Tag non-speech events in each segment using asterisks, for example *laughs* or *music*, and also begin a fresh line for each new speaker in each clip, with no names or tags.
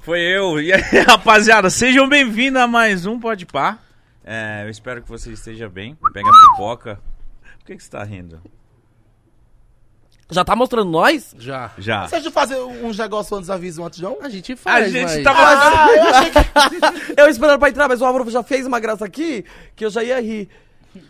Foi eu. E aí, *laughs* rapaziada, sejam bem-vindos a mais um Pode Pá. É, eu espero que você esteja bem. Pega a pipoca. Por que, que você tá rindo?
Já tá mostrando nós?
Já.
Já.
Vocês não fazem uns negócios antes aviso, antes não? tá-
A gente
A
faz,
gente
mas-
Ah!
tava.
Eu esperando pra entrar, mas o Álvaro já fez uma graça aqui que eu já ia rir.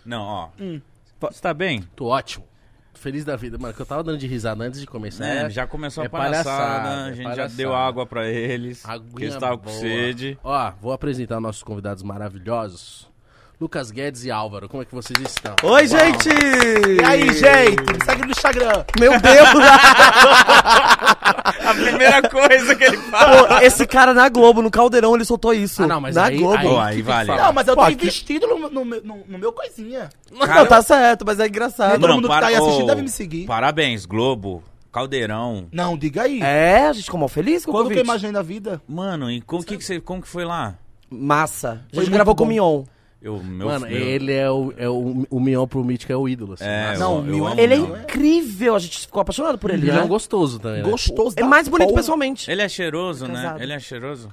Não, ó.
Hum.
Você tá bem?
Tô ótimo. Feliz da vida, mano. Que eu tava dando de risada antes de começar.
É, já começou a
é
palhaçada,
palhaçada,
a
é
gente já
palhaçada.
deu água pra eles. Porque eles estavam com
boa.
sede.
Ó, vou apresentar nossos convidados maravilhosos. Lucas Guedes e Álvaro, como é que vocês estão?
Oi,
Uau.
gente!
E aí, gente? Me segue no Instagram.
Meu Deus! *laughs*
A *laughs* primeira coisa que ele fala.
Pô, esse cara na Globo, no Caldeirão, ele soltou isso.
Ah, não, mas
na
aí-
Globo.
aí-
Pô,
que
aí
que
vale.
fala?
Não, mas eu
Pô,
tô
que-
investido no, no, meu- no- no meu coisinha.
Não, tá certo, mas é engraçado.
Todo mundo que tá aí assistindo deve me seguir.
Parabéns, Globo, Caldeirão.
Não, diga aí.
É, a gente ficou mal feliz com o
Quando que eu
convite.
imaginei na vida?
Mano, e com, que que você, como que foi lá?
Massa. A
Foi
gente
muito
gravou com o
bom.
Mion.
Eu, meu,
Mano,
meu-
ele é o, é o, o Mion pro Mítico, é o ídolo. Assim.
É,
Nossa,
Não,
eu, eu
meu-
amo,
Ele é
não.
incrível, a gente ficou apaixonado por ele,
Ele é um
né?
gostoso também, né?
Gostoso.
É
da
mais bonito
porra.
pessoalmente.
Ele é cheiroso, né?
Casado.
Ele é cheiroso?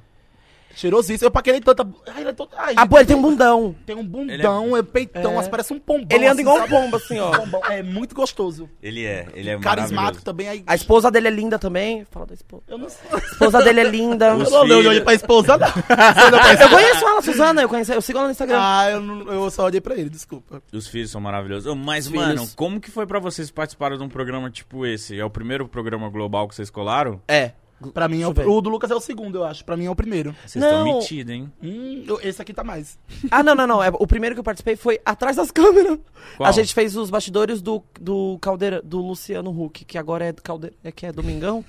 Cheiroso isso. Eu paquei tanta. Ai, ele é todo... Ai,
Ah, pô, ele tem um bundão.
tem um bundão, é... peitão,
É.
mas parece um pombão.
Ele anda igual um
sabe?
pombo, assim, ó.
Pombão. É muito gostoso.
Ele é, ele é
Carismático
maravilhoso.
também. Aí...
A esposa dele é linda também. Fala da esposa.
Eu não sei.
A esposa dele é linda.
Os
Eu não
filhos-
olhei pra esposa, não.
Eu conheço ela, Suzana. Eu, conheço, eu sigo ela no Instagram.
Ah, eu, não- eu só olhei pra ele, desculpa.
Os filhos são maravilhosos. Ô, Mas,
Filhos.
mano, como que foi pra vocês participarem de um programa tipo esse? É o primeiro programa global que vocês colaram?
É.
Pra mim, é o,
Deixa eu ver.
o do Lucas é o segundo, eu acho. Pra mim é o primeiro.
Vocês estão
Não.
metidos, hein?
Hum, eu- esse aqui tá mais.
Ah, não, não, não. É, o primeiro que eu participei foi atrás das câmeras.
Qual?
A gente fez os bastidores do, do caldeira do Luciano Huck, que agora é do caldeira, é que é
*laughs*
Domingão.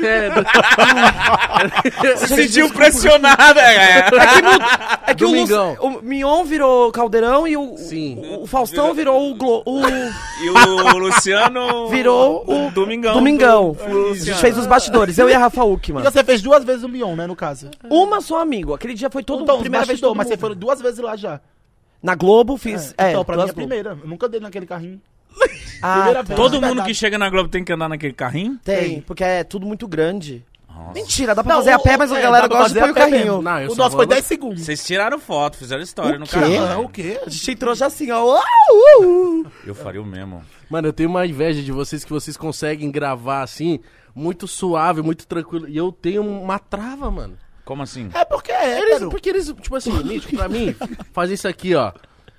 É, do-
Se sentiu pressionado, é.
É que o, Lu,
Domingão.
o Mion virou caldeirão e o,
Sim.
o, o Faustão virou o, Glo, o
*laughs* E o Luciano...
virou o
Então,
Domingão.
Domingão.
do-
A gente
Luciano.
fez os bastidores, eu e a Rafa Huck,
é E
mano.
você fez duas vezes o Mion, né, no caso?
Uma só amigo. Aquele dia foi todo
então,
primeira Ah, vez todo
mas você
mundo.
foi duas vezes lá já.
na Globo fiz, é,
então, pra mim é
duas
a
Globo.
primeira. Eu nunca dei naquele carrinho.
Ah,
Primeira
tá.
vez.
Todo mundo
Verdade.
que chega na Globo tem que andar naquele carrinho?
tem, porque é tudo muito grande.
Nossa.
Mentira, dá pra
Não,
fazer a
o-
pé, mas a
é,
galera
dá pra
gosta de
fazer
pôr
a
o
pé
carrinho.
mesmo.
Não, eu
o
só
nosso foi
vou-
10 segundos.
Vocês tiraram foto, fizeram história no
quê?
Ah,
canal.
o quê?
A gente trouxe assim, ó. uau,
uh,
uau, uau.
Eu faria o mesmo.
Mano, eu tenho uma inveja de vocês que vocês conseguem gravar assim, muito suave, muito tranquilo. E eu tenho uma trava, mano.
Como assim?
É porque é
Eles,
hétero.
porque eles, tipo *laughs* assim, Mítico, pra mim, fazer isso aqui, ó.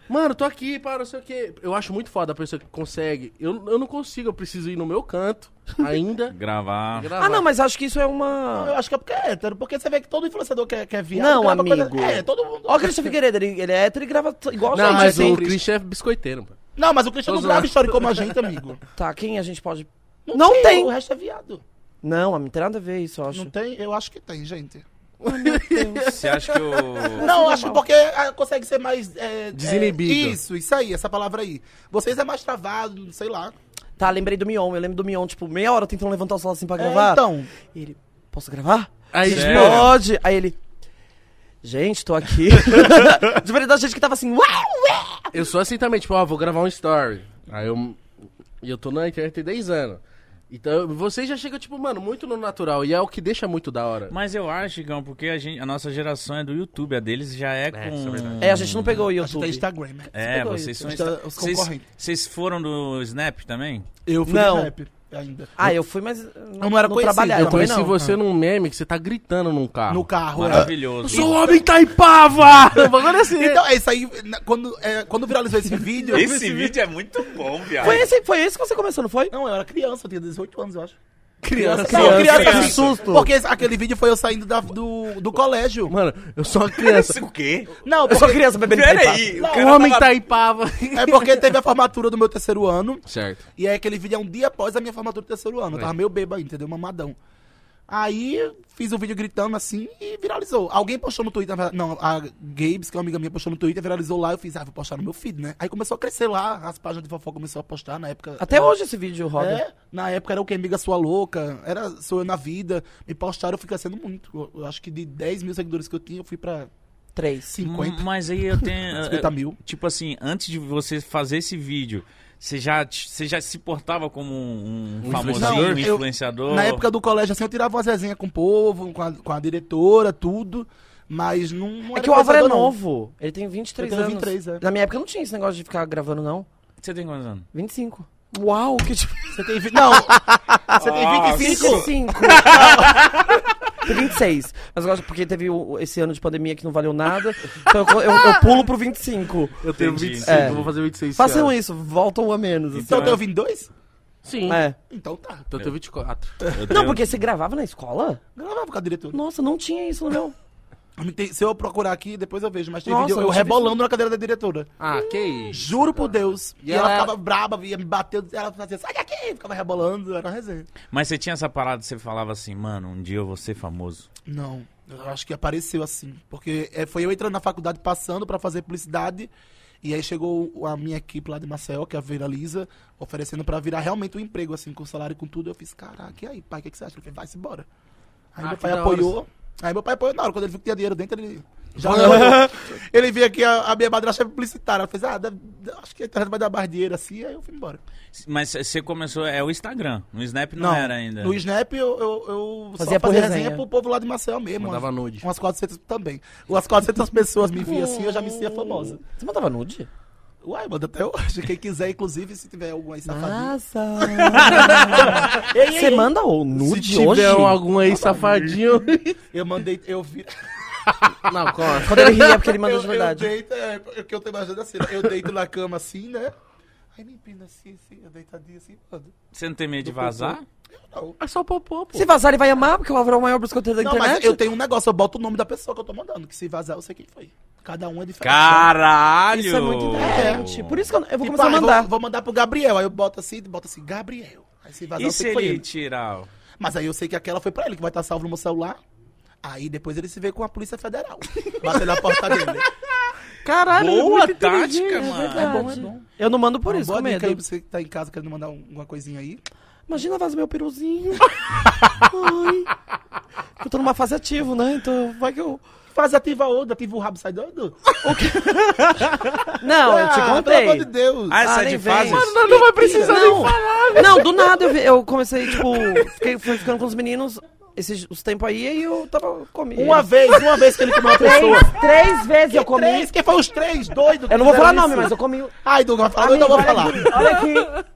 Mano, tô aqui, para, não sei o quê. Eu acho muito foda a pessoa que consegue. Eu, eu não consigo, eu preciso ir no meu canto *laughs* ainda.
Gravar.
Ah, não, mas acho que isso é uma.
Eu acho que é porque é hétero. Porque você vê que todo influenciador que é, que é viado...
Não,
grava coisa-
amigo.
É, todo mundo...
Ó, o Christian Figueiredo, ele, ele é hétero e grava t- igual a
Não,
gente.
mas
assim.
o Christian é biscoiteiro, mano.
Não, mas o Christian não
Tô
grava
zoando.
história como a gente, amigo.
Tá, quem a gente pode. *laughs* Não tem.
O resto é viado.
Não, não tem nada a ver isso, eu acho.
Não tem? Eu acho que tem, gente.
Você acha que eu...
Não, acho porque ah, consegue ser mais... é, é,
Desinibido.
isso, isso aí, essa palavra aí. Vocês é mais travado, sei lá.
Tá, lembrei do Mion. Eu lembro do Mion, tipo, meia hora tentando levantar o celular assim pra
É,
gravar.
então.
E ele, posso gravar?
Aí,
Gente,
Sério?
pode. Aí ele. Gente, tô
*laughs*
aqui. Diferente da gente que tava assim, uau, uau.
Eu sou assim também, tipo, ó, vou gravar um story. Aí eu. E eu tô na internet tem 10 anos. Então, vocês já chegam, tipo, mano, muito no natural. E é o que deixa muito da hora.
Mas eu acho, Igão, porque a, gente, a nossa geração é do YouTube, a deles já é com. É,
isso é verdade.
É, a gente não pegou o É.
A gente
YouTube.
tem Instagram, né?
pegou
vocês
isso.
são.
A gente tá-
insta-
os
Vocês
concorrentes.
vocês foram do Snap também?
Eu fui
Não.
do rap ainda.
Ah, eu fui, mas. Não,
não era conhecido,
trabalhar,
eu
Eu
também
conheci
não.
você num meme que você tá gritando num carro.
No carro, é.
Maravilhoso.
Sou homem
*laughs*
Itaipava! Agora assim.
Então, é isso aí. na- Quando, é, quando viralizou esse vídeo. eu-
Esse vídeo é muito bom, viado.
Foi esse, foi esse que você começou, não foi?
Não, eu era criança, eu tinha 18 anos, eu acho.
criança.
não, criança,
criança.
assim,
Susto.
Porque esse- aquele vídeo foi eu saindo da- do, do colégio.
Mano, eu
*laughs*
sou uma criança.
o quê?
Não,
Eu
porque,
sou criança bebendo
Peraí,
Não,
O homem tá
*laughs*
Itaipava.
é porque teve a formatura do meu terceiro ano.
Certo.
E aí aquele vídeo é um dia após a minha formatura do terceiro ano. Eu tava meio bêbado, aí, entendeu? Mamadão. Aí fiz o vídeo gritando assim e viralizou. Alguém postou no Twitter, na verdade- não, a Gabes, que é uma amiga minha, postou no Twitter, viralizou lá, eu fiz, ah, vou postar no meu feed, né? Aí começou a crescer lá, as páginas de fofoca começou a postar na época.
Até hoje esse vídeo roda.
É, na época era o que? Amiga Sua Louca, era Sou Eu na Vida. Me postaram, eu fui crescendo muito. Eu, eu acho que de 10 mil seguidores que eu tinha, eu fui pra
Três.
50,
Hum,
Mas aí eu tenho.
*laughs* 50 mil.
Tipo assim, antes de você fazer esse vídeo, Você já, te- você já se portava como um, um
Um
famosinho,
influenciador? Eu-
influenciador?
Na época do colégio, assim, eu tirava umas resenhas com o povo, com a, com a diretora, tudo. Mas não. não
É
era
que o Álvaro é
influenciador, não.
novo. Ele tem 23
Eu tenho
anos.
23, é.
Na minha época não tinha esse negócio de ficar gravando, não.
Você tem quantos anos?
25. Uau, que *laughs* tipo.
Você tem. vi- Não!
Ah,
Você tem 25?
*laughs*
25. Tem 26. Mas eu acho porque teve o- esse ano de pandemia que não valeu nada. Então eu, co- eu, eu pulo pro 25.
Eu tenho
Entendi.
25,
É.
eu vou fazer 26
um
Façam
esse ano.
isso, voltam a menos. assim.
Então,
Então eu
é.
tenho 22?
Sim.
É.
Então tá.
Então eu tenho 24.
Eu
Não,
tenho-
porque você gravava na escola?
Gravava com a diretora.
Nossa, não tinha isso no meu.
Tem- Se eu procurar aqui, depois eu vejo. Mas tem
Nossa,
vídeo
eu Tá.
eu
não tive
rebolando na cadeira da diretora.
Ah, que isso.
Juro por Deus. E,
E
ela,
ela-
ficava braba, ia me bater. Ela fazia, sai daqui! Ficava rebolando, era uma resenha.
Mas você tinha essa parada, você falava assim, mano, um dia eu vou ser famoso.
Não, eu acho que apareceu assim. Porque é, foi eu entrando na faculdade, passando pra fazer publicidade. E aí chegou a minha equipe lá de Maceió, que é a Vera Lisa, oferecendo pra virar realmente um emprego, assim, com salário e com tudo. Eu fiz, caraca, e aí, pai, o que, que você acha? Ele fez, vai-se embora. Aí
Ah,
meu
que
pai
da hora.
apoiou. Aí meu pai apoiou na hora, quando ele viu que tinha dinheiro dentro, ele. Já apoiou. ele veio aqui, a, a minha madrasta é publicitária. Ela fez, ah, deve- acho que a internet vai dar mais dinheiro assim, aí eu fui embora.
Mas você começou, é o Instagram. No Snap não, era ainda.
No Snap eu, eu, eu
Fazia
só
por
fazia
resenha.
resenha. pro povo lá de Maceió mesmo.
Mandava
umas-
nude.
Umas 400 também. Umas 400 pessoas me viam assim, eu já me sentia famosa.
Você mandava nude?
Uai, manda até hoje. Quem quiser, inclusive, se tiver alguma aí
Ah.
safadinha.
*laughs* Você manda o nude
Se tiver um,
hoje?
algum
Tá
aí
*laughs*
safadinho...
Eu mandei, eu vi.
Não,
*laughs*
corta.
Quando ele ria, porque ele manda
*laughs* eu,
de verdade.
Eu deito, é, o que eu tô imaginando assim, né? eu deito na cama assim, né? Aí me empina assim, assim, eu deitadinha assim, mano.
Você não tem medo de vazar?
Não,
É só popô, pô.
Se vazar, ele vai amar, porque o Álvaro é o maior biscoiteiro da
não
internet.
mas eu tenho um negócio, eu boto o nome da pessoa que eu tô mandando, que se vazar eu sei quem foi. Cada um é diferente.
Caralho!
Isso é muito inteligente. Por isso que eu, eu vou
Tipo,
começar
ah,
a mandar.
Vou, vou mandar pro Gabriel. Aí eu boto assim, boto assim, Gabriel. Aí se vazar,
E
eu
se
sei que foi
ele
ele.
tirar?
Mas aí eu sei que aquela foi pra ele, que vai estar salvo no meu celular. Aí depois ele se vê com a Polícia Federal. *laughs* Batendo na porta dele.
Caralho, é
Boa
muito inteligente.
tática, mano.
É bom, é bom. Eu não mando *laughs* por
Uma
isso,
boa
com medo.
dica aí pra você que tá em casa querendo mandar um- alguma coisinha aí.
Imagina vaza meu peruzinho. *laughs* Ai. Eu tô numa fase ativo, né? Então vai que eu.
Faz ativa onda, ativa o rabo, sai doido.
Não, eu te
Ah,
contei.
Pelo amor de é Deus.
Ah, essa
Ah,
de
nem vem.
fases?
Mano,
Não, não vai precisar nem
não. Não, do nada eu, vi- eu comecei, tipo, fiquei, fui ficando com os meninos esses, os tempos aí e eu tava comendo.
Uma vez, uma vez que ele comeu uma pessoa.
três, Ah, três vezes eu
Que
comi.
Três, que foi os trêês, doido.
Eu não vou
que
falar
fizeram
nome,
isso.
mas eu comi.
Ai, não vai falar, eu
Amigo,
não vou
olha
falar.
aqui, Olha aqui.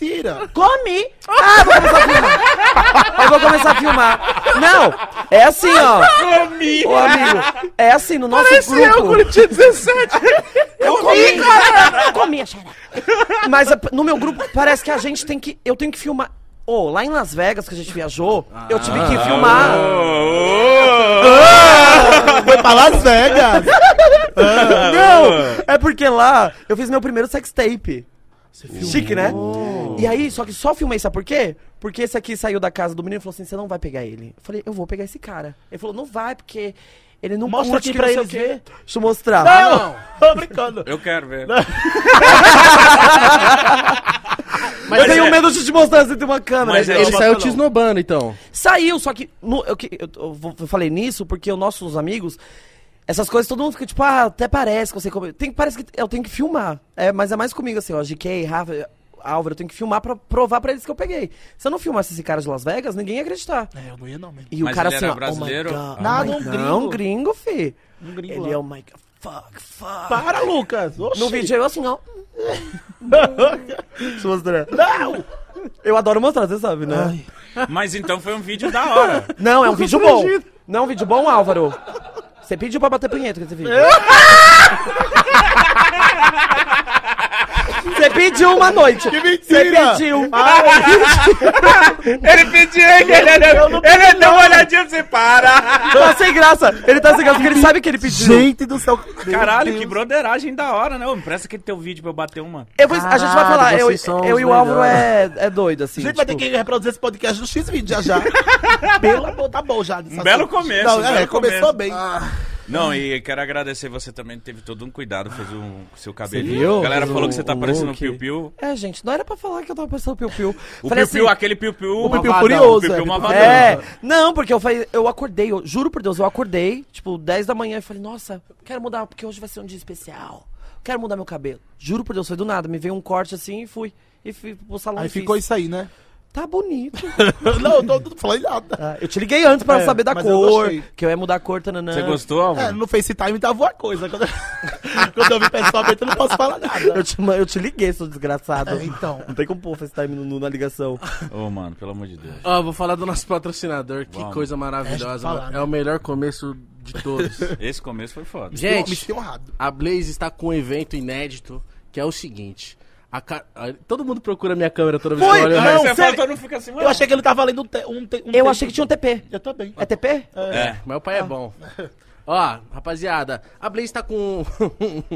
Mentira.
Comi! Ah, vou começar a filmar! Eu vou começar a filmar! Não! É assim, ó! Comi! Ô, amigo, é assim, no nosso grupo.
tinha 17.
Eu comi, cara! Eu comi a xereca. Mas a- no meu grupo parece que a gente tem que. Eu tenho que filmar. Ô, lá em Las Vegas que a gente viajou, eu tive que filmar.
Foi É pra Las Vegas.
*laughs* Não! É porque lá eu fiz meu primeiro sextape. Chique, né? E aí, só que só filmei, sabe por quê? Porque esse aqui saiu da casa do menino e falou assim: você não vai pegar ele. Eu falei, eu vou pegar esse cara. Ele falou, não vai, porque ele não
Mostra
curte
aqui
que
pra
não
ele
sei o
o
quê." Deixa eu mostrar.
Não, tô brincando.
Eu quero ver.
eu
Mas
tenho
é-
medo de te mostrar se tem uma câmera.
Mas é-
gente.
Ele saiu te esnobando, então.
Saiu, só que. no- eu, que- eu- eu vou- eu falei nisso porque os nossos amigos. Essas coisas todo mundo fica tipo, ah, até parece que você come. Tem, parece que eu tenho que filmar. É, mas é mais comigo assim, ó. GK, Rafa, Álvaro, eu tenho que filmar pra provar pra eles que eu peguei. Se eu não filmasse esse cara de Las Vegas, ninguém ia acreditar.
É, eu não ia não, mesmo.
E o
Mas
cara
ele
assim,
era
ó.
brasileiro? Ah.
Oh my God,
Nada,
oh
um
my
gringo.
Não, gringo, fi.
Um gringo
ele
lá.
é o my God, fuck, fuck.
Para, Lucas. Oxi.
No vídeo eu assim, ó.
Não!
Eu adoro mostrar, você sabe, né?
Mas então foi um vídeo da hora.
Não, é um vídeo bom. Não é um vídeo bom, Álvaro. Você pediu pra bater punheta com esse vídeo. Você pediu uma noite. Que
mentira!
Você pediu.
*laughs* Ele pediu, ele, ele, ele, ele deu uma olhadinha pra você, para!
tá sem graça. Ele tá sem graça porque ele sabe que ele pediu.
Gente do céu.
Caralho,
Meu
que
Deus.
broderagem da hora, né? Ô, Empresta aquele teu vídeo pra eu bater uma.
Eu vou- a gente vai
Caralho,
falar. Eu,
vocês são
eu
os
e o Álvaro é,
melhores.
é doido, assim.
A gente vai ter
tipo,
que reproduzir esse podcast no X vídeo já já. Pelo amor, tá bom já.
Um belo começo,
Não,
um
é,
belo começo.
começou bem.
Não, e quero agradecer você também, teve todo um cuidado, fez um com seu
Você
cabelinho.
viu?
A galera
Fez
falou
um-
que você tá
um
parecendo um
look.
piu-piu.
É, gente, não era pra falar que eu tava pensando piu-piu.
O
Falei
piu-piu,
assim,
aquele piu-piu.
O piu-piu
malvadão,
furioso,
O piu-piu
é.
malvadão.
É, não, porque eu falei, eu acordei, eu juro por Deus, eu acordei, tipo, 10 da manhã, e falei, nossa, eu quero mudar, porque hoje vai ser um dia especial. quero mudar meu cabelo. Juro por Deus, foi do nada. Me veio um corte assim e fui. E fui pro salão
Aí
e fiz.
ficou isso aí, né?
Tá bonito.
*laughs* não, eu tô, tô falando nada.
Ah, eu te liguei antes pra
É,
saber da
mas eu
cor,
gostei.
que eu ia mudar a cor, tananã.
Você gostou, amor?
É, no FaceTime tava uma coisa. Quando, *laughs* quando eu vi pessoalmente, eu não posso falar nada.
Eu te, ma- eu te liguei, seu desgraçado.
É, então.
Não tem como pôr o FaceTime no, no- na ligação.
Ô, mano, pelo amor de Deus.
Ó, vou falar do nosso patrocinador. Que
Vamos.
coisa
Deixa
maravilhosa.
eu falar,
mano.
né?
É o melhor começo de
*laughs*
todos.
Esse começo foi foda.
Me
Gente,
senti honrado.
a Blaze está com um evento inédito, que é o seguinte. A ca- a- Todo mundo procura a minha câmera toda vez que
Foi,
eu olho.
Mas
não,
você
sério.
fala, todo mundo fica assim, mano.
Eu achei que ele tava lendo um, te, um, te- um
Eu
texto.
achei que tinha um TP.
Eu também.
É TP?
É.
Mas o pai é bom. Ó, rapaziada, a Blaze tá com. *laughs*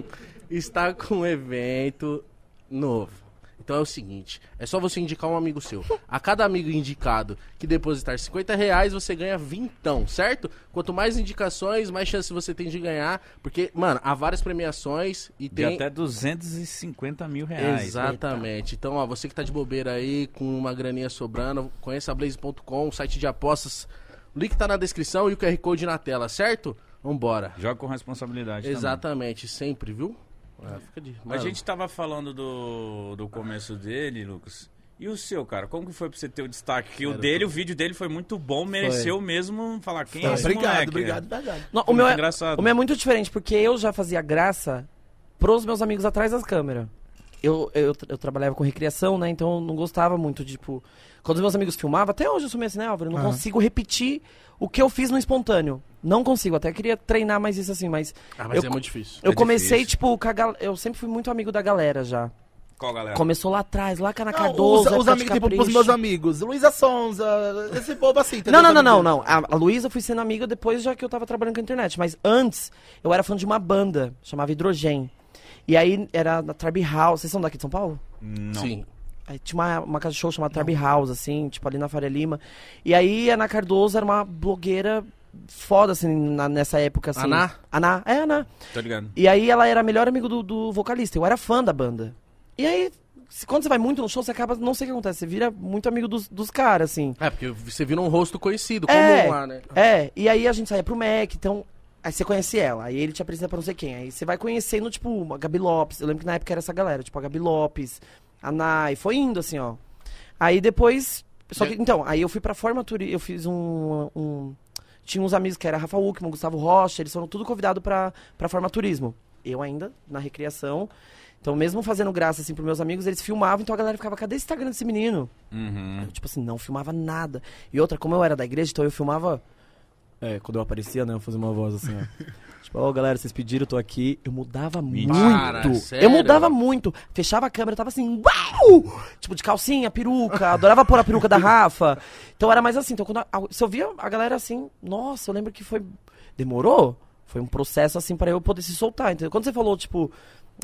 está com um evento novo. Então é o seguinte: é só você indicar um amigo seu. A cada amigo indicado que depositar 50 reais, você ganha vintão, certo? Quanto mais indicações, mais chance você tem de ganhar. Porque, mano, há várias premiações e
De
tem.
até 250 mil
É,
reais.
Exatamente. Então, ó, você que tá de bobeira aí, com uma graninha sobrando, conheça a Blaze.com, o um site de apostas. O link tá na descrição e o QR Code na tela, certo? Vambora.
Joga com responsabilidade também.
Exatamente, sempre, viu? É, fica de...
A
Mano,
gente tava falando do, do começo dele, Lucas. E o seu, cara? Como que foi pra você ter o destaque? Que o dele, o vídeo dele foi muito bom, mereceu mesmo falar quem é esse
Tá, obrigado,
moleque.
obrigado, verdade.
Não, o, meu é,
engraçado.
o meu é muito diferente, porque eu já fazia graça pros meus amigos atrás das câmeras. Eu, eu, eu trabalhava com recriação, né? Então eu não gostava muito, tipo. Quando os meus amigos filmavam, até hoje eu sou meio assim, né, Álvaro? Eu não consigo repetir o que eu fiz no espontâneo. Não consigo. Até queria treinar mais isso assim, mas.
Ah, mas
eu,
é muito difícil.
eu
É
comecei,
difícil.
tipo, com a gal... eu sempre fui muito amigo da galera já.
Qual, galera?
Começou lá atrás, lá com a Ana
Não,
Cardoso,
os,
época
os
de
amigos, tipo, pros
Capricho.
meus amigos. Luísa Sonza, esse povo assim. entendeu?
Não, não, não, não,
Os amigos
não. A, a Luísa eu fui sendo amiga depois já que eu tava trabalhando com a internet. Mas antes, eu era fã de uma banda, chamava Hidrogem. E aí era na Tribe House. Vocês são daqui de São Paulo?
Não.
Sim.
Aí tinha uma, uma casa de show chamada Tribe House, assim, tipo ali na Faria Lima. E aí a Ana Cardoso era uma blogueira foda, assim, na- nessa época, assim.
Ana?
Ana, é Ana.
Tá ligado?
E aí ela era a melhor amigo do, do vocalista, eu era fã da banda. E aí, se- quando você vai muito no show, você acaba, não sei o que acontece, você vira muito amigo dos, dos caras, assim.
É, porque você vira um rosto conhecido, comum
É,
lá, né?
é, e aí a gente saía pro Mac, então. Aí você conhece ela, aí ele te apresenta pra não sei quem. Aí você vai conhecendo, tipo, a Gabi Lopes. Eu lembro que na época era essa galera, tipo, a Gabi Lopes, a Nai, foi indo assim, ó. Aí depois. Só que, então, aí eu fui pra formatura, eu fiz um. um- tinha uns amigos que era Rafa Uckman, Gustavo Rocha, eles foram tudo convidados pra, pra formaturismo. Eu ainda, na recreação. Então, mesmo fazendo graça, assim, pros meus amigos, eles filmavam, então a galera ficava, cadê o Instagram desse menino?
Uhum.
Eu, tipo assim, não filmava nada. E outra, como eu era da igreja, então eu filmava. É, quando eu aparecia, né? Eu fazia uma voz assim, ó.
*laughs*
tipo, ó, galera, vocês pediram, eu tô aqui. Eu mudava
Mentira.
Cara,
muito.
sério?
Eu mudava muito. Fechava a câmera, eu tava assim, uau! Tipo, de calcinha, peruca. Adorava pôr a peruca da Rafa. Então era mais assim. Então, quando a- a- se eu via a galera assim, nossa, eu lembro que foi. Demorou? Foi um processo assim pra eu poder se soltar. Entendeu? Quando você falou, tipo.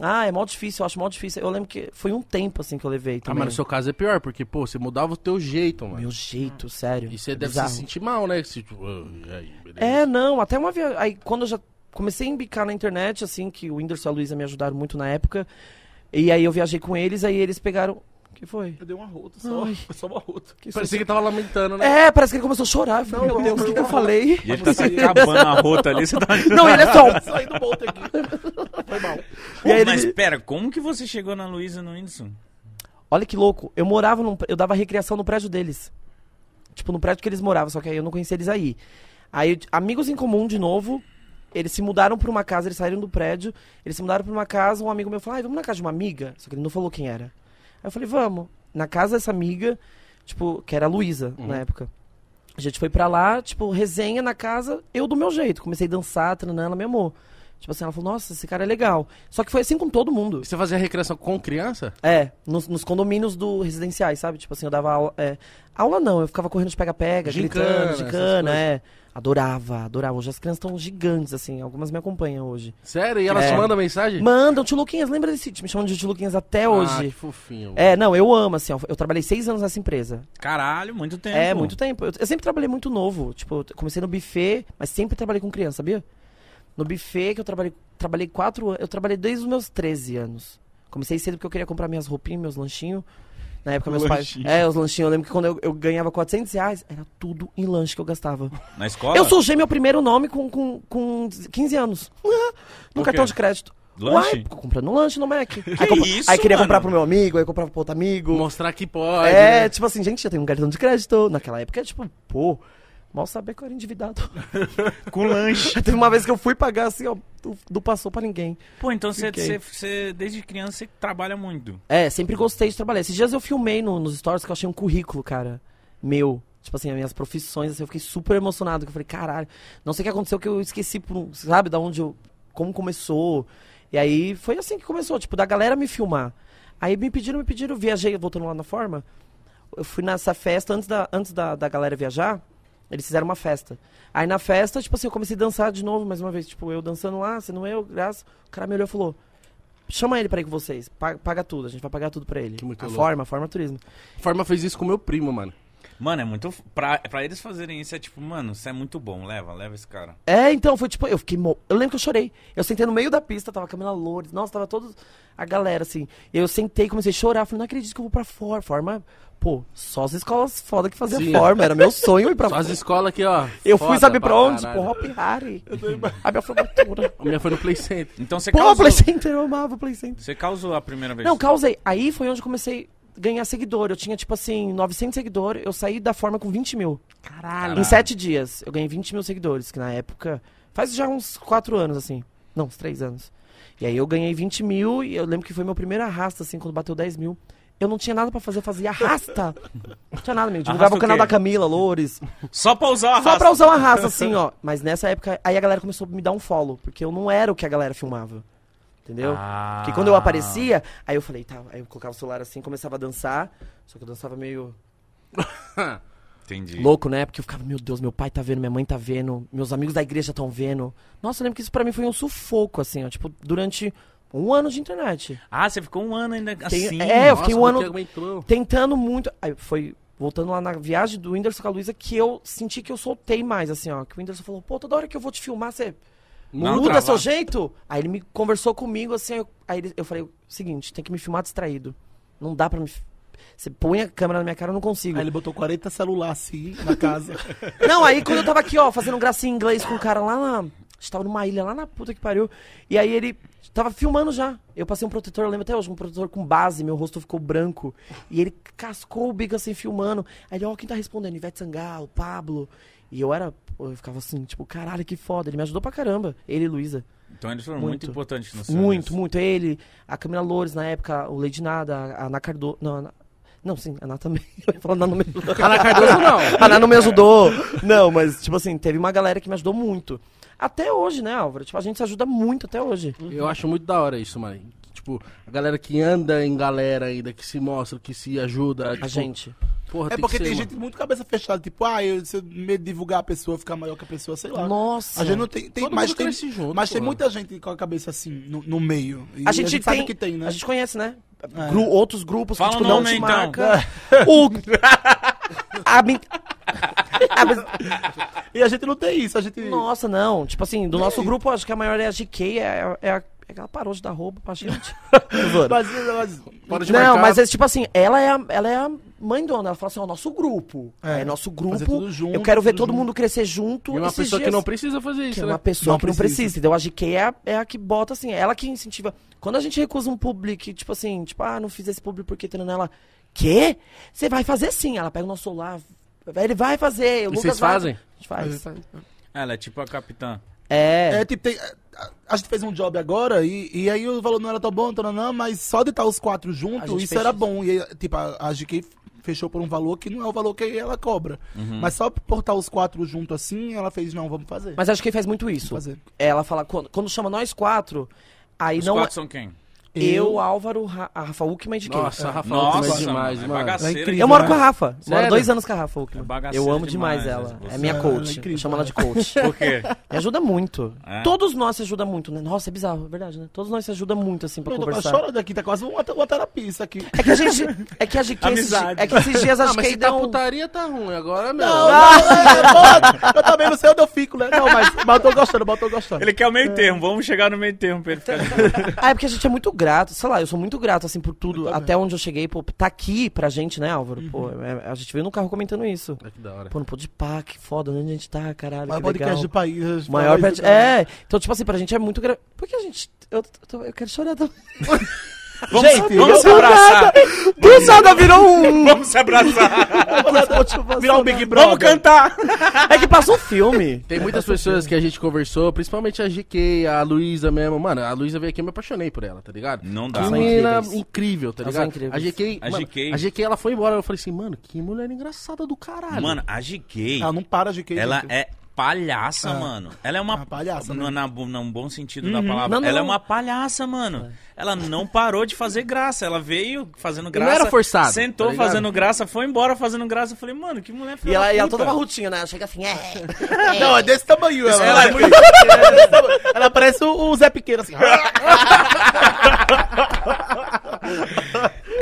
Ah, é mó difícil, eu acho mó difícil. Eu lembro que foi um tempo assim que eu levei
Ah,
também.
mas no seu caso é pior, porque, pô, você mudava o teu jeito, mano.
Meu jeito, sério.
E você
é
deve
bizarro.
se sentir mal, né? Se, tipo, ah, e aí, beleza.
É, não, até uma vez. Aí quando eu já comecei a embicar na internet, assim, que o Whindersson e a Luísa me ajudaram muito na época. E aí eu viajei com eles, aí eles pegaram. O que foi?
Eu dei um arroto, só,
Ai.
só um arroto.
Que isso?
Parecia que tava lamentando, né?
É, parece que ele começou a chorar. Eu falei, meu Deus, o que, que eu falei?
*laughs*
E ele tá se acabando a rota ali, você tá.
Não, ele é só. um-
Saí do bolso
*laughs*
aqui. Foi mal.
E aí ele-
Mas pera, como que você chegou na Luísa no Whindersson?
Olha que louco. Eu morava num. Eu dava recreação no prédio deles. Tipo, no prédio que eles moravam, só que aí eu não conhecia eles aí. Aí, eu- amigos em comum de novo. Eles se mudaram pra uma casa, eles saíram do prédio, eles se mudaram pra uma casa, um amigo meu falou, ai, vamos na casa de uma amiga? Só que ele não falou quem era. Aí eu falei, vamos. Na casa dessa amiga, tipo, que era a Luísa na época. A gente foi pra lá, tipo, resenha na casa, eu do meu jeito. Comecei a dançar, treinar, ela me amou. Tipo assim, ela falou, nossa, esse cara é legal. Só que foi assim com todo mundo.
Você fazia recreação com criança?
É, nos, nos condomínios do residenciais, sabe? Tipo assim, eu dava aula. é, aula não, eu ficava correndo de pega-pega,
Gincana,
gritando,
essas
gicana,
coisas.
é. Adorava, adorava. Hoje as crianças estão gigantes, assim, algumas me acompanham hoje.
Sério? E ela
É.
te manda mensagem?
Mandam, tio Luquinhas, lembra desse? Me chamam de tio Luquinhas até É
Ah, que
hoje.
fofinho.
É, não, eu amo, assim, ó, eu trabalhei seis anos nessa empresa.
Caralho, muito tempo.
É, muito tempo. Eu, eu sempre trabalhei muito novo. Tipo, eu comecei no buffet, mas sempre trabalhei com criança, sabia? No buffet que eu trabalhei, trabalhei quatro anos. Eu trabalhei desde os meus 13 anos. Comecei cedo porque eu queria comprar minhas roupinhas, meus lanchinhos. Na época, meus
Lanchinho.
pais. É, os lanchinhos. Eu lembro que quando eu, eu ganhava 400 reais, era tudo em lanche que eu gastava.
Na escola?
Eu surgei meu primeiro nome com, com, com 15 anos. no
Por
cartão
quê?
de crédito.
Lanche?
Uai, comprando um lanche no Mac.
*laughs* Que
aí, compra-
isso,
aí queria
mano?
comprar pro meu amigo, aí comprava pro outro amigo.
Mostrar que pode.
é,
né?
tipo assim, gente, já tem um cartão de crédito. Naquela época, tipo, pô, mal saber que eu era endividado.
Com lanche.
Teve uma vez que eu fui pagar assim, ó, do, do passou pra ninguém.
Pô, então você,
Fiquei.
você- você- desde criança, você trabalha muito.
É, sempre gostei de trabalhar. Esses dias eu filmei no- nos stories que eu achei um currículo, cara, meu. Tipo assim, as minhas profissões, assim, eu fiquei super emocionado. Que eu falei, caralho, não sei o que aconteceu, que eu esqueci, por um- sabe, da onde eu. Como começou. E aí foi assim que começou, tipo, da galera me filmar. Aí me pediram, me pediram, eu viajei, voltando lá na forma. Eu fui nessa festa, antes da, antes da, da galera viajar, eles fizeram uma festa. Aí na festa, tipo assim, eu comecei a dançar de novo, mais uma vez. Tipo, eu dançando lá, sendo eu, graça. O cara me olhou e falou: chama ele pra ir com vocês, pa- paga, tudo, a gente vai pagar tudo pra ele.
Que muito
a
louco.
forma, a forma é turismo.
Forma fez isso com meu primo, mano.
Mano, é muito. Pra, pra eles fazerem isso, é tipo, mano, isso é muito bom. Leva, leva esse cara.
É, então, foi tipo, eu fiquei. mo- Eu lembro que eu chorei. Eu sentei no meio da pista, tava a Camila Loures, nossa, tava toda a galera, assim. E eu sentei, comecei a chorar, falei, não acredito que eu vou pra forma. Forma, pô, só as escolas foda que faziam
Sim.
forma, era meu sonho ir pra
Só as
forma.
escolas aqui, ó.
Eu
foda
fui, sabe pra onde?
caralho.
Pro Hop Harry. A minha formatura.
A minha foi no Play Center.
Então você
Pô,
causou.
Play Center, eu amava Play Center.
Você causou a primeira vez.
Não, causei. Aí foi onde eu comecei a ganhar seguidor. Eu tinha, tipo assim, 900 seguidores. Eu saí da forma com 20 mil.
Caralho.
Em sete dias, eu ganhei 20 mil seguidores, que na época. Faz já uns quatro anos, assim. Não, uns três anos. E aí eu ganhei 20 mil e eu lembro que foi meu primeiro arrasta, assim, quando bateu 10 mil. Eu não tinha nada pra fazer, eu
*laughs*
fazia arrasta. Não tinha nada, mesmo. Divulgava
Arrasta
o
o
canal
quê?
da
*laughs*
Camila, Loures.
Só pra usar a
Só
raça.
pra usar uma raça, assim, ó. Mas nessa época, aí a galera começou a me dar um follow, porque eu não era o que a galera filmava. Entendeu?
Ah.
Porque quando eu aparecia, aí eu falei, tá, aí eu colocava o celular assim, começava a dançar, só que eu dançava meio
Entendi.
louco, né? Porque eu ficava, meu Deus, meu pai tá vendo, minha mãe tá vendo, meus amigos da igreja estão vendo. Nossa, eu lembro que isso pra mim foi um sufoco, assim, ó, tipo, durante um ano de internet.
Ah, você ficou um ano ainda
Tem-
assim.
é, eu fiquei um
Nossa,
ano
porque aguentou.
tentando muito. Aí foi voltando lá na viagem do Whindersson com a Luísa que eu senti que eu soltei mais, assim, ó. Que o Whindersson falou, pô, toda hora que eu vou te filmar, você
Não
muda
travar.
seu jeito. Aí ele me conversou comigo, assim, eu- aí ele- eu falei, o seguinte, tem que me filmar distraído. Não dá pra me. fi- Você põe a câmera na minha cara, eu não consigo.
Aí ele botou 40 celular assim na casa.
Não, aí quando eu tava aqui, ó, fazendo gracinha em inglês com o cara lá na. A gente tava numa ilha lá na puta que pariu. E aí ele tava filmando já. Eu passei um protetor, eu lembro até hoje, um protetor com base, meu rosto ficou branco. E ele cascou o bico assim, filmando. Aí ele, ó, quem tá respondendo? Ivete Sangalo, Pablo. E eu era. Eu ficava assim, tipo, caralho, que foda. Ele me ajudou pra caramba. Ele e Luísa.
Então eles foram muito,
Muito.
importantes no seu
Muito,
início.
muito. Ele, a Camila Loures na época, o Lady Nada, a Ana Cardoso. Não, a Ana... não, sim, a Ana também. *laughs* Eu ia falar Ana no meio.
Ana Cardoso, não.
*laughs* A Ná não me ajudou. Não, mas, tipo assim, teve uma galera que me ajudou muito. Até hoje, né, Álvaro? Tipo, a gente se ajuda muito até hoje.
Eu acho muito da hora isso, mano. Tipo, a galera que anda em galera ainda, que se mostra, que se ajuda.
A
tipo,
gente.
Porra,
É
que
porque
ser,
tem
mano.
gente muito cabeça fechada, tipo, ah, eu, se eu medo de divulgar a pessoa, ficar maior que a pessoa, sei lá.
Nossa.
A gente não tem. tem
Todo
mas
mundo
tem,
cresce junto,
mas tem
mano.
muita gente com a cabeça assim, no, no meio. E
A gente, tem,
sabe que tem, né?
A gente conhece, né? Gru- outros grupos
Fala
que tipo,
o
não
nome,
te
então.
marca. O... *laughs* a men- *laughs* Ah, a men-
E a gente não tem isso, a gente.
Nossa, não. Tipo assim, do
Né?
nosso grupo, acho que a maior é a GK, é, é, a- é que ela parou de dar roupa pra
*laughs*
gente.
*laughs* Mas, mas-
Para de
Não,
marcar.
mas é tipo assim, ela é a, ela é a mãe dona. Ela fala assim, ó, nosso grupo. É,
É,
nosso
fazer
grupo.
tudo junto,
eu quero ver
tudo
todo
junto.
mundo crescer junto.
E uma
esses
pessoa que
dias.
não precisa fazer
Que
isso,
é
né?
uma pessoa
Não
que não
precisa.
precisa, entendeu? A GK é a, é a que bota, assim, ela que incentiva. Quando a gente recusa um público, que, tipo assim, tipo, ah, não fiz esse público porque tendo ela. Quê? Você vai fazer sim. Ela pega o nosso celular. Ele vai fazer. O
E
Lucas
vocês
vai-
fazem?
A gente faz.
Ela é tipo a capitã.
É.
É, tipo, tem- a- a gente fez um job agora e, e aí o valor não era tão bom, tão, não, mas só de estar os quatro
A
juntos,
gente
isso
fez
era
isso.
bom. E aí, tipo, a, a GK fechou por um valor que não é o valor que ela cobra. Mas só por estar os quatro juntos assim, ela fez, não, vamos fazer.
Mas a GK faz muito isso.
Vamos fazer.
Ela fala, quando, quando chama nós quatro, aí
Os
não. é-
quatro são quem?
Eu, Álvaro, Ra- a Rafa Uckman e GK.
Nossa, Rafa,
Nossa,
é demais,
mano, é
mano.
bagaceira.
É
demais.
incrível.
Eu
*laughs*
moro com a Rafa. Moro
Sério?
dois anos com a Rafa. Uckmann.
Bagaceira
Eu amo demais,
demais,
ela.
né?
É minha
Você- ela é
coach.
incrível,
Eu chamo ela de coach.
Por quê?
Me ajuda muito.
É?
Todos nós se ajuda muito, né? Nossa, é bizarro, é verdade, né? Todos nós se ajuda muito, assim, pra
Eu tô quase
conversar.
chorando aqui, tá quase uma, uma terapia isso aqui. *laughs*
É que a gente. É que a GK. esses, di-
Amizade.
é que esses
*laughs*
dias a
Ah,
GK
mas se tá
deu. um-
putaria, tá ruim. Agora, meu.
Não, não, Ah, é, pô, eu também não sei onde eu fico, né? Não, mas, mas eu tô gostando, mas eu tô
É. *laughs*
gostando.
Ele quer o meio termo, vamos chegar no meio termo pra ele ficar.
Ah, é porque a gente é muito grato, sei lá, eu sou muito grato, assim, por tudo, até onde eu cheguei, pô, tá aqui pra gente, né, Álvaro? Pô, é- a gente veio no carro comentando isso.
Olha que da hora.
Pô, não pôde pá, que foda, onde a gente tá, caralho,
Maior
que
podcast
legal.
do é país. né? eu acho
Maior
que tipo, fala isso,
podcast. É, então, tipo assim, pra gente é muito gra... Por que a gente. Eu, tô- eu quero chorar *laughs* também.
Vamos,
Gente,
vamos
eu-
se abraçar.
Do nada virou um.
Vamos se abraçar.
cara. Virar um Big Brother.
vamos cantar.
É que passa um filme.
Tem muitas pessoas que a gente conversou, principalmente a GK, a Luísa mesmo. Mano, a Luísa veio aqui, eu me apaixonei por ela, tá ligado?
Não dá. é
Que
são
menina
incríveis.
incrível, tá
Elas
ligado?
são incríveis.
A GK,
A
mano,
GK.
a GK, ela foi embora, eu falei assim, mano, que mulher engraçada do caralho.
Mano, a GK,
Ela não para de que.
ela é palhaça, mano. Ela é uma
Uma palhaça, né?
No, na, bu- num bom sentido da palavra.
Não, não.
Ela é uma palhaça, mano. Ela não parou de fazer graça. Ela veio fazendo graça.
era forçado,
Sentou
tá ligado?
fazendo graça, foi embora fazendo graça. Eu falei, mano, que mulher filha
E ela,
da
e ela
puta.
toda marrutinha, né? Ela chega assim, é.
Não, é desse tamanho. Ela,
Ela é muito-
*laughs* ela parece o, o Zé Pequeno, assim.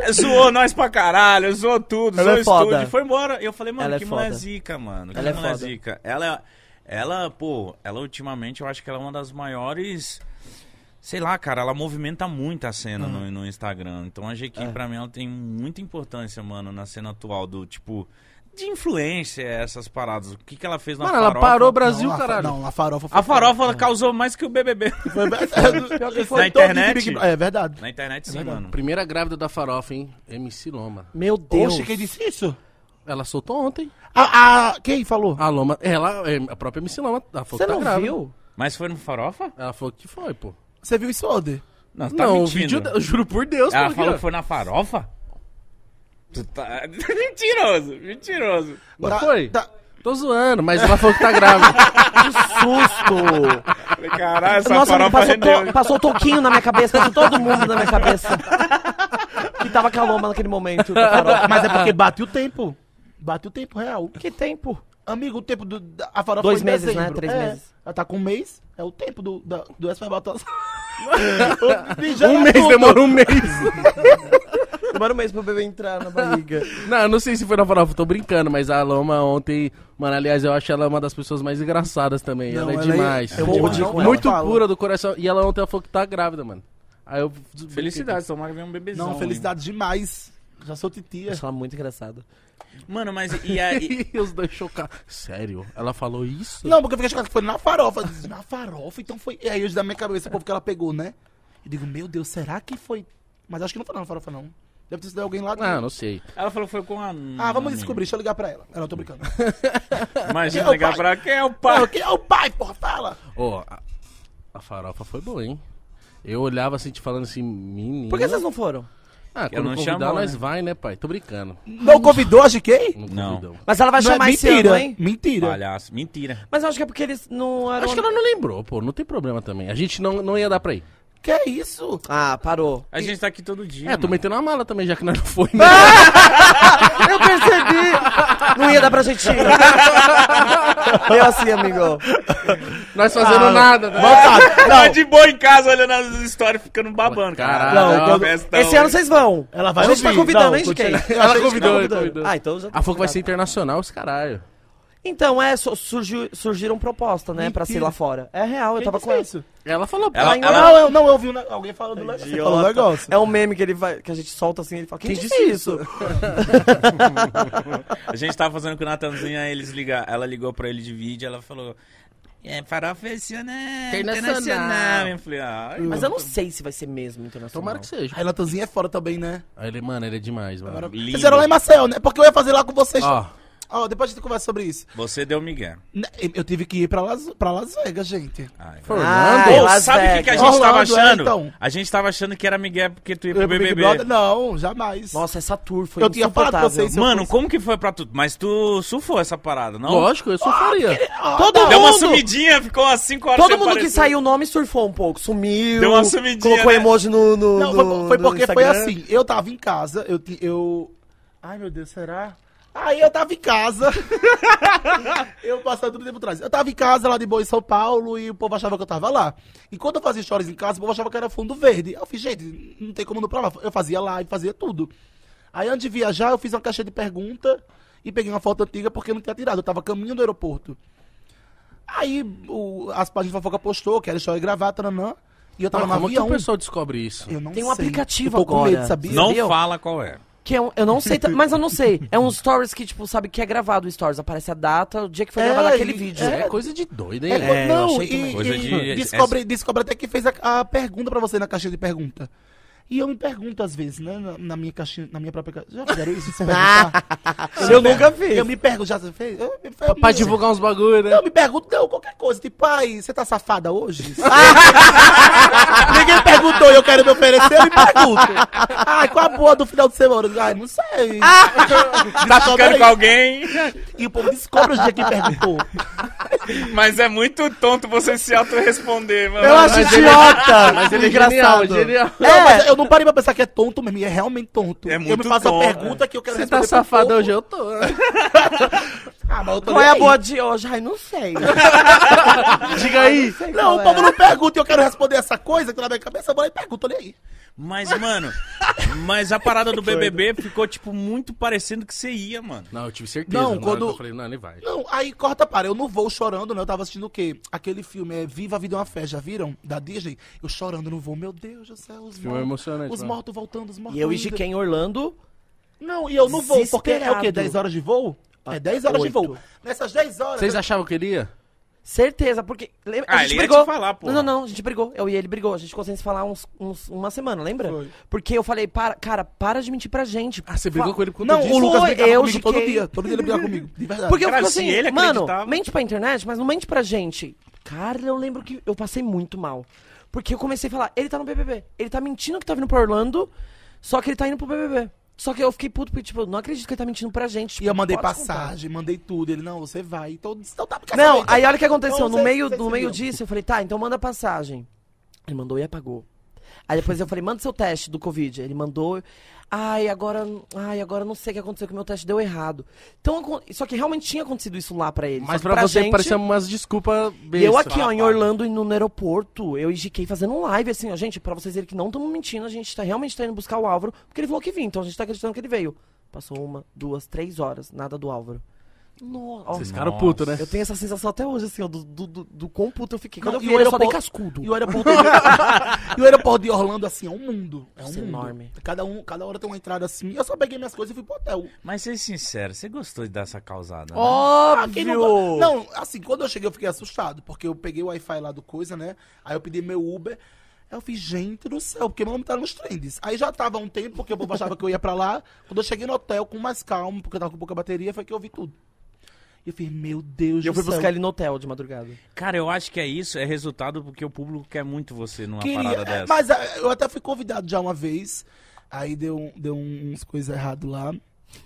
É,
*laughs*
Zoou nós pra caralho, zoou tudo,
Ela
zoou
é foda.
estúdio, foi embora. E eu falei, mano,
Ela é
que mulher
foda.
zica, mano. Que
Ela é
mulher
foda.
zica. Ela, ela, pô, ela ultimamente eu acho que ela é uma das maiores. Sei lá, cara, ela movimenta muito a
Uhum.
cena no, no Instagram. Então a GQ,
É.
pra mim, ela tem muita importância, mano, na cena atual do tipo. De influência, essas paradas. O que, que ela fez na
Mano, ela
farofa?
parou o Brasil,
não, a fa-
caralho.
Não, a farofa foi.
A farofa ela causou mais que o BBB.
Foi, pior que
Na internet?
É verdade.
*laughs* Na internet, sim, mano.
Primeira grávida da farofa, hein? MC Loma.
Meu Deus.
Oxe, quem disse isso?
Ela soltou ontem.
A, a- quem falou?
A Loma, ela, é, a própria MC Loma, ela falou
Você
que tá
não
grávida.
viu?
Mas foi no farofa?
Ela falou que foi, pô.
Você viu isso, Ode?
Não, você tá
Não, o
mentindo.
vídeo, eu juro por Deus,
Ela
pelo
falou
que-
que foi na farofa? Tu tá... *laughs* mentiroso, mentiroso.
Não
Tá-
foi?
tá-
Tô zoando, mas ela falou que tá grávida.
Que susto!
Falei, Caralho, essa
Nossa,
farofa é
mano, passou,
rendeu.
to, passou um toquinho na minha cabeça, passou todo mundo na minha *laughs* cabeça. Que tava caloma naquele momento. da farofa.
Mas é porque bate o tempo. Bate o tempo real.
Que tempo.
Amigo, o tempo do, da a farofa
Dois
foi em
meses, né?
dezembro.
Três
É,
meses.
Ela tá com um mês, é o tempo do, da, do esfermatozoide. é
um mês, demorou um mês.
Demora um mês pra o bebê entrar na barriga.
Não, eu não sei se foi na farofa, tô brincando, mas a Loma ontem, mano, aliás, eu acho ela uma das pessoas mais engraçadas também.
Não,
ela é
ela é-
demais.
eu
vou
Demais.
de- com ela.
Muito
Fala.
pura do coração. E ela ontem ela falou que tá grávida, mano. Aí eu.
Felicidades, tomara que venha um bebezão.
Não, felicidade demais. Já sou titia.
Acho ela é muito engraçada.
hein? Mano, mas e
*laughs*
aí?
É, E os dois chocados. Sério? Ela falou isso?
Não, porque eu fiquei chocado que foi na farofa. Eu disse, Na farofa, então foi. E aí eu da minha cabeça, o povo que ela pegou, né? Eu digo, meu Deus, será que foi? Mas acho que não foi na farofa, não. Deve ter sido alguém lá. do-
Ah, não sei.
Ela falou que foi com a...
Ah, vamos descobrir, deixa eu ligar pra ela. Eu não tô brincando.
Imagina
Meu
ligar
pai.
pra ela, quem é o
Pô,
pai?
quem é o pai, porra? Fala!
Ó, a, a farofa foi boa, hein? Eu olhava assim, te falando assim, menino.
Por que vocês não foram?
Ah,
Ela
quando
não
convidar,
chamou,
nós
né?
vai, né, pai? Tô brincando.
Não convidou a GK?
Não.
convidou.
Mas ela vai
Não é
chamar esse
mentira.
ano, hein?
Mentira.
Palhaço, mentira.
Mas eu acho que é porque eles não eram...
Acho que ela não lembrou, pô. Não tem problema também. A gente não, não ia dar pra ir.
Que é isso?
Ah, parou.
A gente tá aqui todo dia,
É, tô
mano.
metendo uma mala também, já que nós não foi, né? *laughs*
Eu percebi! Não ia dar pra gente ir. Eu assim, amigo.
nós fazendo nada, né?
*laughs* Tá de boa em casa olhando as histórias, ficando babando, cara.
Caralho.
Não, é
Não,
festa
Esse ano vocês vão.
tá Ela vai
A gente tá
ouvir.
convidando,
Não,
hein, GK?
continua.
A
Ela
gente tá
convidou,
convidando.
convidou.
Ah, então já tá
A Fogo vai
convidado.
ser internacional, os caralho.
Então, é, su- surgiu, surgiram propostas, né, pra ser
Mentira.
lá fora. É real, eu tava com
Quem
ela.
disse isso?
Ela falou, pô.
Ela-
Ela...
ela-
Não, eu não eu ouvi um ne- alguém falando do negócio. Você falou um
Idiota.
negócio.
É um meme que ele vai, que a gente solta assim, ele fala, quem,
é
disse isso?
A gente tava fazendo com o Natanzinho, aí eles liga... ela ligou pra ele de vídeo, ela falou... É, farofa esse ano é
Internacional."
internacional. Eu falei, ah,
Mas eu não sei se vai ser mesmo internacional.
Tomara que seja.
Aí Natanzinho é fora também, né?
Aí ele, mano, ele é demais, mano.
Agora-
Lindo.
Vocês eram lá em Maceió, né? Porque eu ia fazer lá com vocês. Ó,
Ó,
depois a gente conversa sobre isso.
Você deu migué.
Né, Eu tive que ir pra Las, pra Las Vegas, gente.
Ai,
Fernando.
Ai,
Ô,
Las
sabe o que, que a
Vegas.
gente tava
Orlando, é,
achando?
então.
A gente tava achando que era Miguel porque tu ia
Eu
pro
ia pro Big
BBB.
Brother? Não, jamais.
Nossa, essa tour foi
Eu tinha falado pra
insuportável.
vocês. se eu
Mano,
fosse-
como que foi pra tu? Mas tu surfou essa parada, não?
lógico, eu sou
Ah,
faria.
Todo mundo,
Deu uma sumidinha, ficou umas 5 horas
todo
sem
mundo que
aparecer.
saiu o nome surfou um pouco, sumiu.
Deu uma sumidinha,
Colocou
né?
emoji no, no
Não,
no-
foi, foi
no
porque foi
Instagram.
assim. Eu tava em casa, eu. ti- eu... Ai, meu Deus, será? Aí eu tava em casa. *laughs* eu passava tudo tempo atrás. Eu tava em casa lá de boa em São Paulo e o povo achava que eu tava lá. E quando eu fazia stories em casa, o povo achava que era fundo verde. Eu fiz, gente, não tem como não provar. Eu fazia live, fazia tudo. Aí antes de viajar, eu fiz uma caixa de pergunta e peguei uma foto antiga porque eu não tinha tirado. Eu tava caminho do aeroporto. Aí o, as páginas de fofoca postou que era história e gravata, nanã. E eu tava
Mas
no
como que
avião.
o pessoal descobre isso?
Eu não
Tem um
sei.
aplicativo
eu tô
agora.
Com medo, sabia?
Não
Entendeu?
fala qual é.
Que é um- eu não sei, ta- mas eu não sei. É um stories que, tipo, sabe que é gravado o stories. Aparece a data, o dia que foi
É,
gravado aquele
e-
vídeo. né?
É, coisa de doido, hein?
É,
É, eu
não,
achei
e,
também.
Coisa
e
de-
descobre, descobre até que fez a, a pergunta pra você na caixinha de pergunta. E eu me pergunto às vezes, né, na, na minha caixinha, na minha própria caixinha. Já fizeram isso? Se perguntar?
Eu nunca fiz.
eu me pergunto, já fez? Eu, me- eu,
Pra
me-
divulgar uns bagulho, né?
eu me pergunto, não, qualquer coisa. Tipo, pai, você tá safada hoje? Ninguém perguntou e eu quero me oferecer, eu me pergunto. Ai, qual a boa do final de semana? Ai, não sei.
Tá ficando com alguém,
E o povo descobre o dia que perguntou.
mas é muito tonto você se auto-responder, mano.
Eu acho idiota!
*laughs* Mas ele é
engraçado.
genial, genial.
Não, mas eu não parei pra pensar que é tonto mesmo, e é realmente tonto.
É
eu
muito
me faço
tonto. é.
a pergunta que eu
*laughs*
quero
Você tá
pro
safado
povo.
hoje, eu tô. né?
Ah, mas eu tô
Qual é
nem
a
aí.
boa de hoje? Ai, não
*laughs*
sei.
Diga aí.
é.
Não, o
é?
povo não pergunta e eu quero responder essa coisa que tá na minha cabeça, eu vou lá e pergunto, olha aí.
Mas, mano, mas a parada do BBB ficou, tipo, muito parecendo que você ia, mano.
Não, eu tive certeza.
Não,
na hora
quando-
que Eu falei, não, ele vai.
Não, aí corta para, eu não vou chorando, né? Eu tava assistindo o quê? Aquele filme é Viva a Vida é uma Fé, já viram? Da Disney? Eu chorando, não vou, meu Deus do céu, os
Filme
mortos.
emocionante,
Os
mano.
mortos voltando, os mortos
E eu
indo.
indiquei em Orlando.
Não, e eu não vou, porque é o
Desesperado.
quê? 10 horas de voo? É 10 horas de
oito.
voo. Nessas 10 horas...
Vocês achavam que ele ia?
Certeza, porque. lembra-
Ah,
a gente
ele ia
brigou.
te falar, porra.
Não, não, não, a gente brigou. Eu e ele brigou. A gente ficou sem se falar uns, uns- uma semana, lembra?
Foi.
Porque eu falei, para, cara, para de mentir pra gente.
Ah, você brigou com ele por conta
Não,
disso?
o Lucas
Foi,
brigava
eu
comigo todo
indiquei.
dia. Todo dia ele brigava comigo, de verdade.
Porque eu
Cara,
fico
se
assim,
ele
mano,
acreditava-
mente pra internet, mas não mente pra gente. Cara, eu lembro que eu passei muito mal. Porque eu comecei a falar, ele tá no BBB. Ele tá mentindo que tá vindo pra Orlando, só que ele tá indo pro BBB. Só que eu fiquei puto, porque, tipo, eu não acredito que ele tá mentindo pra gente.
E eu mandei
pode contar.
passagem, mandei tudo. Ele, não, você vai. Então, então tá porque
Não,
essa-
aí olha o que aconteceu.
Então,
No
vocês-
meio,
vocês
no meio
viram.
disso, eu falei, tá, então manda passagem. Ele mandou e apagou. Aí depois eu falei, manda seu teste do Covid. Ele mandou. Ai, agora. Ai, agora não sei o que aconteceu, que meu teste deu errado. Então, acon- só que realmente tinha acontecido isso lá pra ele.
Mas
só que
pra, você
gente-
parecia umas desculpas
E eu aqui, ó,
besta.
em Orlando e no no aeroporto, eu indiquei fazendo um live, assim, ó, gente, pra vocês verem que não estamos mentindo, a gente tá realmente tá indo buscar o Álvaro, porque ele falou que vinha, então a gente tá acreditando que ele veio. Passou uma, duas, três horas, nada do Álvaro. Nossa,
Vocês ficaram putos, né?
eu tenho essa sensação até hoje, assim, ó, do, do, do, do quão puto eu fiquei. Quando
Não,
eu vi
e o
ele, eu só dei
aeroporto-
cascudo.
*laughs* E o aeroporto de... *laughs* e o aeroporto de Orlando, assim, é um mundo. É um
Nossa,
mundo.
enorme.
Cada, um, cada hora tem uma entrada assim. Eu só peguei minhas coisas e fui pro hotel.
Mas ser sincero, você gostou de dar essa causada, né?
Ah, quem não
Óbvio!
go- Não, assim, quando eu cheguei eu fiquei assustado, porque eu peguei o Wi-Fi lá do coisa, né? Aí eu pedi meu Uber. Aí eu fiz, gente do céu, porque meu nome tá nos trends. Aí já tava há um tempo, porque o povo achava que eu ia pra lá. Quando eu cheguei no hotel, com mais calma, porque eu tava com pouca bateria, foi que eu vi tudo. E eu fiz, meu Deus
E eu
do
fui
céu.
buscar ele no hotel de madrugada.
Cara, eu acho que é isso, é resultado porque o público quer muito você numa
Queria,
parada dessa.
mas ah, eu até fui convidado já uma vez. Aí deu, um, deu uns coisas erradas lá.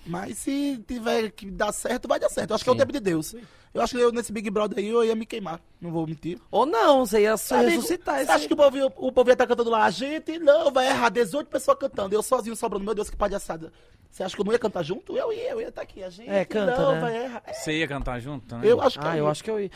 Mas se tiver que dar certo, vai dar certo. Eu acho que é o tempo de Deus. Eu acho que eu, nesse Big Brother aí eu ia me queimar. Não vou mentir.
Ou não, você ia se
Amigo,
ressuscitar.
Você acha que o povo, ia- o povo ia estar cantando lá? A gente não, vai errar. 18 pessoas cantando. Eu sozinho sobrando. Meu Deus, que palhaçada. Você acha que eu não ia cantar junto? Eu ia, eu ia estar aqui. A gente
É, canta,
não,
né?
vai errar.
Você ia cantar junto também?
Eu acho que é
Ah, eu acho que eu ia.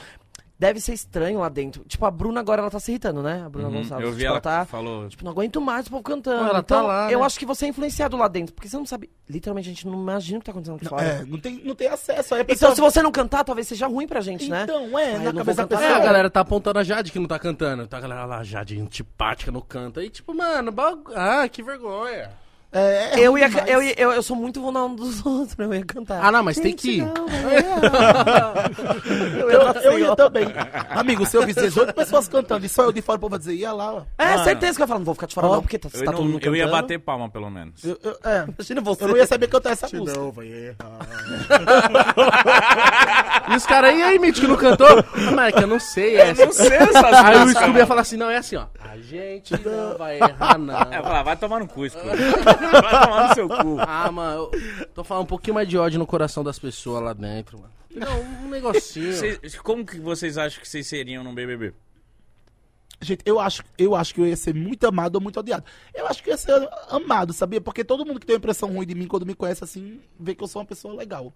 Deve ser estranho lá dentro. Tipo, a Bruna agora, ela tá se irritando, né? A Bruna
Uhum,
Gonçalves.
eu vi
tipo,
ela
tá...
falou.
Tipo, não aguento mais o povo cantando.
Ela tá
então,
lá, né?
eu acho que você é influenciado lá dentro. Porque você não sabe. Literalmente, a gente não imagina o que tá acontecendo aqui fora.
É, não tem, não tem acesso. Aí a
Então,
pessoa-
se você não cantar, talvez seja ruim pra gente, né?
Então, é,
Ah, eu
na
não
cabeça
vou
da
cantar.
pessoa.
É, a galera tá apontando a Jade que não tá cantando. Tá a galera lá, Jade antipática, não canta. E tipo, mano, bagu- ah, que vergonha.
É, é
Eu
ruim
ia.
demais.
Eu, ia- eu, eu sou muito vulnerável um dos *laughs* outros, eu ia cantar.
Ah, não, mas tem que ir.
não, é. vai errar. eu ia
Eu,
dar
eu
assim, ó.
ia também. Então, Amigo, se eu visse 18 pessoas cantando e só eu de fora, o povo vai dizer, ia lá. ó.
É,
Mano.
certeza que eu ia falar, não vou ficar te falando, não, porque tá,
Eu,
tá
não-
todo mundo
eu
cantando.
ia bater palma, pelo menos.
Eu, eu- é.
Imagina você.
eu não ia saber cantar essa música.
E os caras, e aí, Mítico, não cantou? Ah, Marca, eu não sei essa.
Eu não sei essas
Aí o
músicas,
Scooby ia
mano.
falar assim, não, é assim, ó. A gente não vai errar,
É, eu
não.
falava, vai tomar no cu, *laughs* Scooby. Vai tomar no seu cu.
Ah, mano, eu tô falando um pouquinho mais de ódio no coração das pessoas lá dentro, mano. Não, um negocinho.
Vocês- como que vocês acham que vocês seriam no BBB?
Gente, eu acho, eu acho que eu ia ser muito amado ou muito odiado. Eu acho que eu ia ser amado, sabia? Porque todo mundo que tem uma impressão ruim de mim quando me conhece assim, vê que eu sou uma pessoa legal.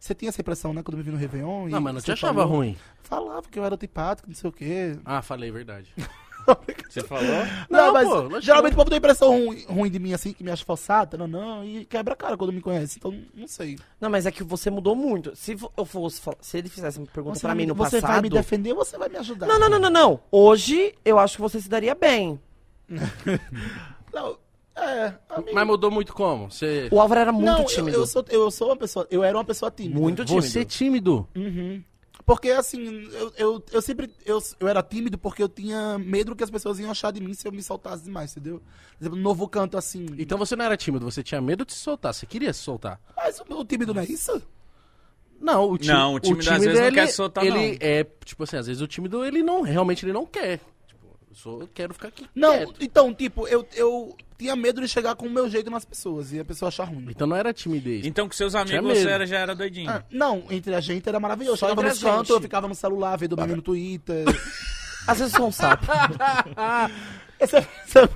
Você tinha essa impressão, né? Quando me vi no Réveillon. e
Não, mas não te
você
achava
falou-
ruim.
Falava que eu era antipático, não sei o quê. *laughs*
Ah, falei, verdade.
Você falou?
Não,
Não,
mas
pô, lógico
geralmente
que
o povo tem impressão ruim, ruim de mim, assim, que me acha falsata, não, não, e quebra a cara quando me conhece. Então, não sei.
Não, mas é que você mudou muito. Se fo- eu fosse falar- se ele fizesse uma pergunta
Você
pra
vai
mim
me-
no
você
passado...
vai me defender ou você vai me ajudar?
Não, não, não, não, não. Hoje eu acho que você se daria bem.
Não, é, amigo.
Mas mudou muito como? Você,
O Álvaro era muito
não, eu-
tímido.
Eu, sou, eu sou uma pessoa, eu era uma pessoa tímida.
Muito tímido.
você é tímido.
Porque, assim, eu, eu, eu sempre. Eu, eu era tímido porque eu tinha medo do que as pessoas iam achar de mim se eu me soltasse demais, entendeu? Por exemplo, novo canto, assim.
Então você não era tímido, você tinha medo de se soltar, você queria se soltar.
Mas o, o tímido não é isso?
Não, o, ti-
Não, o tímido às vezes não quer se soltar,
ele
não.
é, tipo assim, às vezes o tímido, ele não, realmente ele não quer. Tipo, eu, sou, eu quero ficar aqui
Não,
É.
quieto.
então, tipo, eu, eu tinha medo de chegar com o meu jeito nas pessoas e a pessoa achar ruim.
Então não era timidez.
Então com seus amigos
Tinha
você
medo.
era, já era doidinho.
Ah, não, entre a gente era maravilhoso.
Só
Eu tava
entre
nos
a gente.
cantos, eu ficava no celular, vendo meme
*laughs*
no Twitter.
Às vezes eu sou um
*laughs*
sapo.
Essa- essa-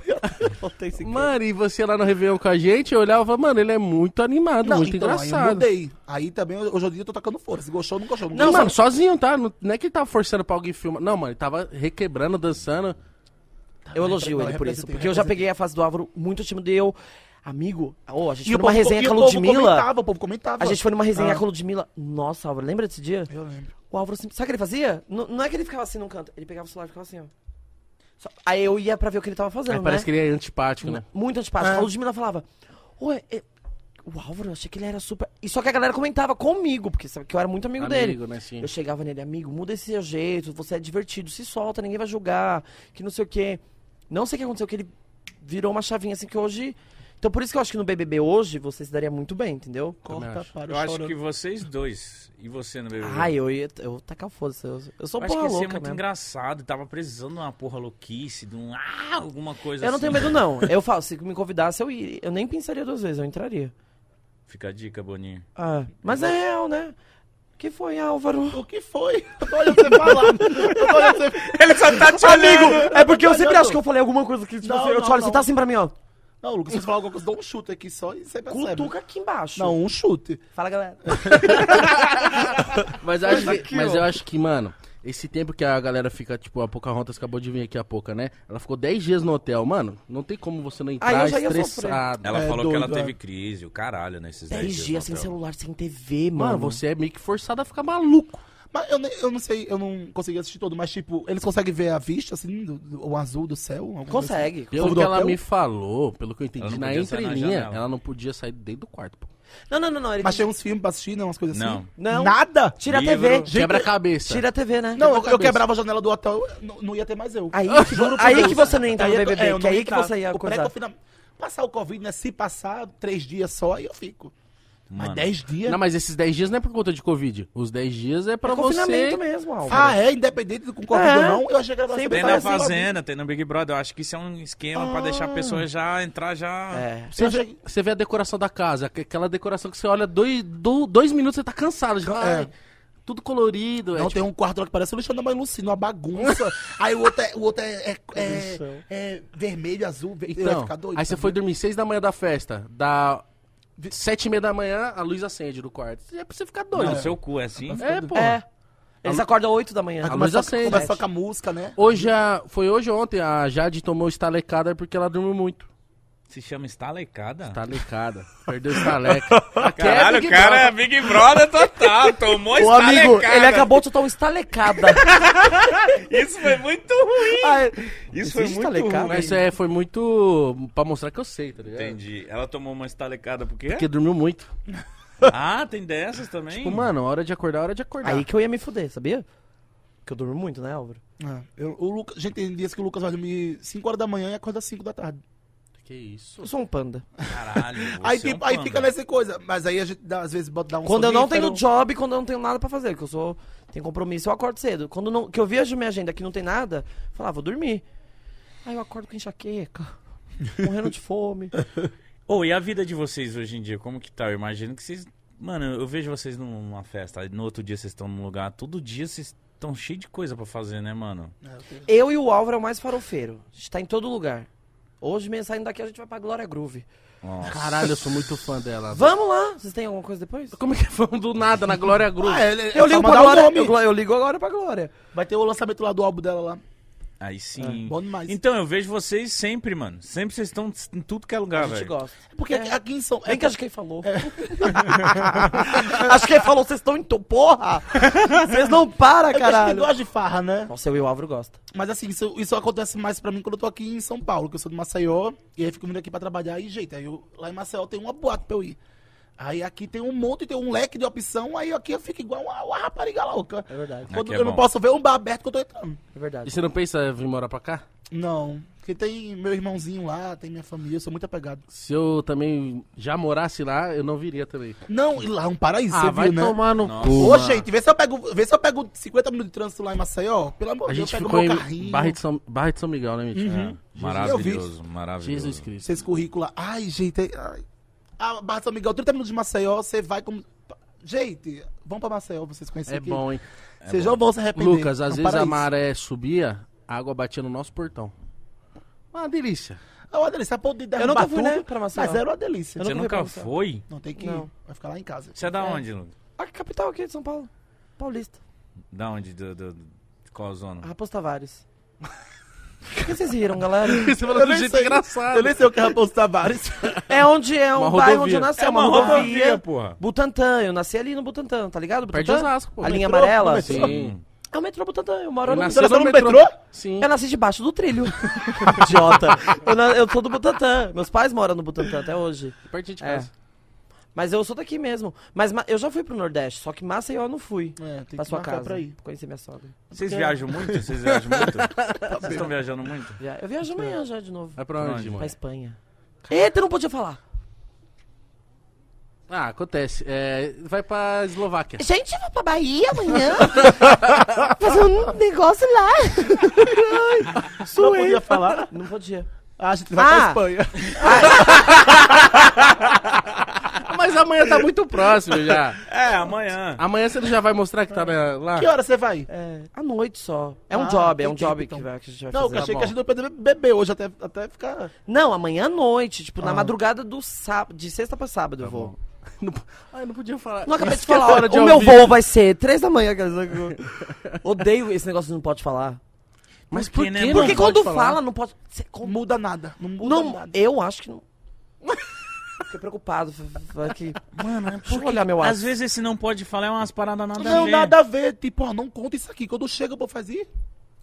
Mari, você lá no Réveillon com a gente, eu olhava, mano, ele é muito animado,
Não,
muito
então, aí eu
engraçado.
mudei. Aí também, hoje em dia, eu tô tacando fora. Se gostou, não gostou. Não,
Não,
gostou.
mano, sozinho, tá? Não, não é que ele tava forçando pra alguém filmar. Não, mano, ele tava requebrando, dançando.
Eu elogio
Não,
ele por isso.
representei,
Porque eu já peguei a fase do Álvaro muito tímido e eu... Amigo, ô, a gente
E o
foi numa
povo-
resenha
e
com a
o povo
Ludmilla.
comentava, o povo comentava.
A gente foi numa resenha
Ah.
com a Ludmilla. Nossa, Álvaro, lembra desse dia?
Eu lembro.
O Álvaro sempre... Sabe o que ele fazia? N- não é que ele ficava assim num canto. Ele pegava o celular e ficava assim, ó. Só- Aí eu ia pra ver o que ele tava fazendo,
Aí
né? Um
parece que ele é antipático, né?
Muito antipático.
É.
A Ludmilla falava, ué, é- o Álvaro, eu achei que ele era super... E só que a galera comentava comigo, porque sabe que eu era muito amigo, dele.
né, sim.
Eu chegava nele, amigo, muda esse seu jeito, você é divertido, se solta, ninguém vai julgar, que não sei o quê. Não sei o que aconteceu, que ele virou uma chavinha assim que hoje... Então por isso que eu acho que no BBB hoje você se daria muito bem, entendeu?
Corta,
acho.
para,
Eu acho
chorando.
que vocês dois. E você no BBB?
Ai, eu ia eu tacar o foda-se, eu, eu sou
Eu acho
porra
que ia ser
louca
muito
mesmo.
engraçado. Tava precisando de uma porra louquice, de um. Ah, alguma coisa
Eu não
assim.
tenho medo
*laughs*
não, eu falo, se me convidasse eu iria, eu nem pensaria duas vezes, eu entraria.
Fica a dica, Boninho.
Ah, mas é real, né? que foi, Álvaro?
O que foi? Eu tô olhando você falar. né? Eu tô olhando você...
Ele só tá te
Amigo, é porque eu sempre
Não,
acho que eu falei alguma coisa que, tipo,
não,
assim, eu te
não,
olho, você
não.
tá assim pra mim, ó.
Não, Lucas, se você falar alguma coisa, eu dou um chute aqui só e você percebe.
Cutuca aqui embaixo.
Não, um chute.
Fala, galera.
Mas, acho que- mas eu acho que, mano, esse tempo que a galera fica, tipo, a Pocahontas acabou de vir aqui há pouco, né? Ela ficou 10 dias no hotel, mano. Não tem como você não entrar
Ah, eu já ia
estressado.
Ela
É,
falou que
doido,
ela
é.
teve crise, o caralho, nesses 10
10
dias.
dias
no
sem
hotel.
celular, sem TV, mano.
Mano, você é meio que forçado a ficar maluco.
Mas eu, ne- eu não sei, eu não consegui assistir todo, mas tipo, eles conseguem ver a vista, assim, do- do- o azul do céu? alguma coisa assim?
Consegue.
Pelo
Povo
que
do
ela
hotel?
me falou, pelo que eu
Ela
entendi,
não
na
podia sair na
entrelinha,
janela.
ela não podia sair dentro do quarto, pô.
Não, não, não, não. Ele
assim? Mas tem uns filmes pra assistir, né? Umas coisas
Não.
assim.
Não.
Nada?
Tira a
Livro.
TV.
Gente,
Quebra a cabeça.
Tira a TV, né?
Não, eu, eu
cabeça.
quebrava a janela do hotel, eu- não, não ia ter mais eu. *laughs*
Aí, que, aí que você não entra no
Aí eu-
BBB,
é, eu
que
não
aí que
entrava.
você ia
O
coisar.
pré-confina- Passar o Covid, né? Se passar três dias só, aí eu fico.
Mano.
Mas dez dias?
Não, mas esses 10 dias não é por conta de Covid. Os 10 dias é pra
É
você.
confinamento mesmo, Álvaro.
Ah, é? Independente do com Covid
É.
ou não, eu achei que era
Sempre
Tem
tá
pra
na
Parece-
Fazenda, tem no Big Brother. Eu acho que isso é um esquema pra deixar a pessoa já entrar já.
Ah. É.
Você
Eu
vê,
achei-
você vê a decoração da casa, aqu- aquela decoração que você olha dois, do- dois minutos você tá cansado. Já,
É.
ai, Tudo colorido. é
Não,
tipo-
tem um quarto lá que parece o Alexandre Mãe Lucino, uma
*laughs*
bagunça. aí o outro é, o outro é, é, é- é vermelho, azul, ver... eu ia
Então,
ficar doido.
aí você
sabe?
foi dormir seis da manhã da festa, da sete e meia da manhã a luz acende no quarto. É pra você ficar doido.
Não,
né?
seu cu é assim.
É, pô.
É. Ah, Eles acordam 8 da manhã.
A
Começa
luz acende.
Começa com a música, né?
Hoje, a- foi hoje ou ontem, a Jade tomou estalecada porque ela dormiu muito.
Se chama estalecada?
Estalecada. Perdeu o estaleca.
Caralho, o cara é Big Brother total. Tomou
*laughs* Ô, amigo,
estalecada.
ele acabou de soltar um *laughs* estalecada.
Isso foi muito ruim.
Ai,
Isso foi
existe
muito
é estalecada?
ruim. né?
Mas é, foi muito pra mostrar que eu sei, tá ligado?
Entendi. Ela tomou uma estalecada por quê?
Porque dormiu muito.
Ah, tem dessas também?
Tipo, mano, hora de acordar, hora de acordar.
aí que eu ia me fuder, sabia? Porque eu durmo muito, né, Álvaro?
É, eu- o Lucas, gente, tem dias que o Lucas vai dormir 5 horas da manhã e acorda 5 da tarde.
Que isso?
Eu sou um panda.
Caralho.
Aí,
você é um
tipo, aí
panda.
fica nessa coisa. Mas aí a gente dá- às vezes bota dá um
Quando eu não tenho
sonífero.
job, quando eu não tenho nada pra fazer, que eu sou tenho compromisso, eu acordo cedo. Quando não, que eu vejo minha agenda que não tem nada, eu falo, ah, vou dormir. Aí eu acordo com enxaqueca, *laughs* morrendo de fome.
Ô, e a vida de vocês hoje em dia, como que tá? Eu imagino que vocês. Mano, eu vejo vocês numa festa, aí no outro dia vocês estão num lugar, todo dia vocês estão cheios de coisa pra fazer, né, mano?
É, eu tenho-
Eu e o Álvaro é o mais farofeiro. A gente tá em todo lugar. Hoje mesmo saindo daqui a gente vai pra Glória Groove.
Nossa.
Caralho, eu sou muito fã dela.
Vamos lá! Vocês têm alguma coisa depois?
Como é que vamos do nada na Glória Groove?
Ah, ele-
Eu
é
ligo pra
só mandar o
Glória.
nome.
Eu, glo- eu ligo agora pra Glória.
Vai ter o lançamento lá do álbum dela lá.
Aí sim.
bom demais.
Então, eu vejo vocês sempre, mano. Sempre vocês estão em tudo que é lugar,
a gente
velho.
gosta.
Porque aqui- aqui em São... é
Bem que acho que ele falou. *laughs* acho que ele falou, vocês estão em... to- Porra! Vocês não param,
É que acho que
caralho.
gosta de farra, né?
Nossa, eu e o Álvaro gosta.
Mas assim, isso, isso acontece mais pra mim quando eu tô aqui em São Paulo, que eu sou de Maceió, e aí fico vindo aqui pra trabalhar e jeito. Aí eu, lá em Maceió tem uma boate pra eu ir. Aí aqui tem um monte, tem um leque de opção, aí aqui eu fico igual uma, uma rapariga louca.
É verdade,
Quando
Aqui é
eu não
bom.
posso ver um bar aberto que eu tô entrando.
é
E
verdade.
você não pensa em vir morar pra cá?
Não. Porque tem meu irmãozinho lá, tem minha família, eu sou muito apegado.
Se eu também já morasse lá, eu não viria também.
Não, e lá é um paraíso,
ah,
você
vai
viu, né?
tomar no
Nossa.
cu.
Ô,
mano.
gente, vê se eu pego, vê se eu pego 50 minutos de trânsito lá em Maceió. Pelo amor
A
de Deus,
gente
eu pego
ficou
meu
em
carrinho.
Barra de, São, Barra de São Miguel, né, Mitch?
É, Maravilhoso, maravilhoso.
Jesus Cristo.
Vocês currículo lá. Ai, gente. é- Ai. A Barra de São Miguel, 30 minutos de Maceió, você vai como. Gente, vão pra Maceió, vocês conhecerem.
É bom, hein?
Vocês não vão se arrepender.
Lucas,
É um
às vezes a
paraíso.
maré subia, a água batia no nosso portão. Uma delícia.
É uma delícia. A ponto de derrubar
Eu nunca fui,
tudo,
né, pra Maceió.
Mas era uma delícia.
Eu
Você
nunca
nunca
reparei, sabe?
foi?
Não tem que
Não.
ir. Vai ficar lá em casa.
Você é da onde, Lucas?
A capital aqui de São Paulo. Paulista.
Da onde? Do, do, do- qual zona?
Raposo Tavares. Por que vocês riram, galera?
Você falou
Eu
do
nem
jeito
sei.
engraçado.
Eu nem sei o que é Raposo Tavares.
*laughs* É onde é um
Uma
bairro
rodovia.
onde eu nasci. É uma, rodovia.
porra.
Butantã, eu nasci ali no Butantã, tá ligado?
Perto de
Butantã?
Osasco, pô.
A linha
Metrô,
amarela.
metrô.
Sim.
É o metrô Butantã, eu moro
Eu
no
nasci
Você nasceu
no
no
metrô.
metrô?
Sim.
Eu nasci debaixo do
*laughs*
trilho. Idiota. Eu, na- eu sou do Butantã. Meus pais moram no Butantã até hoje.
Pertinho de
É.
casa.
Mas eu sou daqui mesmo. Mas ma- eu já fui pro Nordeste, só que Maceió eu não fui.
É,
pra sua casa.
pra ir.
Conheci minha sogra.
Vocês viajam muito? Vocês viajam muito? *laughs* Vocês estão viajando muito?
Já- eu viajo amanhã já de novo.
Vai pra
Pra
onde,
onde?
Pra
mano?
Espanha. Eita, eu não podia falar.
Ah, acontece. É, vai pra Eslováquia.
Gente, eu vou pra Bahia amanhã. *laughs* fazer um negócio lá.
Não podia falar.
Não podia.
Ah, a gente vai pra
Ah.
Espanha.
*laughs*
Mas amanhã tá muito próximo *laughs* já.
É, amanhã.
Amanhã você já vai mostrar que tá na- lá.
Que hora você vai?
É, à noite só. É um
Ah,
job, é um
tem tempo,
job
então.
que, vai- que a gente vai
Não,
fazer. tá
eu achei
bom.
que a gente não podia beber hoje até, até ficar.
Não, amanhã à noite, tipo, na
Ah.
madrugada do sábado, de sexta pra sábado eu vou.
Não, ah, eu não podia falar.
Não acabei
Isso
de
que é
falar,
fora
o
ao
meu
vivo.
voo vai ser três da manhã. *laughs* cara. Odeio esse negócio de não pode falar. Ah,
Mas por
Por quê,
que,
né,
né,
mano?
Porque
pode
quando fala, não pode... Cê,
Não
como-
muda nada. Não muda
não, é,
nada.
eu acho *laughs* que não... Fiquei preocupado. f- f- Aqui.
Mano, é
Deixa eu
porque-
olhar meu
Às
ato.
vezes esse não pode falar é umas paradas nada a
Não,
ver.
nada a ver. Tipo, ó, não conta isso aqui. Quando chega, eu vou fazer.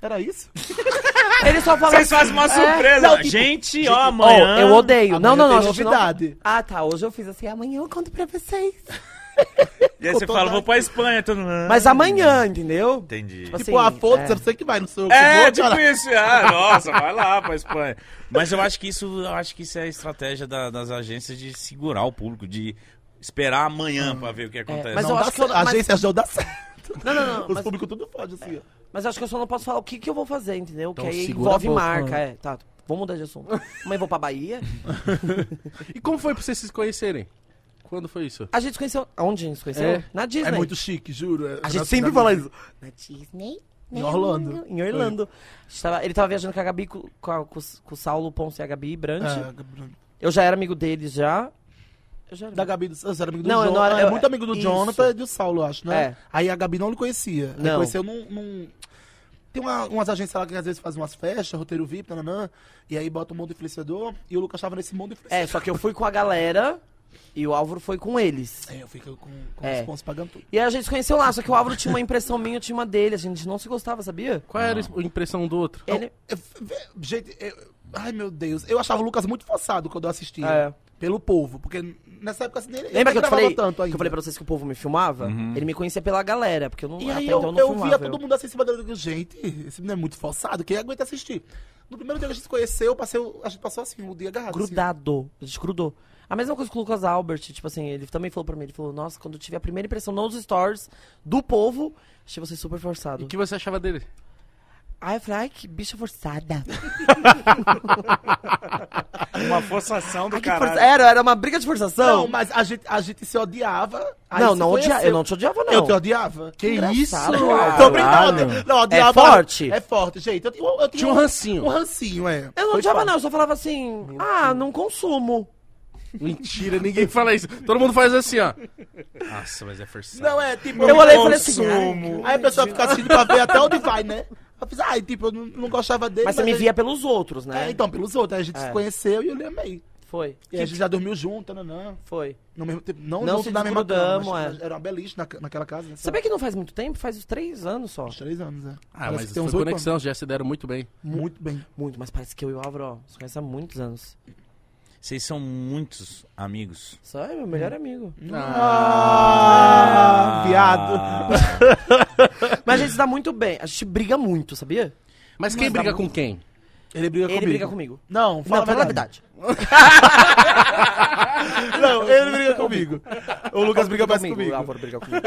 Era isso?
*laughs* Ele só fala... É.
Vocês fazem uma surpresa.
não, tipo,
gente, ó,
Oh,
amanhã.
eu odeio. Não,
Amanhã
não, não.
tem
a gente não-
novidade.
Ah, tá. Hoje eu fiz assim. Amanhã eu conto pra vocês.
E aí você
Contou
fala,
nada.
vou pra Espanha. Todo... mundo, "Ah,
Mas amanhã, entendeu?
Entendi.
Assim,
tipo, a foto,
é.
é você que vai, não sou eu que
É,
vou,
tipo
cara.
isso. Ah, nossa, vai lá pra Espanha. Mas eu acho que isso, eu acho que isso é a estratégia da- das agências de segurar o público, de esperar amanhã pra ver o que acontece.
mas
Não,
eu
dá
acho que
certo.
eu-
A
mas-
agência mas... dá certo.
Não, não, não.
Os
Mas,
públicos tudo fode, assim, ó.
mas eu acho que eu só não posso falar o que, que eu vou fazer, entendeu?
Então
que aí
segura a
envolve
boca.
marca. É, tá. Vamos mudar de assunto. Amanhã eu vou pra Bahia.
E como foi pra vocês se conhecem? Quando foi isso?
A gente se conheceu. Onde a gente se conheceu?
É.
Na Disney.
É muito chique, juro.
A gente sempre fala isso. Na Disney? Né,
Em Orlando.
Em Orlando. A gente tava- ele tava viajando com a Gabi, com, com, a- com o- com o Saulo Ponce e a Gabi
É.
Brant. Eu já era amigo deles já. Eu já era
Da
amigo.
Gabi, do- você era amigo do
Não, eu
Jonathan.
não era-
era
eu-
muito amigo do
isso.
Jonathan e do Saulo, eu acho, né?
É.
Aí a Gabi não lhe conhecia. Aí
Não.
conheceu num... num- Tem uma- umas agências lá que às vezes fazem umas festas, roteiro VIP, nananã, e aí bota um monte de influenciador, e o Lucas tava nesse monte de influenciador.
É, só que eu fui com a galera e o Álvaro foi com eles.
É, eu fico com, com
É.
os pontos pagando tudo.
E aí a gente se conheceu lá, só que o Álvaro tinha uma impressão minha, eu tinha uma dele, a gente não se gostava, sabia?
Qual era a impressão do outro?
Ele.
Eu- vé- gente, eu- ai meu Deus. Eu achava o Lucas muito forçado quando eu assistia.
É.
Pelo povo, porque nessa época assim, ele
Lembra que eu te
gravava
falei,
tanto
que eu
ainda. Uhum.
falei pra vocês que o povo me filmava? Ele me conhecia pela galera, porque eu não
E
até
aí
então
eu,
eu não
eu
filmava.
via todo mundo assim em cima dele, eu digo, gente, esse menino é muito forçado, quem aguenta assistir? No primeiro dia que a gente se conheceu, eu passei, o- a gente passou assim, um dia agarrado. assim.
Grudado. A gente grudou. A mesma coisa que o Lucas Albert, tipo assim, ele também falou pra mim, ele falou, nossa, quando eu tive a primeira impressão nos stories do povo, achei você super
E
forçado.
o que você achava dele?
Ai, eu falei, ai, que bicha forçada.
Uma forçação
Ai, que força... Era, era uma briga de forçação.
Não, mas a gente, a gente se odiava. aí
não,
se
não odiava.
conheceu.
Eu não te odiava, não.
assim. Eu te odiava. Que
Engraçado,
isso?
cara.
Tô brincando. Não, odiava.
forte?
É forte, gente. Eu, eu- eu
Tinha um rancinho.
Um rancinho, é.
Eu não
Foi
odiava,
forte.
não. Eu só falava assim, ah, não consumo.
Mentira, ninguém fala isso. Todo mundo faz assim, ó. Nossa, mas é forçado.
Não, é tipo...
Eu olhei e falei assim,
consumo.
ai,
Aí a pessoa fica assistindo pra ver até onde vai, né? Eu fiz, ah, e, tipo, eu não, não gostava dele.
Mas você me
ele-
via pelos outros, né?
É, então, pelos outros. Aí a gente
É.
se conheceu e eu lhe amei.
Foi,
E aí a gente já dormiu junto, nanã.
foi.
No mesmo tempo, não,
Não
junto
se
na mesma cama,
desgrudamos,
mas
é.
era uma beliche na, naquela casa. Né?
Sabia que não faz muito tempo? Faz uns três anos só.
Uns três anos, é.
Ah,
Parece
mas
que
tem
oito
conexão, já se deram muito bem.
anos. Muito bem.
Muito, mas parece que eu e o Álvaro, ó, se conhece há muitos anos.
Vocês são muitos amigos.
Só é meu
Hum.
melhor amigo.
Ah, viado.
Mas a gente se dá muito bem. A gente briga muito, sabia?
Mas tá quem briga com quem?
Ele briga
Ele briga comigo.
Não, fala,
não, fala a
a
verdade.
Não, ele briga comigo. O Lucas briga mais comigo.
O Álvaro briga comigo.
*laughs*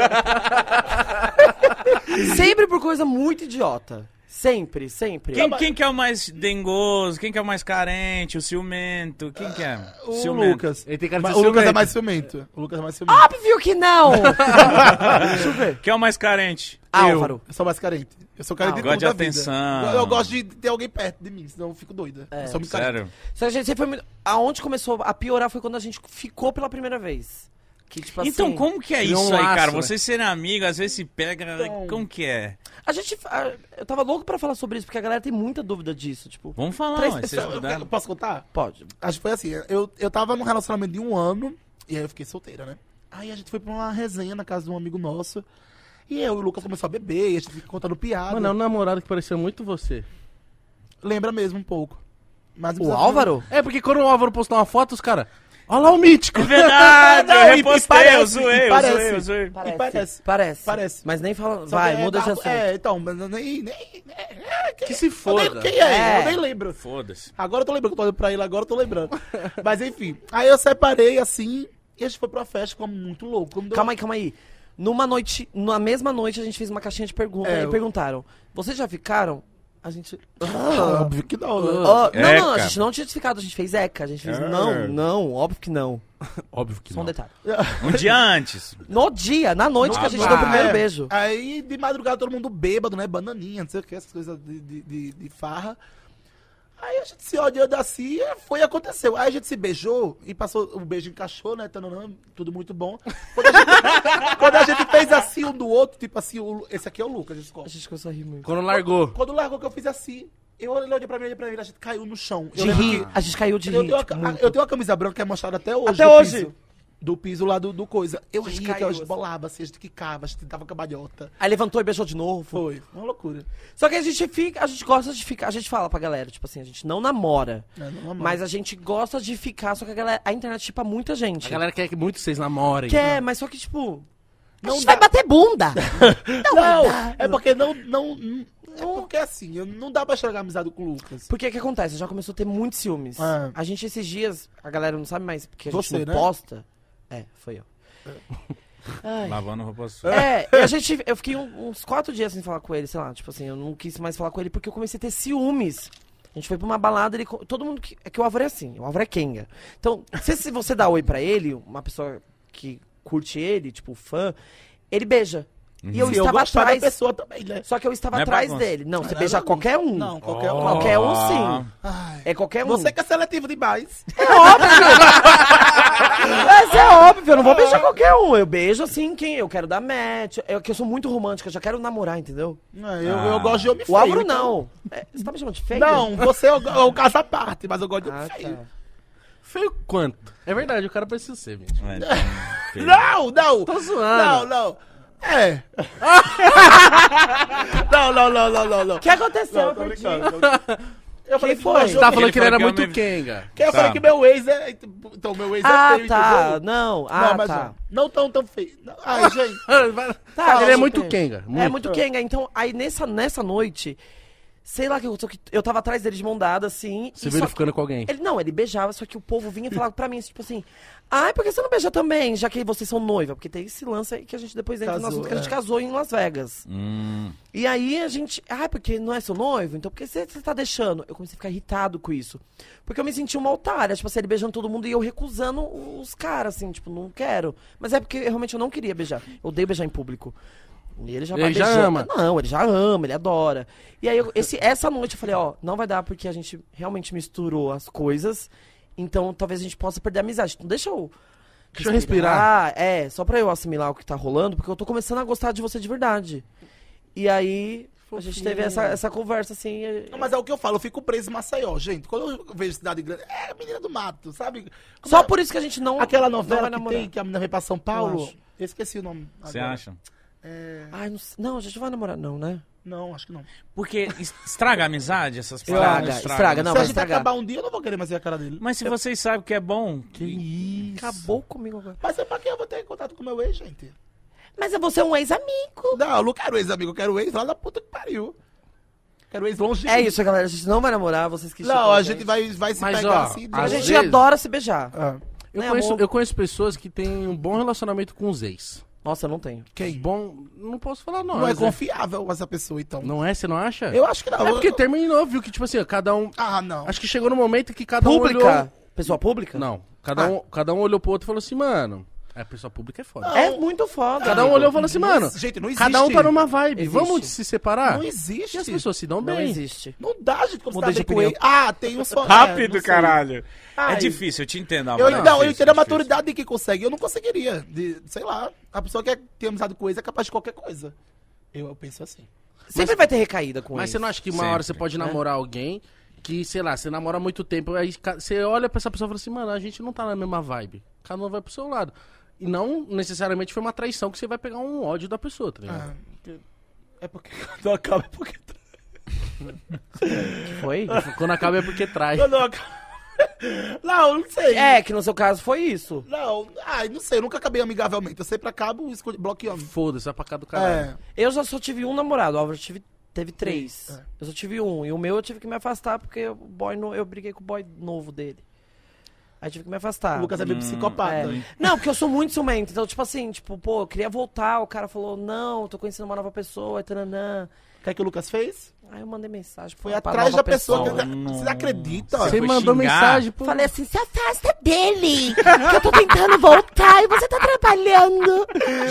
sempre por coisa muito idiota. Sempre, sempre.
Quem, quem que é o mais dengoso? Quem que é o mais carente? O ciumento? Quem que é?
Ah, O
Ciumento.
Lucas.
Ele tem cara de
Mas
ser
o Lucas é
ciumento.
mais ciumento. O Lucas é mais ciumento.
Óbvio que
*laughs*
não! Deixa eu ver.
Quem é o mais carente?
Eu.
Ah, Álvaro.
Eu sou mais carente. Eu sou carente
Ah,
de
gosto
tudo
de
da vida.
atenção.
Eu, eu gosto de ter alguém perto de mim, senão eu fico doida.
É.
eu sou muito carente.
Sério?
Só que a gente sempre foi muito... Aonde começou a piorar foi quando a gente ficou pela primeira vez. Que, tipo assim,
Então, como que é
criou
isso
um
aí,
laço,
cara?
né?
Vocês serem amigos, às vezes se pega.
Então,
Como que é?
A gente... ah, Eu tava louco pra falar sobre isso, porque a galera tem muita dúvida disso, tipo...
Vamos falar,
Três
ué, vocês
pessoas.
Eu-
mudaram.
eu posso contar?
Pode.
Acho que foi assim, eu, eu tava num relacionamento de um ano, e aí eu fiquei solteira, né? Aí a gente foi pra uma resenha na casa de um amigo nosso, e eu e o Lucas começou a beber, e a gente ficou contando piada.
Mano, é um namorado que parecia muito você.
Lembra mesmo um pouco. Mas não
O
precisa-
Álvaro?
É, porque quando o Álvaro postou uma foto, os caras. Olha lá o mítico!
É verdade,
Não, e-
eu
e
repostei,
parece,
eu zoei, eu
e
zoei,
parece.
eu zoei.
E parece.
Parece.
Parece.
Mas nem fala...
Só
Vai,
que é
muda esse
babo-
assunto.
É, então, mas nem... nem
Que se
eu nem-
foda.
quem é?
É.
Eu nem lembro.
Foda-se.
Agora eu tô lembrando, que eu tô olhando pra ele agora, eu tô lembrando. *laughs* Mas enfim, aí eu separei assim, e a gente foi pra festa, ficou muito louco. Quando eu-
Calma aí, calma aí. Numa noite, na mesma noite, a gente fez uma caixinha de perguntas
É,
e
eu-
perguntaram: Vocês já ficaram? A gente.
Ah,
Ah,
óbvio que não, né?
ah, não, não, a
Eca.
gente não tinha ficado, a gente fez ECA. A gente fez,
É.
não, não, óbvio que não.
Óbvio que
Só um detalhe.
Um
*laughs*
dia antes.
No dia, na noite que a gente
Ah,
deu o primeiro
é.
beijo.
Aí de madrugada todo mundo bêbado, né? Bananinha, não sei o que, essas coisas de, de, de- de farra. Aí a gente se odiando assim, e foi e aconteceu. Aí a gente se beijou e passou, o beijo encaixou, né? tananã, tudo muito bom. Quando a, gente, *laughs* quando a gente fez assim um do outro, tipo assim, o- esse aqui é o Lucas,
A
desculpa.
gente começou a rir muito.
Quando largou.
Quando largou que eu fiz assim, eu ele olhou pra mim, olhei pra ele, a gente caiu no chão. Eu
De
lembro
rir,
que-
a gente caiu de
eu,
rir.
tenho uma
tipo,
ca-
muito.
eu tenho uma camisa branca que é mostrada até hoje.
Até
do
hoje?
piso. do piso lá do, do coisa. Eu
gente
ria, que
caiu,
eu
assim.
bolava, assim, a gente quicava, a gente dava cabalhota.
Aí levantou e beijou de novo.
Foi, uma loucura.
Só que a gente fica, a gente gosta de ficar, a gente fala pra galera, tipo assim, a gente não namora.
É, não namora.
Mas a gente gosta de ficar, só que a, galera, a internet chipa muita gente.
A galera quer que muito vocês namorem.
Quer, mas só que, tipo.
Não
a gente
dá.
vai bater *laughs* bunda!
Não, é porque não, não, não- É porque assim, eu- não dá pra estragar a amizade com o Lucas.
Porque o que acontece? Já começou a ter muitos ciúmes.
É.
A gente, esses dias, a galera não sabe mais, porque a
Você,
gente não
né?
posta. É, foi eu. *laughs* Ai.
Lavando roupa suja.
*laughs*
É, e a gente. Eu fiquei um- uns quatro dias sem falar com ele, sei lá. Tipo assim, eu não quis mais falar com ele porque eu comecei a ter ciúmes. A gente foi pra uma balada, ele. co- Todo mundo. Que, é que o Álvaro é assim, o Álvaro é Kenga. Então, se, se você dá oi pra ele, uma pessoa que curte ele, tipo, fã, ele beija. E eu
Uhum. Se Assim, eu
estava
gostar
atrás.
da pessoa também, né?
Só que eu estava
Não é
atrás
bagunça.
dele. Não, você
Não,
beijar
não.
qualquer um.
Não, qualquer um.
Qualquer um
Ah.
sim.
Ai.
É qualquer um.
Você que é seletivo demais.
É óbvio! Mas é óbvio, eu
*laughs*
não vou beijar qualquer um. Eu beijo assim quem eu quero dar match. Eu, que eu sou muito romântica, eu já quero namorar, entendeu?
Não, eu,
Ah.
eu gosto de homem
O
feio.
Álvaro
então-
não. É, você tá me chamando de feio?
Não, você é o, é o caso à parte, mas eu gosto de
Ah,
homem feio.
tá.
Feio quanto? É verdade, o cara precisa ser, bicho.
É, então, feio.
Não, não.
Tô zoando.
Não, não.
*laughs*
É. não, não, não, não, não, não.
O que aconteceu?
Não,
eu
tô
perdi.
brincando, tô brincando. Eu falei que
foi?
gosto de
Você tá
homem-
falando que ele
falou
era
que é
muito
uma-
*laughs*
quenga.
que eu
Tá.
falei que meu ex é. Então, meu ex é
Ah,
feio,
tá.
entendeu?
Não, ah,
não, mas é.
tá.
não tão tão feio. Não,
*laughs*
Ai, gente.
Tá,
ele é
super.
muito quenga.
É
muito.
muito quenga. Então, aí nessa, nessa noite, sei lá o que aconteceu, que eu tava atrás dele de mão dada, assim.
Se
e só
verificando com alguém.
Ele não, ele beijava, só que o povo vinha e falava pra mim, tipo assim, ai, por que você não beija também, já que vocês são noiva? Porque tem esse lance aí que a gente depois entra no
Casou,
assunto que a gente
é.
casou em Las Vegas.
Hum,
E aí a gente, ai, porque não é seu noivo? Então por que você, você tá deixando? Eu comecei a ficar irritado com isso. Porque eu me senti uma otária, tipo assim, ele beijando todo mundo e eu recusando os caras, assim, tipo, não quero. Mas é porque eu realmente eu não queria beijar. Eu odeio beijar em público. E ele já vai
Ele já
beijando.
ama.
Não, ele já ama, ele adora. E aí, eu- esse, essa noite eu falei, ó, não vai dar porque a gente realmente misturou as coisas. Então, talvez a gente possa perder a amizade. Então, deixa eu...
Deixa eu
Ah,
respirar.
é. Só pra eu assimilar o que tá rolando, porque eu tô começando a gostar de você de verdade. E aí, A gente teve essa, essa conversa assim.
Não, mas é o que eu falo, eu fico preso em Maceió, gente. Quando eu vejo cidade grande, é menina do mato, sabe? Como
Só
é-
por isso que a gente não.
Aquela
não vai
novela que
namorar.
tem, que a menina veio pra São
Eu
Paulo.
acho.
Eu, esqueci o nome.
Você
agora.
acha?
É,
Ai, não, sei- não, a gente não vai namorar, não, né?
não, acho que não.
Porque es- estraga a amizade, essas
Estraga,
paradas. né?
estraga, não.
Se
vai
a gente
estragar.
acabar um dia, eu não vou querer mais ver a cara dele.
Mas se vocês sabem que é bom. Que...
isso.
Acabou comigo agora.
Mas é pra que eu vou ter contato com meu ex, gente?
Mas você é um ex-amigo.
Não, eu não quero ex, amigo. Eu quero ex lá da puta que pariu. Quero ex longe de
É
mim.
isso, é galera. A gente não vai namorar, vocês que chegam
Não, a gente vai, vai se
Mas,
pegar
ó,
assim.
A
às
gente
vezes-
adora se beijar.
Ah,
Eu,
né,
conheço,
amor?
eu conheço pessoas que têm um bom relacionamento com os ex. é
Nossa, eu não tenho.
quem?
Bom, não posso falar não.
Não é confiável essa pessoa, então.
Não é? Você não acha?
Eu acho que não.
É porque
Eu-
terminou, viu? Que tipo assim, cada um...
Ah, não.
Acho que chegou no momento que cada um
Pública?
olhou...
Pessoa pública?
Não, cada, um, cada um olhou pro outro e falou assim, mano... É, pessoa pública é foda.
É muito foda.
Cada um
amigo.
olhou e falou assim, mano,
gente, Ah, não
cada um
existe.
tá numa vibe,
Existe.
vamos se separar?
Não existe.
E as pessoas se dão
Não
bem.
existe.
Não dá, gente, como
Mudei
você tá
de
bem com
opinião.
ele. Ah, tem um só. é,
Rápido,
não sei.
caralho.
Ai.
É difícil, eu te entendo. Amanda,
Eu, não,
é
eu
difícil,
entendo a
é difícil.
maturidade de quem consegue. Eu não conseguiria. De, sei lá, a pessoa que tem amizade com ex é capaz de qualquer coisa. Eu, eu penso assim.
Sempre vai ter recaída com
Mas
isso.
você não acha que uma
Sempre,
hora você pode namorar alguém que, sei lá, você namora há muito tempo, aí ca- você olha pra essa pessoa e fala assim, mano, a gente não tá na mesma vibe. Cada um vai pro seu lado. E não necessariamente foi uma traição que você vai pegar um ódio da pessoa, tá ligado?
É porque *laughs* quando acaba, é porque. *laughs*
que foi?
Quando acaba é porque
*laughs*
trai.
Quando acaba. *laughs* Não, não sei.
é, que no seu caso foi isso.
Não, ai, não sei, eu nunca acabei amigavelmente. Eu sempre acabo escolhe- bloqueando.
Foda-se, vai pra cá do caralho.
É.
Eu já só tive um namorado, o Álvaro tive, teve três.
Três, é.
Eu só tive um. E o meu eu tive que me afastar porque o boy no, eu briguei com o boy novo dele. Aí tive que me afastar.
O Lucas é meio psicopata.
Ah, É. Não, porque eu sou muito ciumento. Então, tipo assim, tipo, pô, eu queria voltar. O cara falou, não, tô conhecendo uma nova pessoa, e taranã.
O que é que o Lucas fez?
Aí eu mandei mensagem.
Foi
pra
atrás
nova
da pessoa.
pessoa.
que-
Nossa.
Vocês acreditam?
Você
Foi
mandou
xingar?
mensagem pro...
Falei assim, se afasta dele, que eu tô tentando voltar e você tá trabalhando.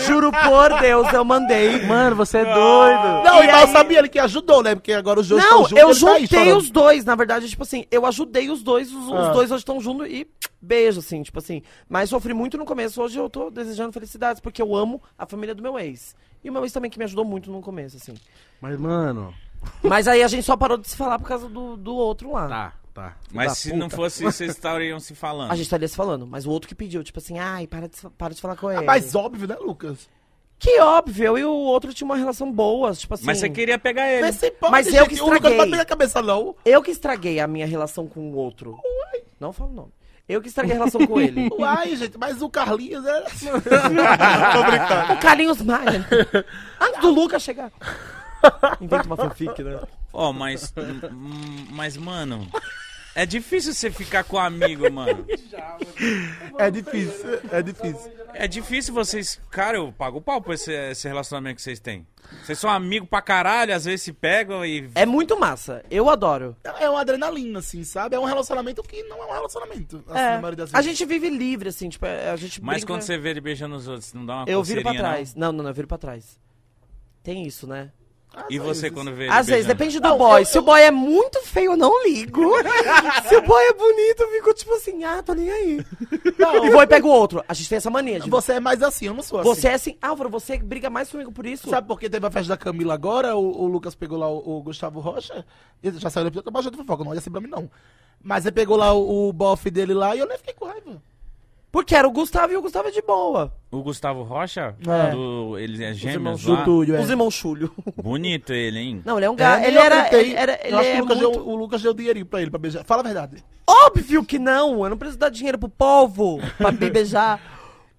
Juro por Deus, eu mandei. *laughs* Mano, você
Ah.
é doido.
Não, e mal sabia ele que ajudou, né? Porque agora os dois
Não,
estão juntos.
eu
ele tá aí
juntei
chorando.
os dois, na verdade, tipo assim, eu ajudei os dois, os, os
Ah.
dois hoje estão juntos e beijo, assim, tipo assim. Mas sofri muito no começo, hoje eu tô desejando felicidades, porque eu amo a família do meu ex. E o meu ex também que me ajudou muito no começo, assim.
Mas, mano...
Mas aí a gente só parou de se falar por causa do, do outro lá.
Tá, tá.
Mas
da
se
puta.
não fosse isso, vocês estariam se falando.
A gente estaria se falando, mas o outro que pediu, tipo assim, ai, para de, para de falar com ele.
Mas óbvio, né, Lucas?
Que óbvio, eu e o outro tinha uma relação boa, tipo assim.
Mas você queria pegar ele.
Mas, você pode,
Mas eu que
O Lucas não
estraguei.
vai perder a cabeça, não.
Eu que estraguei a minha relação com o outro. Não falo o nome. Eu que estraguei a relação com ele.
*laughs* Uai, gente, mas o Carlinhos é assim. era.
*laughs* O Carlinhos Maia. Ah. *laughs* Antes do Lucas chegar. Inventa uma fanfic, né?
Ó, mas. hum, mas, mano. É difícil você ficar com um amigo, mano.
É difícil, é difícil.
É difícil vocês. Cara, eu pago o pau por esse, esse relacionamento que vocês têm. Vocês são amigos pra caralho, às vezes se pegam e.
É muito massa. Eu adoro.
É uma adrenalina, assim, sabe? É um relacionamento que não é um relacionamento. Assim,
É.
na maioria das
A
vezes.
gente vive livre, assim, tipo, é- a gente
Mas
brinca-
quando você vê ele beijando os outros, não dá uma
Eu viro pra
coceirinha, não?
trás. Não, não, não, eu viro pra trás. Tem isso, né?
Às
E você
vezes.
quando vê ele
Às vezes,
beijando?
depende do
Não,
boy.
eu-
Se o
eu-
boy é muito feio, eu não ligo.
*laughs*
Se o boy é bonito, eu fico tipo assim, ah, tô nem aí.
Não.
E vou e pego o outro. A gente tem essa mania. De... Você,
Você é mais assim, eu não sou assim.
é assim, Álvaro, você briga mais comigo por isso?
Sabe por que teve a festa da Camila agora? O, o Lucas pegou lá o, o Gustavo Rocha. Ele já saiu do episódio, acabou de fofoca, não olha assim pra mim, não. Mas ele pegou lá o, o bofe dele lá e eu nem fiquei com raiva.
Porque era o Gustavo e o Gustavo é de boa.
O Gustavo Rocha,
É.
do- ele é gêmeos
do
lá.
Túlio, é.
Os irmãos Chulho.
Bonito ele, hein?
Não, ele é um
É,
gato.
nem
ele,
eu
era,
tentei.
ele era.
Eu
Ele
acho
é
que o Lucas,
muito...
deu, o Lucas deu dinheirinho pra ele pra beijar. Fala a verdade.
Óbvio que não! Eu não preciso dar dinheiro pro povo pra me beijar.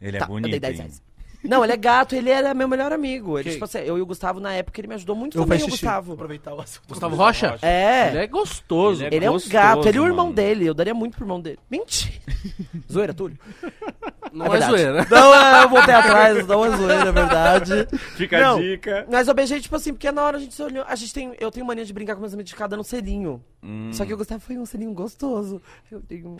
Ele é
Tá, eu
bonito.
dei 10
hein?
reais. Não, ele é gato, ele era meu melhor amigo. Ele,
Que-
tipo assim, eu e o Gustavo, na época, ele me ajudou muito
Eu
também,
faço
o
xixi.
Gustavo.
Aproveitar o assunto.
Gustavo Rocha?
Rocha.
É.
Ele é gostoso.
Ele
Ele é um
gostoso,
gato, ele é o irmão
mano.
dele, eu daria muito pro irmão dele. Mentira! zoeira, Túlio?
Não
É
é,
verdade.
zoeira.
Não, é, eu voltei atrás, não é zoeira, é verdade.
Fica
Não.
a dica.
Mas eu beijei, tipo assim, porque na hora a gente se olhou. A gente tem, eu tenho mania de brincar com meus amigos de cada um selinho. Só que o Gustavo foi um selinho gostoso. Eu dei um-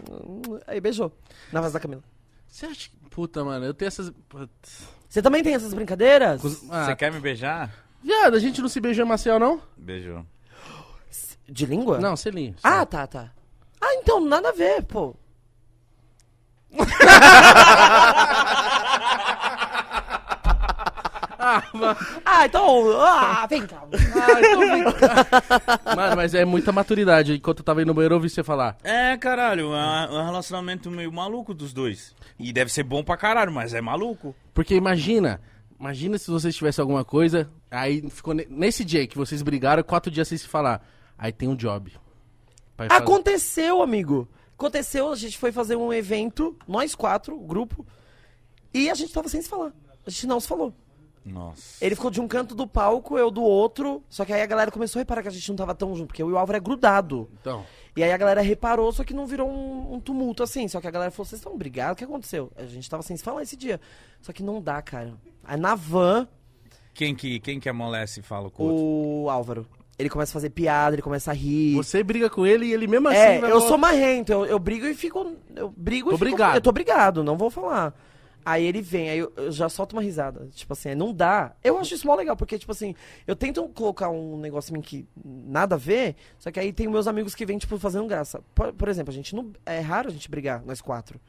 Aí beijou. Na voz da Camila.
Você acha que... Puta, mano, eu tenho essas... Putz.
Você também tem essas brincadeiras?
Ah,
Você quer me beijar?
Viado, a gente não se beijou em Maceió, não?
Beijou.
De língua?
Não, selinho. só.
Ah, tá, tá. Ah, então, nada a ver, pô.
Ah, brava.
Ah, então. Ah, vem cá.
Mano, mas é muita maturidade. Enquanto eu tava indo no banheiro, eu ouvi você falar.
É, caralho, é um relacionamento meio maluco dos dois. E deve ser bom pra caralho, mas é maluco.
Porque imagina, imagina se vocês tivessem alguma coisa, aí ficou ne- nesse dia que vocês brigaram, quatro dias sem se falar. Aí tem um job. Pra fazer.
Aconteceu, amigo. Aconteceu, a gente foi fazer um evento, nós quatro, o grupo, e a gente tava sem se falar. A gente não se falou.
Nossa.
Ele ficou de um canto do palco, eu do outro. Só que aí a galera começou a reparar que a gente não tava tão junto, porque eu e o Álvaro é grudado.
Então,
E aí a galera reparou, só que não virou um, um tumulto assim. Só que a galera falou: vocês estão brigados? O que aconteceu? A gente tava sem se falar esse dia. Só que não dá, cara. Aí na van,
Quem que, quem que amolece e fala com o outro?
o Álvaro. Ele começa a fazer piada, ele começa a rir.
você briga com ele e ele mesmo assim...
é,
vai
eu
falar-
sou marrento, eu, eu brigo e fico. Eu brigo
Tô
e fico.
brigado.
Eu tô obrigado, não vou falar. Aí ele vem, aí eu, eu já solto uma risada. Tipo assim, não dá. Eu acho isso mó legal, porque, tipo assim, eu tento colocar um negócio em mim que nada a ver, só que aí tem meus amigos que vêm, tipo, fazendo graça. Por, por exemplo, a gente não. É raro a gente brigar, nós quatro.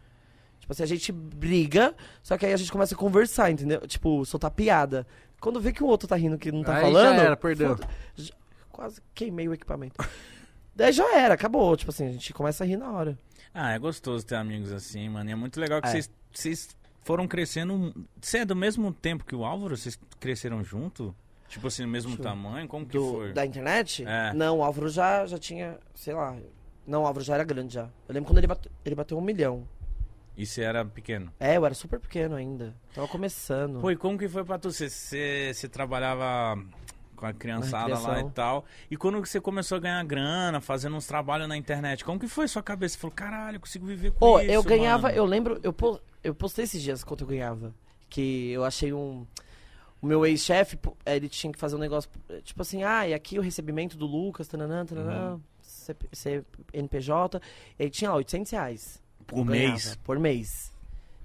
Tipo assim, a gente briga, só que aí a gente começa a conversar, entendeu? Tipo, soltar piada. Quando vê que o outro tá rindo que não tá
Aí já
falando.
era, perdeu.
foda- já- Quase queimei o equipamento. *laughs* Daí já era, acabou. Tipo assim, a gente começa a rir na hora.
Ah, é gostoso ter amigos assim, mano. E é muito legal que
É.
vocês vocês foram crescendo. Você é do mesmo tempo que o Álvaro? Vocês cresceram junto? Tipo assim, no mesmo tamanho? Como que
Do-
foi?
da internet?
É.
Não, o Álvaro já, já tinha, sei lá. Não, o Álvaro já era grande já. Eu lembro quando ele bateu, ele bateu um milhão.
E você era pequeno?
É, eu era super pequeno ainda. Tava começando.
Pô, e como que foi pra tu? Você- Você você trabalhava com a criançada lá e
recreação.
tal. E quando que você começou a ganhar grana, fazendo uns trabalhos na internet, como que foi sua cabeça? Você falou, caralho, eu consigo viver com
Pô,
isso,
eu ganhava,
mano."
eu lembro, eu, po- eu postei esses dias quanto eu ganhava. Que eu achei um. O meu ex-chefe, pô, eh, ele tinha que fazer um negócio. eh, Tipo assim, ah, e aqui o recebimento do Lucas, tananã, tananã, CP CNPJ. Ele tinha lá 800 reais.
Por
eu ganhava,
mês?
Por mês.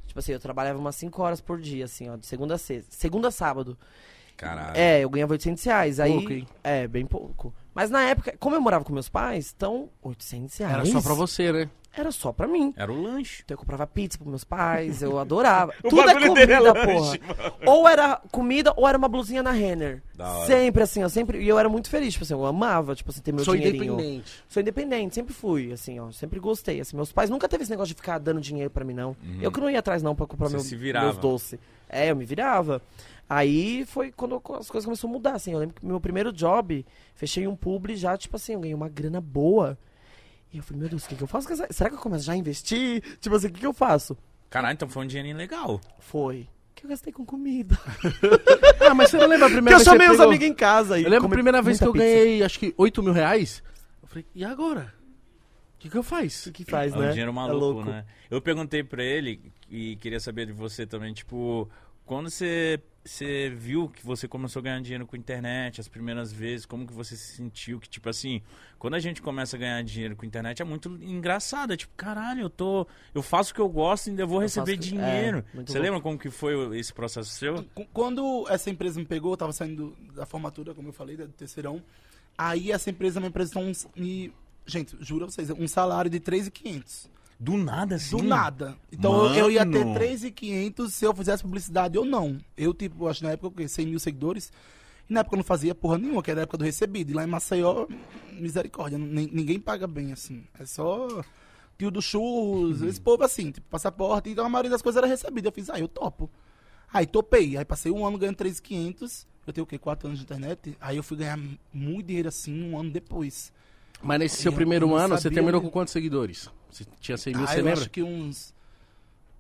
Tipo assim, eu trabalhava umas 5 horas por dia, assim, ó, de segunda a sexta. Segunda a sábado.
Caralho.
É, eu ganhava 800 reais. Aí,
Pouco, hein?
É, bem pouco. Mas na época, como eu morava com meus pais, então 800 reais.
"Ah, Era só pra você, né?
Era só pra mim.
Era o lanche.
Então eu comprava pizza pros meus pais, eu adorava.
*laughs* O
Tudo é
bagulho dele é
comida,
lanche,
porra. Ou era comida, ou era uma blusinha na Renner.
Da hora.
Sempre assim, eu sempre. E eu era muito feliz, tipo assim, eu amava, tipo assim, ter meu
sou
dinheirinho.
independente.
Sou independente, sempre fui, assim, ó. Sempre gostei. Assim, meus pais nunca teve esse negócio de ficar dando dinheiro pra mim, não. Eu que não ia atrás, não, pra comprar
Uhum. Você
meu,
se virava.
meus doces. É, eu me virava. Aí foi quando eu- as coisas começaram a mudar, assim. Eu lembro que meu primeiro job, fechei um publi já, tipo assim, eu ganhei uma grana boa. E eu falei, meu Deus, o que, que eu faço com essa... Será que eu começo já a investir? Tipo assim, o que, que eu faço?
Caralho, então foi um dinheirinho legal.
Foi. Que eu gastei com
*laughs*
comida.
Ah, mas você não lembra a
Que
primeira
eu
vez que
chamei
você
os
pegou-
amigos em casa. e
Eu lembro a
comi
primeira vez que eu
muita pizza.
ganhei, acho que 8 mil reais. Eu falei, e agora? O que, que eu faço?
O que faz,
É
né?
um dinheiro maluco,
louco.
né? Eu perguntei pra ele e queria saber de você também, tipo, quando você, você viu que você começou a ganhar dinheiro com internet, as primeiras vezes, como que você se sentiu? Que, tipo assim, quando a gente começa a ganhar dinheiro com internet, é muito engraçado. É tipo, caralho, eu tô. Eu faço o que eu gosto e ainda vou receber
faço o que-
dinheiro.
é, muito
você
bom.
lembra como que foi esse processo seu?
Qu- Quando essa empresa me pegou, eu tava saindo da formatura, como eu falei, da- do terceirão. Aí essa empresa me apresentou um. s- Me, gente, juro a vocês, um salário de 3,500.
Do nada, assim.
Do nada. Então eu- eu ia ter
Mano.
3,500 se eu fizesse publicidade ou não. Eu, tipo, acho que na época eu ganhei 100 mil seguidores. E na época eu não fazia porra nenhuma, que era a época do recebido. E lá em Maceió, misericórdia, nin- ninguém paga bem, assim. É só tio do churros, esse povo assim, tipo, passaporte. Então a maioria das coisas era recebida. Eu fiz, ah, eu topo. Aí topei. Aí passei um ano ganhando 3,500. Eu tenho o quê? Quatro anos de internet. Aí eu fui ganhar muito dinheiro, assim, um ano depois.
Mas nesse seu
Eu
primeiro
não
ano, você
sabia
terminou
mesmo.
com quantos seguidores? Você tinha 100 mil,
ah,
você
eu
lembra?
acho que uns...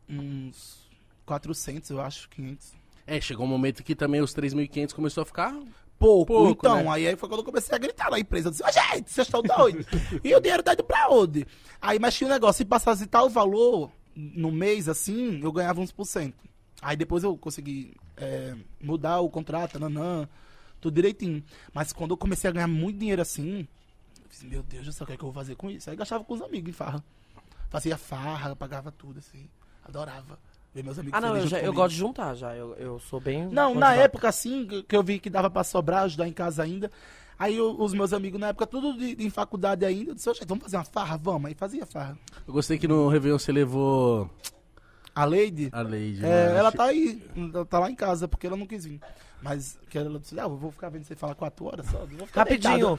Uns... 400, eu acho, 500.
É, chegou um momento que também os 3.500 começou a ficar...
Pouco.
Pouco,
então,
né?
aí aí foi quando eu comecei a gritar na empresa. Eu disse, "Ô, gente, vocês estão doidos?
*laughs*
e o dinheiro tá indo pra onde? Aí, mas tinha um negócio, se passasse tal valor no mês, assim, eu ganhava uns por cento. Aí depois eu consegui é, mudar o contrato, nanã, tudo direitinho. Mas quando eu comecei a ganhar muito dinheiro assim, eu fiz, meu Deus do céu, o que é que eu vou fazer com isso? Aí gastava com os amigos em farra. Fazia farra, pagava tudo, assim. Adorava ver meus amigos
Ah, não,
felizes
eu,
junto
já- eu
comigo.
gosto de juntar já. Eu, eu sou bem.
Não,
bom
na
de dar.
época, assim, que- que eu vi que dava pra sobrar, ajudar em casa ainda. Aí eu- os meus amigos, na época, tudo de, de- em faculdade ainda, eu disse, "Ô, gente, vamos fazer uma farra, vamos. Aí fazia farra.
Eu gostei que no Réveillon você levou...
A Lady?
A Lady.
É,
mano,
ela
che-
tá aí, ela tá lá em casa, porque ela não quis vir. Mas que ela disse, ah, eu vou ficar vendo você falar quatro horas só. eu Vou ficar
Rapidinho.
deitada.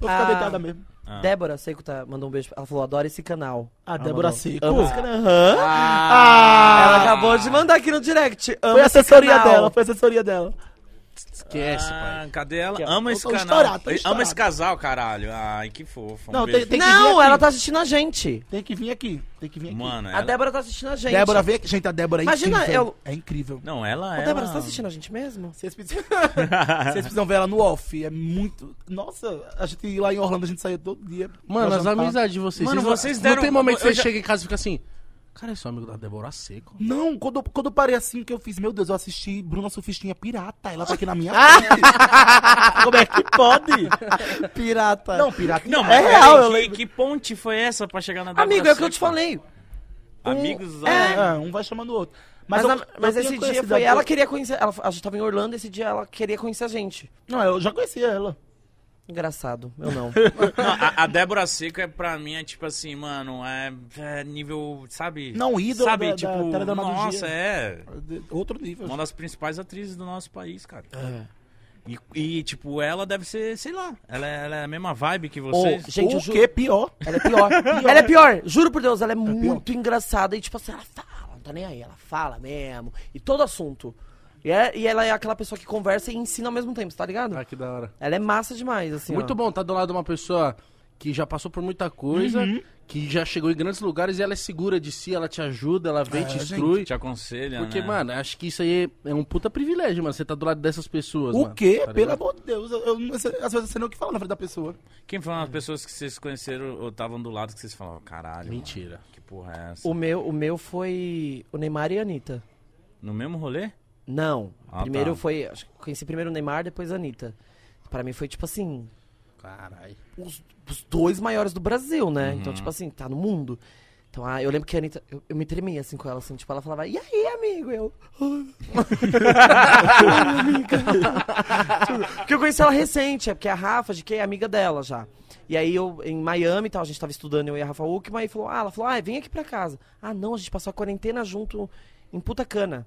Vou ficar
Ah.
deitada mesmo.
Ah.
Débora Seco tá, mandou um beijo. Ela falou, adoro esse canal.
Ah,
Ela
Débora
mandou,
Seco.
"Amo esse canal."
Ah!
Ah. Aham. Ela acabou de mandar aqui no direct. Amo
Foi a
esse
assessoria
canal.
dela, foi a assessoria dela.
Esquece,
Ah,
pai.
cadê ela?
Aqui, ó.
Ama
Tô-
esse
tô
canal.
estourado, tô estourado.
Ama esse casal, caralho. Ai, que fofa. Um
Não,
beijo.
tem que vir
Não,
aqui.
ela tá assistindo a gente.
Tem que vir aqui, tem que vir aqui.
Mano,
é A
ela...
Débora tá assistindo a gente.
Débora, vem aqui. Gente, a Débora é
Imagina,
incrível.
eu-
É incrível.
Não, ela
Ô,
é.
Débora, você tá assistindo a gente mesmo?
Vocês precisam... *laughs* Vocês precisam ver ela no off, é muito... Nossa, a gente lá em Orlando, a gente saía todo dia.
Mano,
pra
as
jantar.
amizades de vocês.
Mano,
vocês não-
vocês
não,
deram-
tem momento que
eu
você
já-
chega em casa e fica assim. Cara, eu sou amigo da Débora Seco.
Não, quando, eu- quando eu parei assim, que eu fiz, meu Deus, eu assisti Bruna Surfistinha Pirata, ela tá aqui na minha frente.
Como é que pode? Pirata.
Não, pirata.
Não,
Não,
mas
É
peraí,
real, eu
que,
lembro.
que ponte foi essa pra chegar na Débora
*laughs* Amigo, é o que eu
Seco?
te falei.
Amigos. ah,
é, um vai chamando o outro.
Mas,
Mas, eu-
na- mas
eu tinha
esse dia
conhecido
foi
a-
ela que queria conhecer. Ela, a gente tava em Orlando esse dia ela queria conhecer a gente.
Não, eu já conhecia ela.
Engraçado, eu
*laughs*
não.
Não, a, a Débora Seco é pra mim, é tipo assim, mano, é, é nível, sabe?
Não, ídolo
Sabe,
da- da
tipo,
teledramaturgia.
nossa, é.
De- Outro nível.
Uma das principais atrizes do nosso país, cara.
É.
E, e, tipo, ela deve ser, sei lá, ela é, ela é a mesma vibe que vocês.
Ô, gente, eu
o
ju-
que pior?
Ela é pior. Ela é pior, juro por Deus, ela é, muito engraçada. E tipo assim, ela fala, não tá nem aí, ela fala mesmo. E todo assunto. E, é- e ela é aquela pessoa que conversa e ensina ao mesmo tempo, você tá ligado?
Ah, que da hora.
Ela é massa demais, assim.
Muito
ó.
bom tá do lado de uma pessoa que já passou por muita coisa, que já chegou em grandes lugares e ela é segura de si, ela te ajuda, ela vê, te instrui.
Te aconselha,
Porque,
né?
mano, acho que isso aí é um puta privilégio, mano. Você tá do lado dessas pessoas,
O
mano.
quê?
Tá
Pelo
ligado?
amor de Deus. Eu, eu, não- às vezes eu não sei nem o que falar na frente da pessoa.
Quem foram as pessoas que vocês conheceram ou estavam do lado que vocês falavam, caralho, mano,
Mentira.
que porra é essa?
O meu, o meu foi o Neymar e a Anitta.
No mesmo rolê?
Não.
Ah,
primeiro
tá.
foi. acho que Conheci primeiro o Neymar, depois a Anitta. Pra mim foi tipo assim.
Caralho.
os, os dois maiores do Brasil, né? Então, tipo assim, tá no mundo. Então, ah, eu lembro que a Anitta, eu, eu me tremia assim com ela, assim, tipo, ela falava, e aí, amigo? Eu. "Ai, amiga." Tipo, *laughs* porque eu conheci ela recente, é porque a Rafa, de quem é amiga dela já. E aí eu, em Miami e tal, a gente tava estudando, eu e a Rafa Uckman, e falou, ah, ela falou, ah, vem aqui pra casa. Ah, não, a gente passou a quarentena junto em Puta Cana.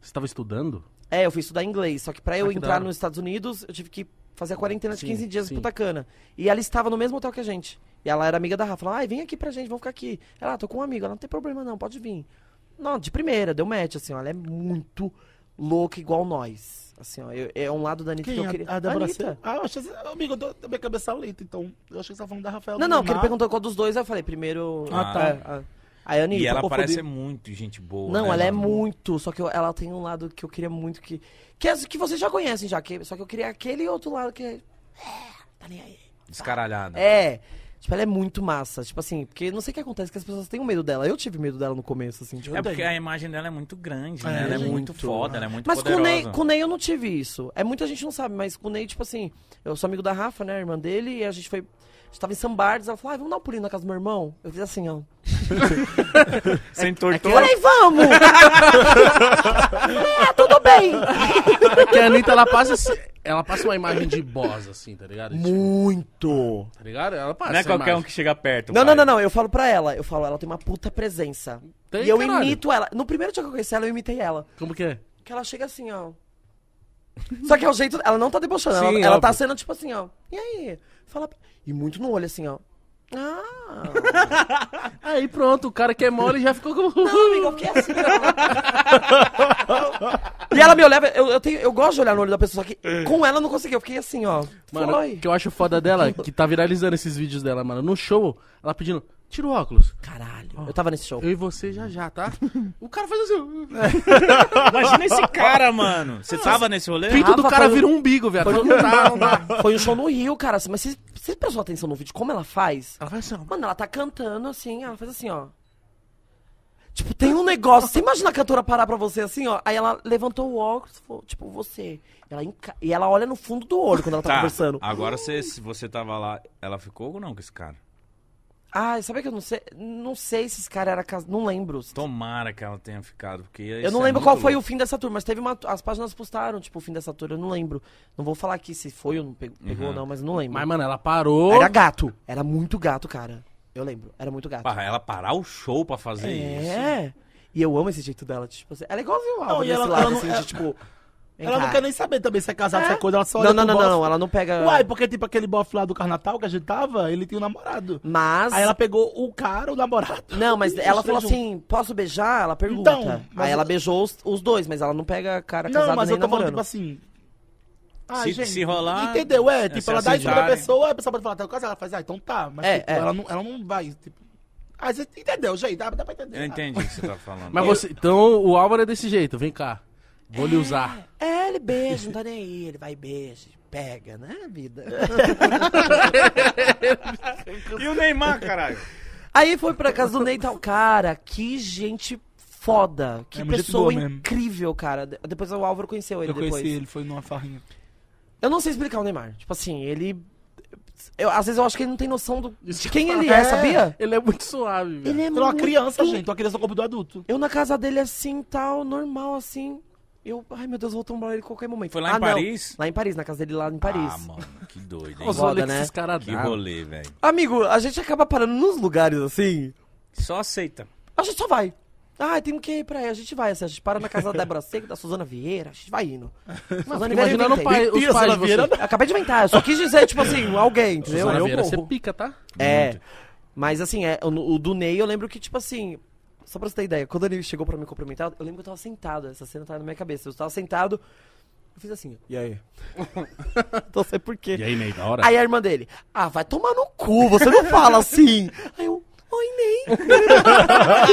Você tava estudando?
É, eu fui estudar inglês, só que pra eu
Ah, que da
entrar
hora.
nos Estados Unidos, eu tive que fazer a quarentena de
Sim,
15 dias
sim.
em Putacana. E ela estava no mesmo hotel que a gente. E ela era amiga da Rafa. Falou, ai, vem aqui pra gente, vamos ficar aqui. Ela, ah, tô com um amigo. Ela, não tem problema não, pode vir. Não, de primeira, deu match, assim, ó. Ela é muito louca igual nós. Assim, ó, eu- é um lado da Anitta
Quem?
que eu
A-
queria...
A, Débora
Anitta.
Seco? Ah, eu achei... Amigo, eu tô minha cabeça lenta, então... Eu achei que você tava falando da Rafaela.
Não, não, que ele
Luna.
perguntou qual dos dois, eu falei, primeiro...
Ah,
tá. A, a a Anitta.
e ela
Pô,
parece
fodeu.
muito gente boa.
Não,
né,
ela é
mano?
muito, só que eu- ela tem um lado que eu queria muito que. Que, as- que vocês já conhecem já, que- só que eu queria aquele outro lado que é. É, tá nem aí.
Descaralhada.
É. Tipo, ela é muito massa. Tipo assim, porque não sei o que acontece, que as pessoas têm um medo dela. Eu tive medo dela no começo, assim, tipo.
É porque a imagem dela é muito grande, né?
É,
ela é
gente.
muito foda, ela é muito
Mas com o,
poderosa.
Ney, com o Ney eu não tive isso. É muita gente não sabe, mas com o Ney, tipo assim, eu sou amigo da Rafa, né, irmã dele, e a gente foi. A gente tava em Sambardes, ela falou, ah, vamos dar um pulinho na casa do meu irmão? Eu fiz assim, ó.
Sem
Eu
tortura.
falei,
*laughs*
vamos! *laughs* é, tudo bem!
Porque a Anitta, ela passa, esse- ela passa uma imagem de boss, assim, tá ligado? Tipo,
Muito!
tá ligado? Ela passa
Não é
essa
qualquer um
imagem.
que chega perto.
Então
Não,
pai.
não, não, não. Eu falo pra ela. Eu falo, ela tem uma puta presença.
Tem,
e eu
caralho.
imito ela. No primeiro dia que eu conheci ela, eu imitei ela.
Como que é?
Que ela chega assim, ó. Só que é o jeito. Ela não tá debochando.
Sim,
ela, ela tá
óbvio.
sendo tipo assim, ó. E aí? Fala. E muito no olho, assim, ó. Ah,
Aí pronto, o cara que é mole já ficou com...
não, amiga, eu fiquei assim, ó. E ela me olhava, eu, eu, tenho, eu gosto de olhar no olho da pessoa, só que com ela eu não consegui, eu fiquei assim, ó.
Mano,
Foi.
o que eu acho foda dela, que tá viralizando esses vídeos dela, mano. No show, ela pedindo, tira o óculos.
Caralho, eu tava nesse show.
Eu e você já já, tá? O cara faz assim.
Imagina *laughs* esse cara, mano. Você tava nesse rolê?
O pinto do
Rafa,
cara
foi o-
vira um umbigo, velho. Não dá, não
*laughs*
dá.
Foi um show no Rio, cara, assim, mas vocês- você prestou atenção no vídeo, como ela faz?
Ela faz assim, ó.
Mano, ela tá cantando assim, ela faz assim, ó. Tipo, tem um negócio. Você imagina a cantora parar pra você assim, ó. Aí ela levantou o óculos, falou, tipo, você. Ela enca- E ela olha no fundo do olho quando ela tá,
Tá,
conversando.
Ah.
agora você, se você tava lá, ela ficou ou não com esse cara?
Ai, sabe que eu não sei. Não sei se esse cara era casado. Não lembro.
Tomara que ela tenha ficado, porque é
Eu
é
não lembro qual foi o fim dessa turma, mas teve uma. As páginas postaram, tipo, o fim dessa turma, eu não lembro. Não vou falar aqui se foi ou não pegou, pegou
Uhum.
ou não, mas não lembro.
Mas, mano, ela parou.
Era gato. Era
Ah,
muito gato, cara. Eu lembro. Era muito gato.
Ela parar o show pra fazer isso.
É. E E eu amo esse jeito dela, tipo assim, ela é igualzinha o Álvaro
e
desse
ela-
lado,
ela não-
assim,
ela-
de tipo... vem
Ela não
cá.
quer nem saber também se é casado, se é coisa, ela só
Não,
olha
não,
pro
não,
bofe.
não, é- não, ela não pega...
Uai, porque tipo aquele bofe lá do Carnatal que a gente tava, ele tinha um namorado.
Mas...
Aí ela pegou o cara, o namorado.
Não, mas
e
ela
*laughs* os três
falou
juntos.
assim, posso beijar? Ela pergunta.
Então, mas
Aí ela
eu-
beijou os, os dois, mas ela não pega a cara
Não,
casada
mas
nem
eu tô falando,
namorando.
tipo assim.
Se- se rolar,
Entendeu? É,
se
tipo, ela dá isso pra
aceitarem.
pessoa, a pessoa pode falar, tá casado, ela faz, ah, então tá. Mas,
É,
tipo,
é.
Ela, não, ela não vai, tipo. Ah, você entendeu, gente? Dá, dá pra entender.
Eu entendi o que você tá falando.
Mas você. Então o Álvaro é desse jeito, vem cá. Vou lhe usar.
tipo assim
É, ele beija, não tá nem aí. Ele vai e beija, pega, né, vida?
*laughs*
E o Neymar, caralho?
Aí foi pra casa do Ney tal. Cara, que gente foda. Que
É muito gente
pessoa
boa mesmo.
incrível, cara. De- Depois o Álvaro conheceu ele
Eu
depois.
conheci ele, foi numa farrinha.
Eu não sei explicar o Neymar. Tipo assim, ele. eu- às vezes eu acho que ele não tem noção do, de quem ele é, sabia?
Ele é muito suave, velho.
Ele é
Ele é uma
muito-
criança, gente. Uma criança no corpo do adulto.
Eu na casa dele assim, tal, normal assim. Eu, ai meu Deus, vou tombar ele a qualquer momento.
Foi lá em
Ah, não.
Paris?
Lá em Paris, na casa dele lá em Paris.
Ah, mano, que doido, hein?
Os
Foda,
rolês que
né?
esses caras
Que
dão.
rolê, velho.
Amigo, a gente acaba parando nos lugares assim.
Só aceita.
A gente só vai. Ah, tem que ir pra aí. A gente vai, assim, a gente para na casa da Débora Seco, da Suzana Vieira, a gente vai indo. Suzana Vieira
Imaginando o
inventei.
pai, os pais
Mentira,
de
Suzana Vieira,
vocês.
Eu Acabei de inventar, eu só quis dizer, tipo assim, alguém, entendeu?
Suzana
eu
Vieira,
morro.
você pica, tá?
É. Mas assim, é, o, o do Ney eu lembro que, tipo assim. Só pra você ter ideia, quando ele chegou pra me cumprimentar, eu lembro que eu tava sentado, essa cena tá na minha cabeça. Eu tava sentado, eu fiz assim, ó, e aí? *laughs* Não sei por quê.
aí, meio da hora?
Aí a irmã dele, ah, vai tomar no cu, você não fala assim. Aí eu, oi, Ney.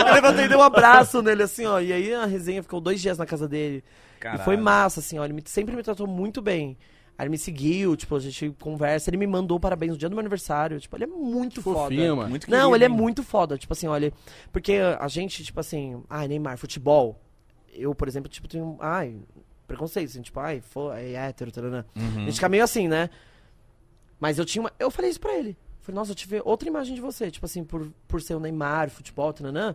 eu levantei e dei um abraço nele, assim, ó. E aí a resenha ficou dois dias na casa dele.
Caralho.
E foi massa, assim, ó. Ele me- sempre me tratou muito bem. Aí ele me seguiu, tipo, a gente conversa. Ele me mandou parabéns no dia do meu aniversário. Tipo, ele é muito foda.
Fofinho, mano.
Muito
Não,
querido,
ele é
hein?
muito foda. Tipo assim, olha. Porque a gente, tipo assim, ai, Neymar, futebol. Eu, por exemplo, tipo, tenho. Ai, preconceito, assim, tipo, ai, fo- é hétero, taranã.
Uhum.
A gente fica meio assim, né? Mas eu tinha uma. Eu falei isso pra ele. Falei, nossa, eu tive outra imagem de você. Tipo assim, por, por ser o Neymar, futebol, taranã.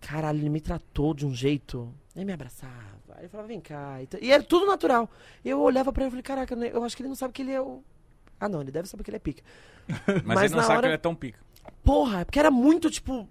Caralho, ele me tratou de um jeito. Ele me abraçava. Aí ele falava, vem cá. E, t- e era tudo natural. E eu olhava pra ele e falei, caraca, né, eu acho que ele não sabe que ele é o. Ah, não, ele deve saber que ele é pica.
Mas,
Mas
ele não
na
sabe
hora-
que ele é tão pica.
Porra, é porque era muito, tipo,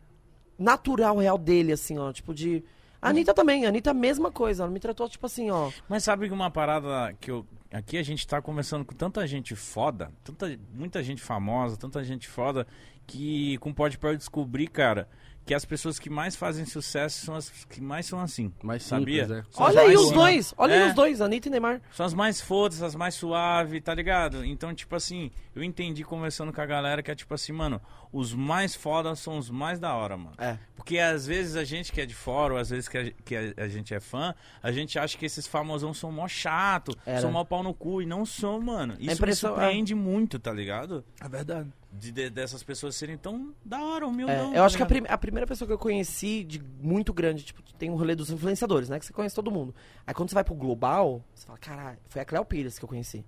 natural, real dele, assim, ó. Tipo,
Uhum.
de. A Anitta também, a Anitta, mesma coisa. Ela me tratou, tipo assim, ó.
Mas sabe que uma parada que eu. Aqui a gente tá conversando com tanta gente foda, tanta, muita gente famosa, tanta gente foda, que com Pode Pé eu descobri, cara, que as pessoas que mais fazem sucesso são as que mais são assim.
Mais
sabia?
simples, é.
São as
Olha aí
mais
os
sim-
dois, olha
É.
aí os dois, Anitta e Neymar.
São as mais fodas, as mais suaves, tá ligado? Então, tipo assim, eu entendi conversando com a galera que é tipo assim, mano, os mais fodas são os mais da hora, mano.
É.
Porque às vezes a gente que é de fora, ou às vezes que a, que a- a gente é fã, a gente acha que esses famosão são mó chato,
Era. É
são mó pau no cu, e não são, mano. Isso me
impressão-
surpreende muito, tá ligado?
É verdade.
De, de- dessas pessoas serem tão da hora,
É,
humildão.
eu acho que
tá
a,
ligado?
prim- a primeira pessoa que eu conheci de muito grande, tipo, tem um rolê dos influenciadores, né? Que você conhece todo mundo. Aí quando você vai pro global, você fala, caralho, foi a Cleo Pires que eu conheci.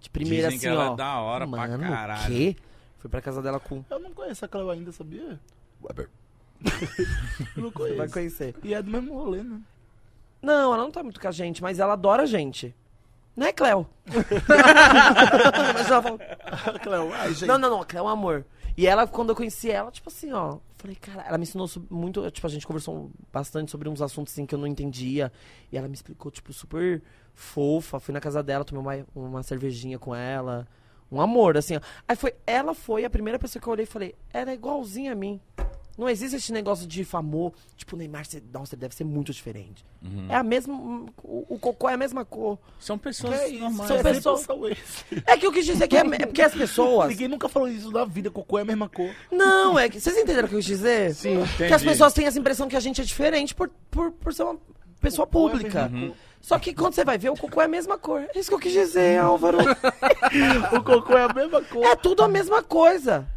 De primeira,
Dizem que
assim,
ela
ó.
é da hora pra
Mano,
caralho."
quê? Fui pra casa dela com...
Eu não conheço a Cleo ainda, sabia? *laughs* não
Você vai
conheço.
conhecer.
E é do mesmo rolê, né?
Não, ela não tá muito com a gente, mas ela adora a gente. Não é, Cleo? mas ela fala,
A Cleo, ai, gente.
Não, não, não, a Cleo é um amor. E ela, quando eu conheci ela, tipo assim, ó. eu Falei, cara, ela me ensinou sobre- muito. Tipo, a gente conversou bastante sobre uns assuntos assim que eu não entendia. E ela me explicou, tipo, super fofa. Fui na casa dela, tomei uma, uma cervejinha com ela. Um amor, assim, ó. Aí foi, ela foi a primeira pessoa que eu olhei e falei, ela é igualzinha a mim. Não existe esse negócio de famoso, tipo, Neymar, você, nossa, ele deve ser muito diferente.
Uhum.
É a mesma. O, o cocô é a mesma cor.
São pessoas
Que isso,
normais.
são
São
pessoas-
pessoas- É que eu quis dizer que é, é porque as pessoas.
*laughs* Ninguém nunca falou isso da vida, cocô é a mesma *laughs* cor.
Não, é que. Vocês entenderam o que eu quis dizer?
Sim,
Que as pessoas têm essa impressão que a gente é diferente por, por, por ser uma pessoa
Cocô é a
pública.
mesma cor.
Só que quando você vai ver, o cocô é a mesma cor. É isso que eu quis dizer, Álvaro.
O cocô é a mesma cor.
É tudo a mesma coisa.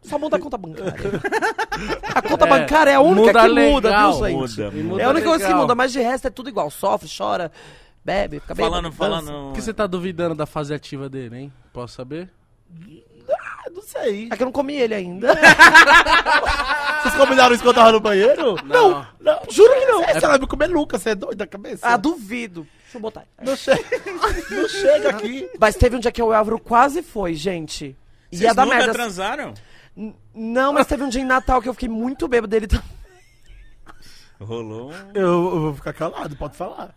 Só muda a conta bancária. A conta
É,
bancária é a única
muda
que muda,
legal,
viu, gente?
Muda,
E
muda.
É a única coisa que
legal.
muda, mas de resto é tudo igual. Sofre, chora, bebe, fica bêbado,
Falando,
dança.
falando.
O que você tá duvidando da fase ativa dele, hein? Posso saber?
Ah, não sei.
É que eu não comi ele ainda.
Vocês combinaram isso quando eu tava no banheiro?
Não.
Não, juro que não. É Você vai me comer Lucas, você é doido da cabeça?
Ah, duvido. Deixa eu botar.
Não chega, não chega aqui.
Mas teve um dia que o Álvaro quase foi, gente. E ia
Vocês
dar
nunca
merda. assim.
transaram?
tá- N- Não, mas teve um dia em Natal que eu fiquei muito bêbado dele também.
Rolou, um-
Eu, eu vou ficar calado, pode falar.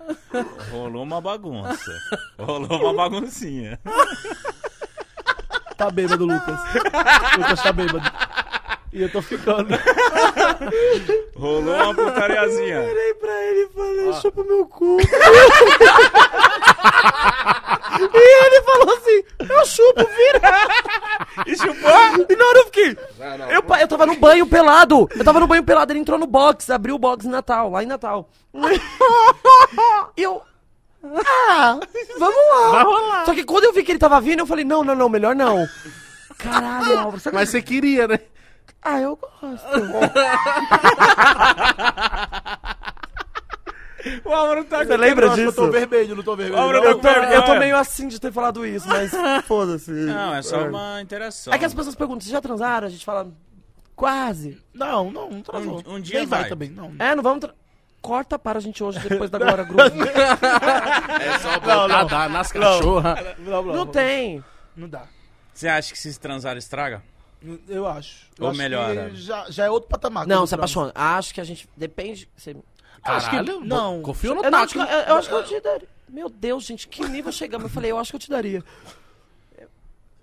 rolou uma bagunça. Rolou uma baguncinha.
Tá bêbado,
*laughs*
Lucas. Lucas tá bêbado. E eu tô
*laughs*
ficando.
Rolou uma putariazinha.
Virei pra ele e falei, chupa meu cu. e ele falou assim, eu chupo, vira.
E chupou?
E na hora eu fiquei... Eu, pa- eu tava no banho pelado. Eu tava no banho pelado, ele entrou no box, abriu o box em Natal, lá em Natal. E eu... Ah, vamos lá. Só que quando eu vi que ele tava vindo, eu falei, não, não, não, melhor não. Caralho, Álvaro, sabe?
Mas você queria, né?
Ah, eu gosto.
O Álvaro tá
Você lembra
Nossa, Eu
disso?
tô vermelho, não tô vermelho.
Obra
não.
Eu tô, eu tô
É.
meio assim de ter falado isso, mas foda-se.
Não, é só uma interação.
É que as pessoas perguntam, vocês já transaram? A gente fala, quase.
Não, não, não travou.
Um- um dia
Nem
vai.
também, não.
É, não vamos... tra- Corta para a gente hoje, depois *laughs* da Glória Groove.
É só botar dá nas *laughs* cachorras.
Blá, blá,
Não
blá.
tem.
Não dá.
Você acha que se transar estraga?
Eu acho. Eu
Ou
acho
melhora.
que Já, já é outro patamar.
Não,
quando
se apaixona. Acho que a gente... Depende... Você...
Acho que-
Caralho,
não.
Confio no
Eu, não, acho
taco.
que, eu, eu acho que eu te daria. Meu Deus, gente, que nível chegamos? Eu falei, eu acho que eu te daria.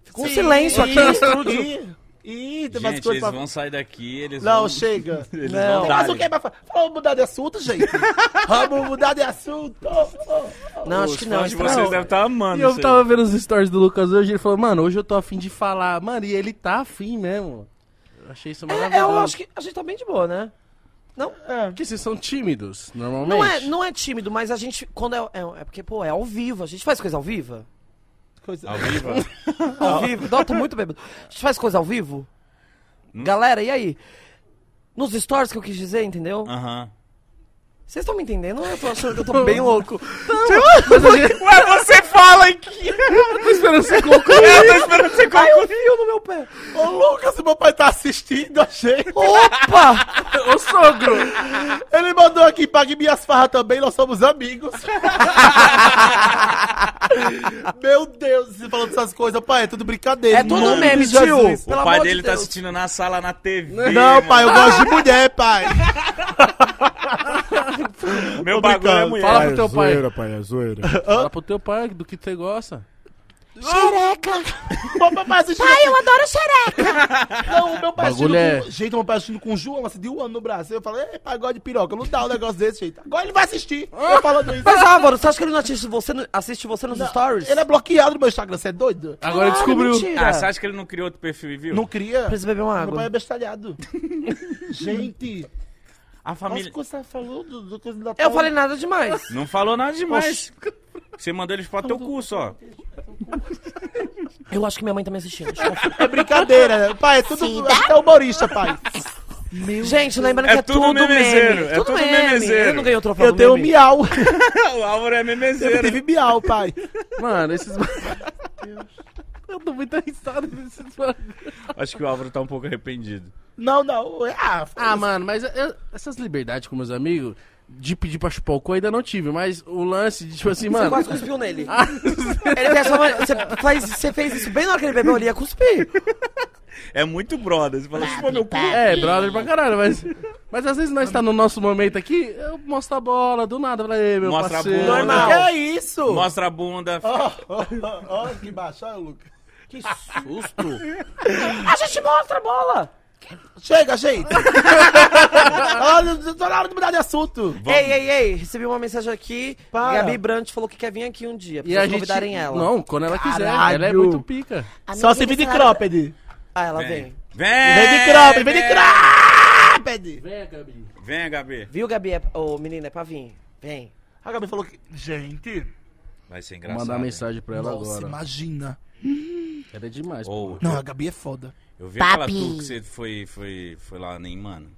Ficou um
Sim,
silêncio
e-
aqui no estúdio.
Ih, ih, tem mais
Gente,
coisa
eles
pra...
vão sair daqui, eles
Não,
vão...
chega.
*laughs* Eles
Não.
vão
Tem
dar.
mais o que é pra falar? Vamos mudar de
*laughs*
assunto, gente? Vamos mudar de assunto.
Não, acho que não.
Mas
estraga.
vocês devem estar amando
E eu
isso aí.
tava vendo os stories do Lucas hoje, ele falou, mano, hoje eu tô afim de falar. Mano, e ele tá afim mesmo. Eu achei isso maravilhoso.
É, eu acho que a gente tá bem de boa, né? Não?
É.
Porque vocês são tímidos, normalmente.
Não é, não é tímido, mas a gente, quando é, é, é porque, pô, é ao vivo, a gente faz coisa ao vivo?
Coisa...
Ao vivo?
Ao vivo, não, tô muito bêbado. A gente faz coisa ao vivo?
Hum?
Galera, e aí? Nos stories que eu quis dizer, entendeu?
Aham.
Vocês estão me entendendo ou eu tô achando que
*laughs*
eu tô bem louco?
Ué, você fala aqui!
Eu tô esperando você concluir.
Eu tô esperando você
Ai, eu fio no meu pé.
Ô, Lucas, meu pai tá assistindo, achei.
Opa!
Ô, sogro!
Ele mandou aqui, pague minhas farras também, nós
*laughs*
somos amigos. Meu Deus, você falando essas coisas, pai, é tudo brincadeira.
É tudo
Mano,
um meme,
Jesus.
tio.
O
Pelo
pai
amor
dele
de
tá
Deus.
assistindo na sala na TV.
Não,
mano.
pai, eu
*laughs*
gosto de mulher, pai.
Meu bagulho é
brincando.
mulher.
Fala pro teu pai.
zoeira, pai, é zoeira.
Fala pro teu pai do que você gosta.
Xereca!
Ô, papai assistindo.
Eu adoro xereca!
Não, o meu pai assistindo.
Bagulho é-
Com... Gente, meu pai assistindo com o João, assim, de um ano no Brasil. Eu falei, ei, pai, gosta de piroca. Não dá um negócio desse, jeito. Agora ele vai assistir. Eu falando
*laughs*
isso.
Mas, Álvaro, você acha que ele não assiste você, no- assiste você nos stories?
Ele é bloqueado no meu Instagram, você é doido?
Agora
Caralho,
descobriu.
é mentira.
Ah, você acha que ele não criou outro perfil e viu?
Não cria.
Preciso beber uma
Meu pai é
água.
bestalhado. Gente,
A
olha
família...
o que você falou do, do coisa do
é
Natal.
Eu falei nada demais.
Não falou nada demais. Você mandou eles pra teu cu só.
*laughs* Eu acho que minha mãe tá me assistindo.
É brincadeira, né? pai, é tudo até humorista, pai.
Gente, lembrando
É
que é
tudo
tudo meme.
memezeiro, é tudo memezeiro.
Ele não ganhou troféu
Eu
do
tenho
meme.
miau.
*laughs*
*laughs*
o Álvaro é
Eu
memezeiro.
tive miau, pai.
Mano, esses... *laughs* Eu tô muito arriscado desses bagulho.
Acho que o Álvaro tá um pouco arrependido.
Não, não. Ah,
Ah, mano, mas eu- essas liberdades com meus amigos, de pedir pra chupar o cu, eu ainda não tive. Mas o lance de, tipo assim,
Você
mano...
quase cuspiu nele. Ele tem essa mania- você, faz- você fez isso bem na hora que ele bebeu, ele ia cuspir.
É muito brother. Você fala, chupa meu cu.
É, brother pra caralho, mas. Mas às vezes nós tá no nosso momento aqui, eu mostro a bola, do nada, fala, ei, meu
Mostra a
parceiro.
bola.
Normal.
Normal.
Que é isso?
Mostra a bunda.
Ó, ó, ó, ó, que baixo, olha o Lucas.
Que susto. A gente mostra a bola.
Chega, *laughs* gente. Olha, tá na hora de mudar de assunto.
Vamos.
Ei, ei, ei, recebi uma mensagem aqui.
Para.
Gabi Brandt falou que quer vir aqui um dia, pra
E a
vocês
gente.
convidarem ela.
Não, quando ela quiser.
Caralho.
Ela é muito pica.
Só se vir de crópede.
Ah, ela
Vem.
vem.
Vem de crópede, vem de crópede.
Vem, Gabi.
Vem, Gabi.
Viu, Gabi? É, ô, menina, é pra vir. Vem.
A Gabi falou que... Gente,
Vai ser
Vou
engraçado.
mandar
hein?
mensagem pra ela
nossa,
agora.
imagina.
Ela é demais.
Ou,
Não, a Gabi é foda.
eu vi aquela tour que você foi, foi, foi lá nem, mano.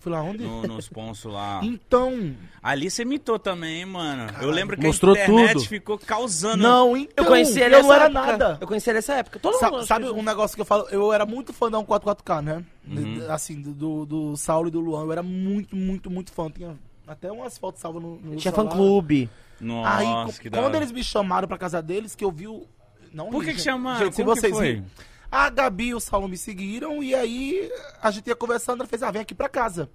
Fui lá onde?
No- nos pontos
*laughs*
lá.
Então...
Ali você mitou também, hein, mano. Eu lembro que
Mostrou
a internet
tudo.
ficou causando.
Não, então...
Eu conheci ele
Eu
nessa
não era
época.
nada.
Eu conheci ele nessa época. Todo
Sa-
mundo.
sabe um negócio que eu falo? Eu era muito fã da 144K, né?
Uhum.
De- Assim, do, do, do Saulo e do Luan. Eu era muito, muito, muito fã. Tinha até umas fotos salvas no, no
Tinha
celular.
fã-clube.
Aí,
Nossa,
co-
que da
quando
hora.
eles me chamaram pra casa deles, que eu vi o... Não
Por
ri,
que que
gente.
chamaram?
Gente, se
Como que
vocês
foi?
rirem, A Gabi e o Saulo me seguiram e aí a gente ia conversando. Ela fez, ah, vem aqui pra casa.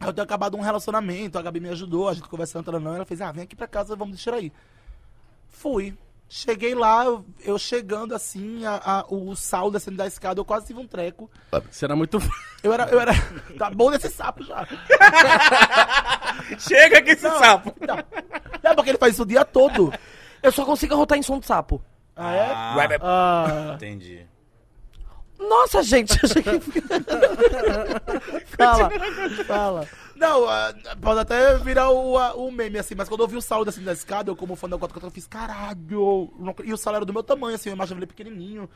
Aí eu tenho acabado um relacionamento, a Gabi me ajudou, a gente conversando, taranã, ela fez, ah, vem aqui pra casa, vamos deixar aí. Fui. Cheguei lá, eu, eu chegando assim, a- a- o sal descendo da escada, eu quase tive um treco.
Você era muito.
Eu era, eu era. *laughs* Tá bom desse sapo já.
*laughs* Chega que esse sapo.
Não. É porque ele faz isso o dia todo.
Eu só consigo arrotar em som de sapo.
Ah, é?
Ah,
Ah,
entendi.
Nossa, gente, achei que- Fala, fala.
não, ah, pode até virar o, ah, o meme assim, mas quando eu vi o Saulo descendo da escada, eu como fã da 4 eu fiz, caralho! não acredito. E o Saulo era do meu tamanho, assim, eu imaginava ele pequenininho.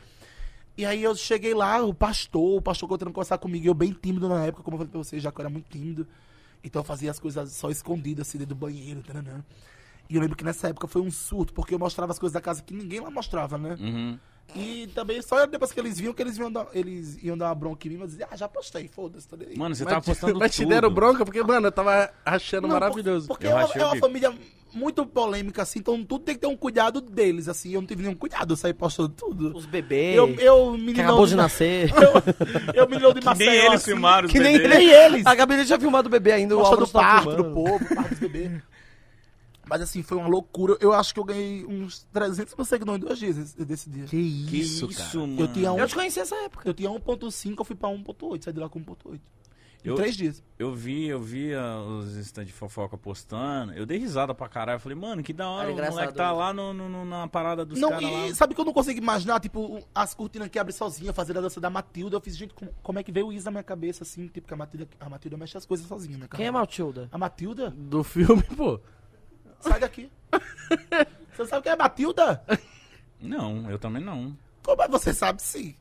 E aí eu cheguei lá, o pastor, o pastor contando conversar comigo, e eu bem tímido na época, como eu falei pra vocês, já que eu era muito tímido. Então eu fazia as coisas só escondidas, assim, dentro do banheiro, tananã. E eu lembro que nessa época foi um surto, porque eu mostrava as coisas da casa que ninguém lá mostrava, né?
Uhum.
E também só depois que eles viam que eles iam dar, eles iam dar uma bronca em mim, mas diziam, ah, já postei, foda-se, tá nem aí.
Mano, você
Mas
tá
te-
apostando
Mas te
tudo.
deram bronca, porque, mano, eu tava achando
Não, por-
maravilhoso.
Porque
Eu
é uma,
achei
é uma
horrível.
família muito polêmica, assim, então tudo tem que ter um cuidado deles, assim. Eu não tive nenhum cuidado, eu saí postando tudo.
Os bebês
Eu, eu
que
menino.
acabou de nascer.
*laughs* Eu, eu
*laughs*
menino de Maceió.
Nem eles
assim,
filmaram os
*laughs* que nem
bebês.
nem eles. A Gabi nem tinha filmado o bebê ainda. O
Mostra do
Álvaro tá
parto, do
filmando.
povo, parto do bebê. Mas assim, foi uma loucura. Eu acho que eu ganhei uns 300 mil seguidores em dois dias esse- desse dia.
Que isso, mano.
Eu tinha um-
Eu te conheci essa época.
Eu tinha 1.5, eu fui pra 1.8, saí de lá com 1.8. Em
Eu-
três dias.
Eu vi, eu vi ah, os instantes de fofoca postando. Eu dei risada pra caralho. Eu falei, mano, que da hora.
Era
O
engraçado
moleque tá
mesmo.
lá no, no- no- na parada dos
Não,
caras
e
lá.
sabe que eu não consigo imaginar, tipo, as cortinas que abrem sozinha, fazendo a dança da Matilda. Eu fiz, gente, como, como é que veio isso na minha cabeça, assim? Tipo, que a Matilda, a Matilda mexe as coisas sozinha, né, cara?
Quem é Matilda?
A Matilda?
Do filme, pô.
Sai daqui. você sabe quem é a Matilda?
Não, eu também não.
Como é? Você sabe sim.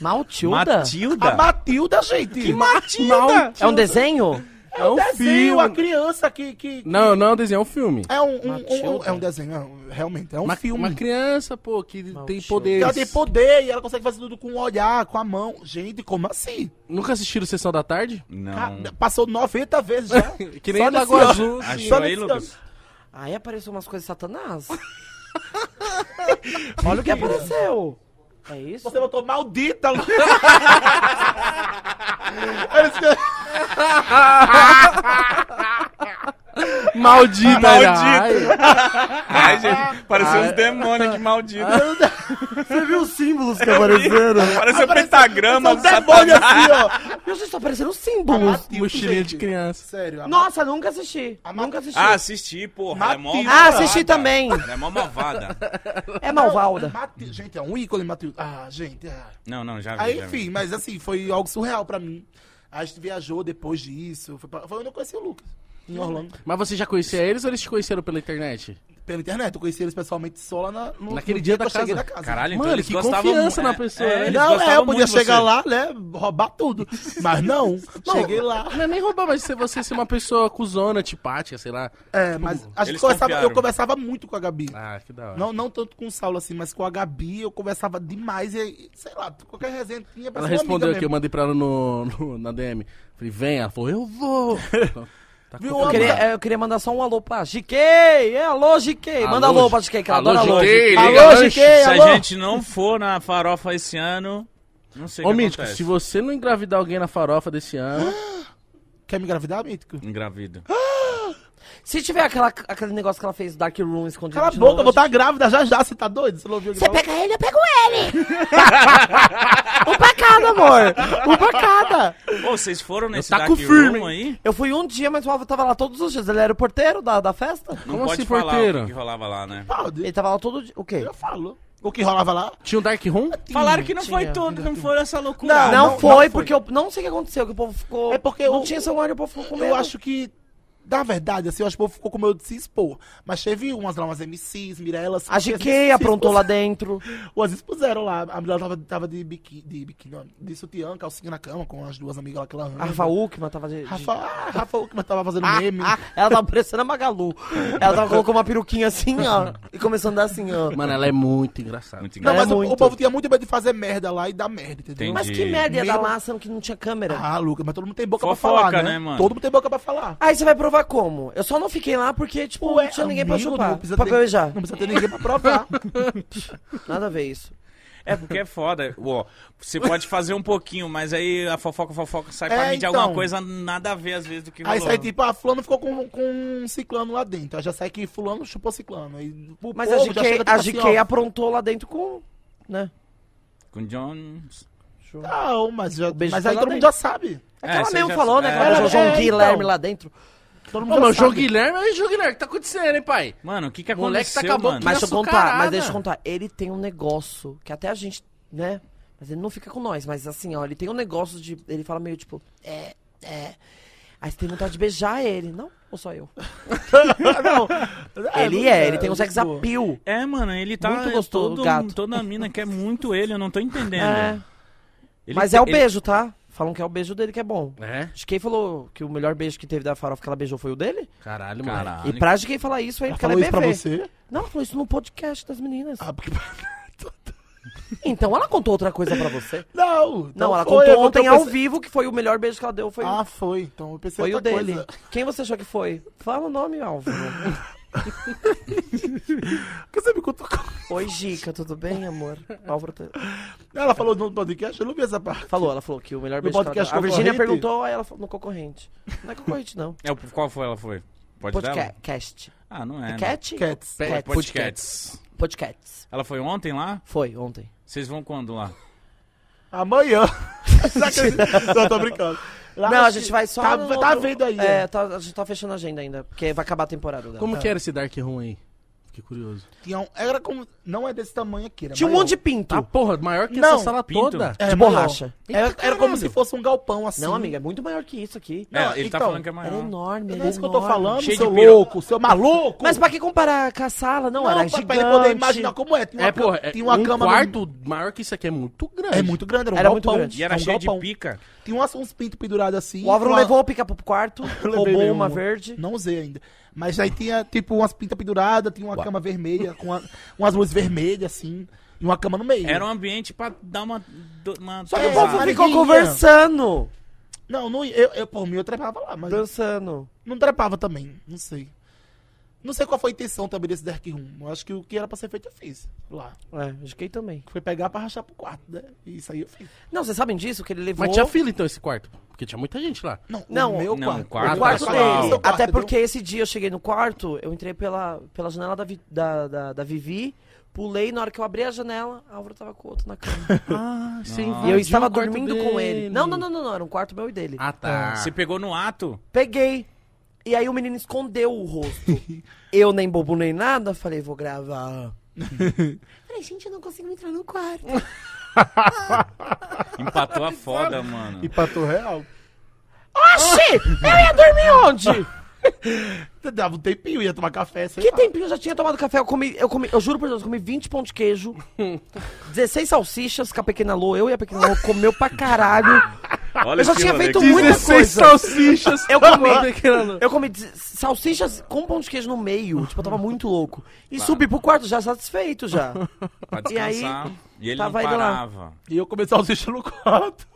Matilda?
A
Matilda?
Matilda, gente. Que Matilda?
É um desenho?
É um
É um
desenho,
filme.
a criança que... que...
Não, não, é um desenho, é um filme.
É um, um- um-
Matilda.
é um desenho, é um- realmente. É um
uma,
filme.
uma criança, pô, que tem
Maldito.
poderes.
Ela tem poder e ela consegue fazer tudo com o olhar, com a mão. Gente, como assim?
Nunca assistiram Sessão da Tarde?
Ca-
Não.
Passou 90 vezes já.
Que nem
Só
Lago
nesse
Azul. *laughs*
ano.
Achou
Só
aí,
nesse
Lucas?
Aí apareceu umas coisas satanás. *laughs* Olha o que apareceu. É isso?
Você botou
*laughs*
maldita, um Lucas. Aí ele disse,
Maldito.
Maldita! Maldita!
*laughs* Ai, gente, pareceu uns demônios aqui malditos.
Você viu os símbolos que apareceram?
Pareceu um pentagrama.
Um demônio assim, ó.
Meu Deus, estão tá aparecendo símbolos.
Matilda,
Mochilinha
gente.
um de criança.
Sério. a
Nossa, nunca assisti.
A Mat-
Nunca assisti.
Ah, assisti, porra. ela é mó
Matilda.
Ah, assisti
malvada.
também.
Ela é mó malvada.
É
Matilda-
malvalda.
Mati- Gente, é um ícone, Matilda. Ah, gente. ah.
Não, não, já vi.
Aí,
já vi.
enfim, mas assim, foi algo surreal pra mim. A gente viajou depois disso. Foi, pra... foi onde eu conheci o Lucas. Em
Hum.
Orlando.
Mas você já conhecia eles ou eles te conheceram pela internet?
Pela internet. Eu conheci eles pessoalmente só lá na- no,
Naquele
no
dia
que
da
eu cheguei
casa.
na casa.
Caralho, então
Mano,
eles
que
gostavam
confiança
mu-
na
é,
pessoa,
é,
né?
eles
não, é,
gostavam
eu podia
muito de
chegar
você.
lá, né?
*laughs*
Roubar tudo. Mas não. cheguei lá.
Não é nem roubar, mas se você ser uma pessoa cuzona, antipática, sei lá.
É, mas a gente
Eles
conversava,
confiaram.
eu conversava muito com a Gabi.
Ah, que da hora.
Não, não tanto com o Saulo assim, mas com a Gabi eu conversava demais e, e, sei lá, qualquer resenha tinha pra
Ela
ser uma
respondeu
é amiga
aqui, eu
mesmo.
mandei pra ela no, no- na DM. Falei, vem. Ela falou, eu vou. Tá
Viu,
confirmado.
Eu queria, eu queria mandar só um alô pra GK. É, alô, GK. Manda
Alô,
alô pra GK, que ela
alô,
adora alô.
GK, liga
Alô,
lanche.
GK,
Se
alô.
a gente não for na farofa esse ano, não sei o
Ô,
que
Mítico,
acontece.
se você não engravidar alguém na farofa desse ano...
Quer me engravidar, Mítico?
Engravido.
Se tiver aquela, aquele negócio que ela fez, Dark Room escondido.
Cala a
de
boca,
novo,
eu vou estar grávida já já, você tá doido? Você não ouviu?
Você pega ele, eu pego ele. *laughs* um pra cada, amor. Um pra cada.
*gasps* Ô, vocês foram nesse
tá
Dark
com firme,
Room aí?
Eu fui um dia, mas o Álvaro tava lá todos os dias. Ele era o porteiro da, da festa.
Não
Como
pode
assim,
falar
porteiro?
o que que rolava lá, né?
Ele
Pode.
tava lá todo dia. O quê?
Eu falo. O que rolava lá?
Tinha um Dark Room?
Falaram que não
tinha,
foi todo, não foi essa loucura.
Não,
Não,
não
foi,
foi.
porque eu não sei o que aconteceu, que o povo ficou.
É porque
não
o-
tinha celular e o povo ficou com medo.
Eu acho que, na verdade, assim, eu acho que o povo ficou com medo de se expor. Mas teve umas lá, umas MCs, Mirelas.
A GK aprontou lá dentro.
assim, Umas expuseram lá. A Mirella tava, tava de biquíni, de, biquíni, ó, de sutiã, calcinha na cama, com as duas amigas lá que ela
A
ama.
Rafa Uckman tava de. de-
Rafa, ah, Rafa Uckmann tava fazendo
Ah,
meme.
ah, ela tava parecendo a Magalu. Ela tava colocando uma peruquinha assim, ó. E começando a dar assim, ó.
Mano, ela é muito engraçada.
Muito
não,
engraçado.
é
mas o- o,
muito.
povo tinha muito medo de fazer merda lá e dar merda, entendeu?
Entendi.
Mas que merda ia dar
Meio-
lá, sendo que não tinha câmera.
Ah, Lucas, mas todo mundo tem boca
Fofoca,
pra falar, né?
né, mano?
Todo mundo tem boca pra falar.
Aí você vai provar como? Eu só não fiquei lá porque, tipo, não tinha ninguém pra
amigo,
chupar.
Não precisa,
*laughs* pra
ter,
beijar.
não precisa ter ninguém pra provar.
Nada a ver isso.
É É porque é foda. Ó, você pode fazer um pouquinho, mas aí a fofoca, fofoca sai
É,
pra mim de
então.
alguma coisa nada a ver às vezes do que
Aí
rolou.
sai tipo, ah, fulano ficou com, com um ciclano lá dentro. Aí já sai que fulano chupou ciclano. Aí, o
Mas
povo
a
já
GK,
chega, tipo
a
assim,
GK
ó,
aprontou lá dentro com. né?
Com Jones.
*laughs* Não, mas, já,
beijo
mas
tá
aí
lá
todo mundo
dentro.
já sabe.
Aquela
você
mesmo
já-
falou, né?
é.
Que ela
É,
jogou um
então.
Guilherme lá dentro.
Todo mundo
Ô,
já
meu, o
sabe.
João Guilherme, aí, João Guilherme, o que tá acontecendo, hein, pai?
Mano, o que que
Moleque tá
aconteceu,
acabou-
mano?
Mas
Mas deixa eu
açucarada.
contar, mas deixa eu contar. Ele tem um negócio que até a gente, né? Mas ele não fica com nós, mas assim, ó, ele tem um negócio de. Ele fala meio tipo, é, é. Aí você tem vontade de beijar ele, não? Ou só eu? ele é, ele tem um sex
boa.
appeal.
É, mano, ele tá...
Muito gostoso,
todo,
gato.
Toda mina quer muito ele, eu não tô entendendo.
É.
né? Ele
Mas
te-
é o
ele-
beijo, tá? Falam que é o beijo dele que é bom.
É?
Acho que quem falou que o melhor beijo que teve da farofa que ela beijou foi o dele?
É? Caralho, mano.
Caralho.
E pra de quem falar isso aí,
Ela
porque ela é
falou isso pra
bebê.
você?
Não, ela falou isso no podcast das meninas.
Ah, porque...
Então ela contou outra coisa pra você.
*laughs* Não.
Não,
então
ela
foi, eu-
contou
eu
ontem ao
pensei-
vivo que foi o melhor beijo que ela deu. Foi,
Ah, foi. Então eu pensei
foi o
outra
dele.
coisa. *laughs*
Quem você achou que foi? Fala o nome, Álvaro.
Por que você me cutucou?
Oi, Gica, tudo bem, amor? Álvaro tá-
Ela falou no podcast, eu não vi essa parte.
falou, ela falou que o melhor
No
beijo que ela
podcast
deu. A Virgínia
concorrente?
perguntou, aí ela falou no concorrente. Não é concorrente, não.
É, o- qual foi ela foi? Pode dela?
Podcast.
Ah, não é. né?
Cat?
Cats.
Pe-
Cats.
Podcasts.
Podcast.
Ela foi ontem lá?
Foi, ontem.
Vocês vão quando lá?
Amanhã. *laughs* Não acredito. não, tô brincando. Lá
não, a
acho que
gente vai só.
Tá,
no
tá
outro-
vendo aí.
É,
ó.
tá- a gente tá fechando a agenda ainda, porque vai acabar a temporada dela.
Tá.
Como que era esse Dark Room aí? Fiquei curioso.
Tinha um- Era como... Não é desse tamanho aqui. Era
Tinha um
maior.
monte de pinto.
Tá, porra, maior que
Não, É,
essa sala
pinto.
toda.
Era
de
maior.
borracha.
Era,
Eita,
era como
caralho.
se fosse um galpão, assim.
Não, amiga, é muito maior que isso aqui.
É,
Não,
ele tá
então,
falando que é
Era um
maior.
enorme,
Não
era
é isso que eu tô
enorme.
falando,
Cheio
seu
de piro-
louco, seu maluco.
Mas pra que comparar com a sala? Não,
Não,
era
pra-
gigante.
pra ele poder imaginar como é. Tem uma,
É, porra,
ca-
é,
tem uma
um
cama no-
quarto maior que isso aqui é muito grande.
É muito grande, era um
Era muito
galpão.
grande.
E era
é um
cheio
galpão.
de pica?
Tem umas- uns pintos pendurados assim.
O Álvaro
uma-
levou o pica pro quarto,
*laughs* Eu levei
roubou
mesmo. né?
uma verde.
Não usei ainda. Mas aí tinha, tipo, umas pintas penduradas, tinha uma cama vermelha, com a- umas luzes vermelhas, assim, e uma cama no meio.
Era um ambiente pra dar uma... do- uma
Só que o
É,
povo
Maria.
ficou conversando,
Não, não ia- eu, eu, por mim, eu trepava lá, mas
dançando.
não trepava também, não sei. Não sei qual foi a intenção também desse Dark Room. Eu acho que o que era pra ser feito, eu fiz lá.
É, GK também.
Foi pegar pra rachar pro quarto, né? E isso aí eu fiz.
Não, vocês sabem disso? Que ele levou.
Mas tinha fila então esse quarto. Porque tinha muita gente lá.
Não,
Não,
o meu
não,
quarto.
quarto
o
meu
quarto
Ah, pessoal.
dele.
Seu quarto,
Até
entendeu?
porque esse dia eu cheguei no quarto, eu entrei pela, pela janela da, Vi- da, da, da Vivi, pulei, na hora que eu abri a janela, a Álvaro tava com o outro na cama.
*laughs* Ah, você
Não.
e
um
invadiu
eu
o
estava
quarto
dormindo
dele.
com ele. Não, não, não, não, não, era um quarto meu e dele.
Ah, tá.
Você pegou no ato?
Peguei. E aí o menino escondeu o rosto.
*laughs*
eu nem bobo nem nada, falei, vou gravar. falei, gente, eu não consigo entrar no quarto.
Empatou a foda, mano.
E patou real.
Oxi! Eu ia dormir onde?
Dava um tempinho, ia tomar café, sei
Que
lá.
tempinho eu já tinha tomado café? Eu comi, eu comi, eu juro por Deus, eu comi 20 pão de
*laughs*
queijo, 16 salsichas com a pequena Lô. Eu e a pequena Lô comeu pra caralho.
Olha
eu já
esse
tinha
rolê
feito
aqui.
muita coisa.
né? salsichas.
Eu comi,
Pequena-
eu comi de- salsichas com pão de queijo no meio. Tipo, eu tava muito louco. E subi pro quarto já satisfeito
*laughs*
já.
Pra
E aí,
descansar. E, ele não
tava indo lá.
parava.
*laughs*
E eu comecei a usar no quarto.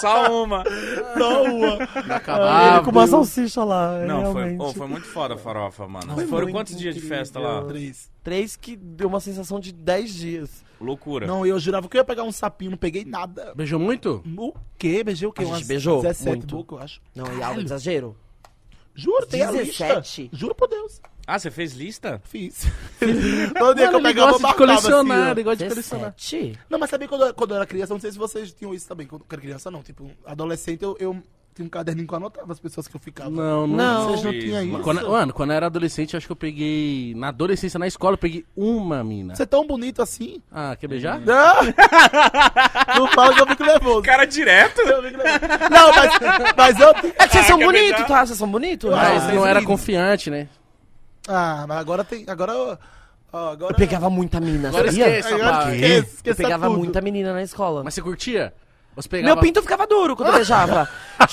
Só uma.
Não, uma.
Acabava.
com uma salsicha lá.
Não, foi,
É, realmente.
oh, foi muito foda a farofa, mano.
Foi
Foram
muito
quantos dias de
incrível.
festa lá?
Três.
Três que deu uma sensação de 10 dias.
Loucura.
Não, eu jurava que eu ia pegar um sapinho, não peguei nada.
Beijou muito?
O quê? Beijei o quê?
A gente
Umas
beijou
17
muito.
boca, eu acho.
Não, e algo exagero.
Juro, tem a
17?
lista. Juro por Deus.
Ah, você fez lista?
Fiz. Todo dia que eu
ele
pegava, eu
gosta de
marcava
colecionar,
assim,
ele gosta de
é
colecionar.
17?
ó. Não, mas sabia que quando, eu- quando eu era criança, não sei se vocês tinham isso também. Quando eu era criança, não. Tipo, adolescente, eu, eu tinha um caderninho que eu anotava as pessoas que eu ficava.
Não,
Não.
Vocês não
Isso,
tinham isso?
mano.
Quando, mano, quando eu era adolescente, eu acho que eu peguei. Na adolescência, na escola, eu peguei uma mina.
Você é tão bonito assim.
Ah, quer beijar?
Não! *laughs* não fala que eu fico nervoso.
Cara direto?
Eu fico nervoso. Não, mas, mas eu...
É que vocês são
quer
bonitos,
beijar?
tá? Vocês são bonitos?
Ah,
Mas
né?
vocês
não era
lindos.
confiante, né?
Ah, mas agora tem. Agora. ó, ó, agora
Eu pegava muita mina,
Agora
sabia?
esquece.
Agora
Rapaz.
esquece,
Eu
esqueça
pegava
tudo.
muita menina na escola.
Mas você curtia? Você pegava.
Meu pinto ficava duro quando eu beijava.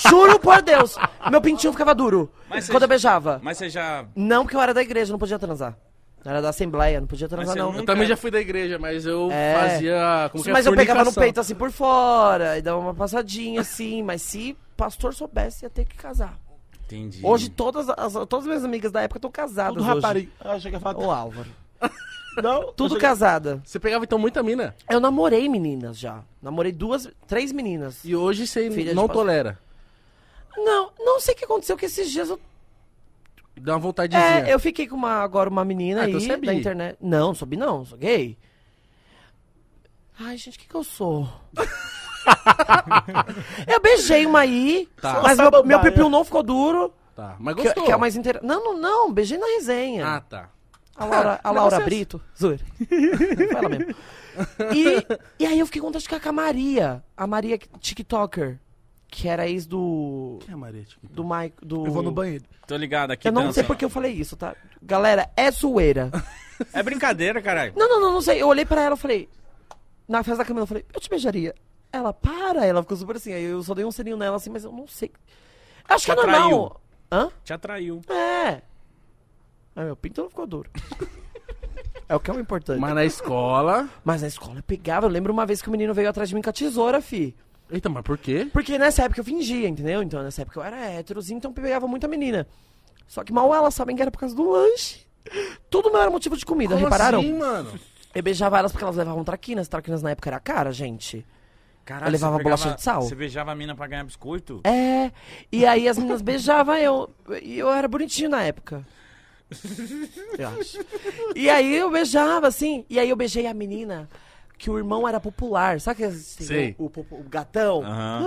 Juro por Deus. Meu pintinho ficava duro
Mas
quando
você-
eu beijava.
Mas você já.
Não, porque eu era da igreja, não podia transar. Eu era da assembleia, não podia transar,
você
não.
nunca-
Eu também já fui da igreja, mas eu
É.
fazia. Como que é,
mas eu pegava no
fornicação.
peito assim por fora, e dava uma passadinha assim. Mas se pastor soubesse, ia ter que casar.
Entendi.
Hoje todas as, todas as minhas amigas da época estão casadas
Tudo
hoje.
rapariga. Ah, chega a falar.
Ô Álvaro.
Não?
Tudo casada.
Você pegava então muita mina.
Eu namorei meninas já. Namorei duas, três meninas.
E hoje você
Filha de
não
pastor.
tolera.
Não, não sei o que aconteceu que esses dias eu
Dá uma vontadezinha.
É, eu fiquei com uma, agora uma menina
Ah,
aí
então você é bi.
da internet. Não, sou bi não, sou gay. Ai, gente, o que que eu
*laughs*
sou? eu beijei uma aí,
Tá.
mas
Só
meu,
babá,
meu pipiu não ficou duro.
Tá, mas
Que,
gostou.
que é o mais inter... Não, não, não, beijei na resenha.
Ah, tá.
A Laura, a
o
Laura
negócio é
Brito. Zoeira. *laughs* Fala mesmo. E, e aí eu fiquei com vontade de ficar com a Maria. A Maria TikToker. Que era ex do.
Que é Marete?
Do Mike. Do...
Eu vou no banheiro.
Tô ligado aqui.
Eu não
dança.
sei porque eu falei isso, tá? Galera, é zoeira.
É brincadeira, caralho.
Não, não, não, não sei. Eu olhei pra ela e falei. Na festa da Camila, eu falei, eu te beijaria. Ela, para. Ela ficou super assim. Aí eu só dei um sininho nela assim, mas eu não sei. Acho que é
Te atraiu.
normal. Hã?
Te atraiu.
É. Aí meu pinto não ficou duro. *laughs* é o que é o importante.
Mas na escola.
Mas na escola eu pegava. Eu lembro uma vez que o menino veio atrás de mim com a tesoura, fi.
Eita, mas por quê?
Porque nessa época eu fingia, entendeu? Então nessa época eu era héterozinho, então eu pegava muita menina. Só que mal elas sabem que era por causa do lanche. Tudo meu era motivo de comida,
Como
repararam?
assim, mano?
Eu beijava elas porque elas levavam traquinas. Traquinas na época era cara, gente.
Caralho,
Eu levava
você pegava-
bolacha de sal.
Você beijava a mina pra ganhar biscoito?
É. E aí as meninas beijavam eu. E eu era bonitinho na época. Eu acho. E aí eu beijava, assim. E aí eu beijei a menina que o irmão era popular. Sabe que assim,
Sei.
O, o popu- o gatão?
Aham.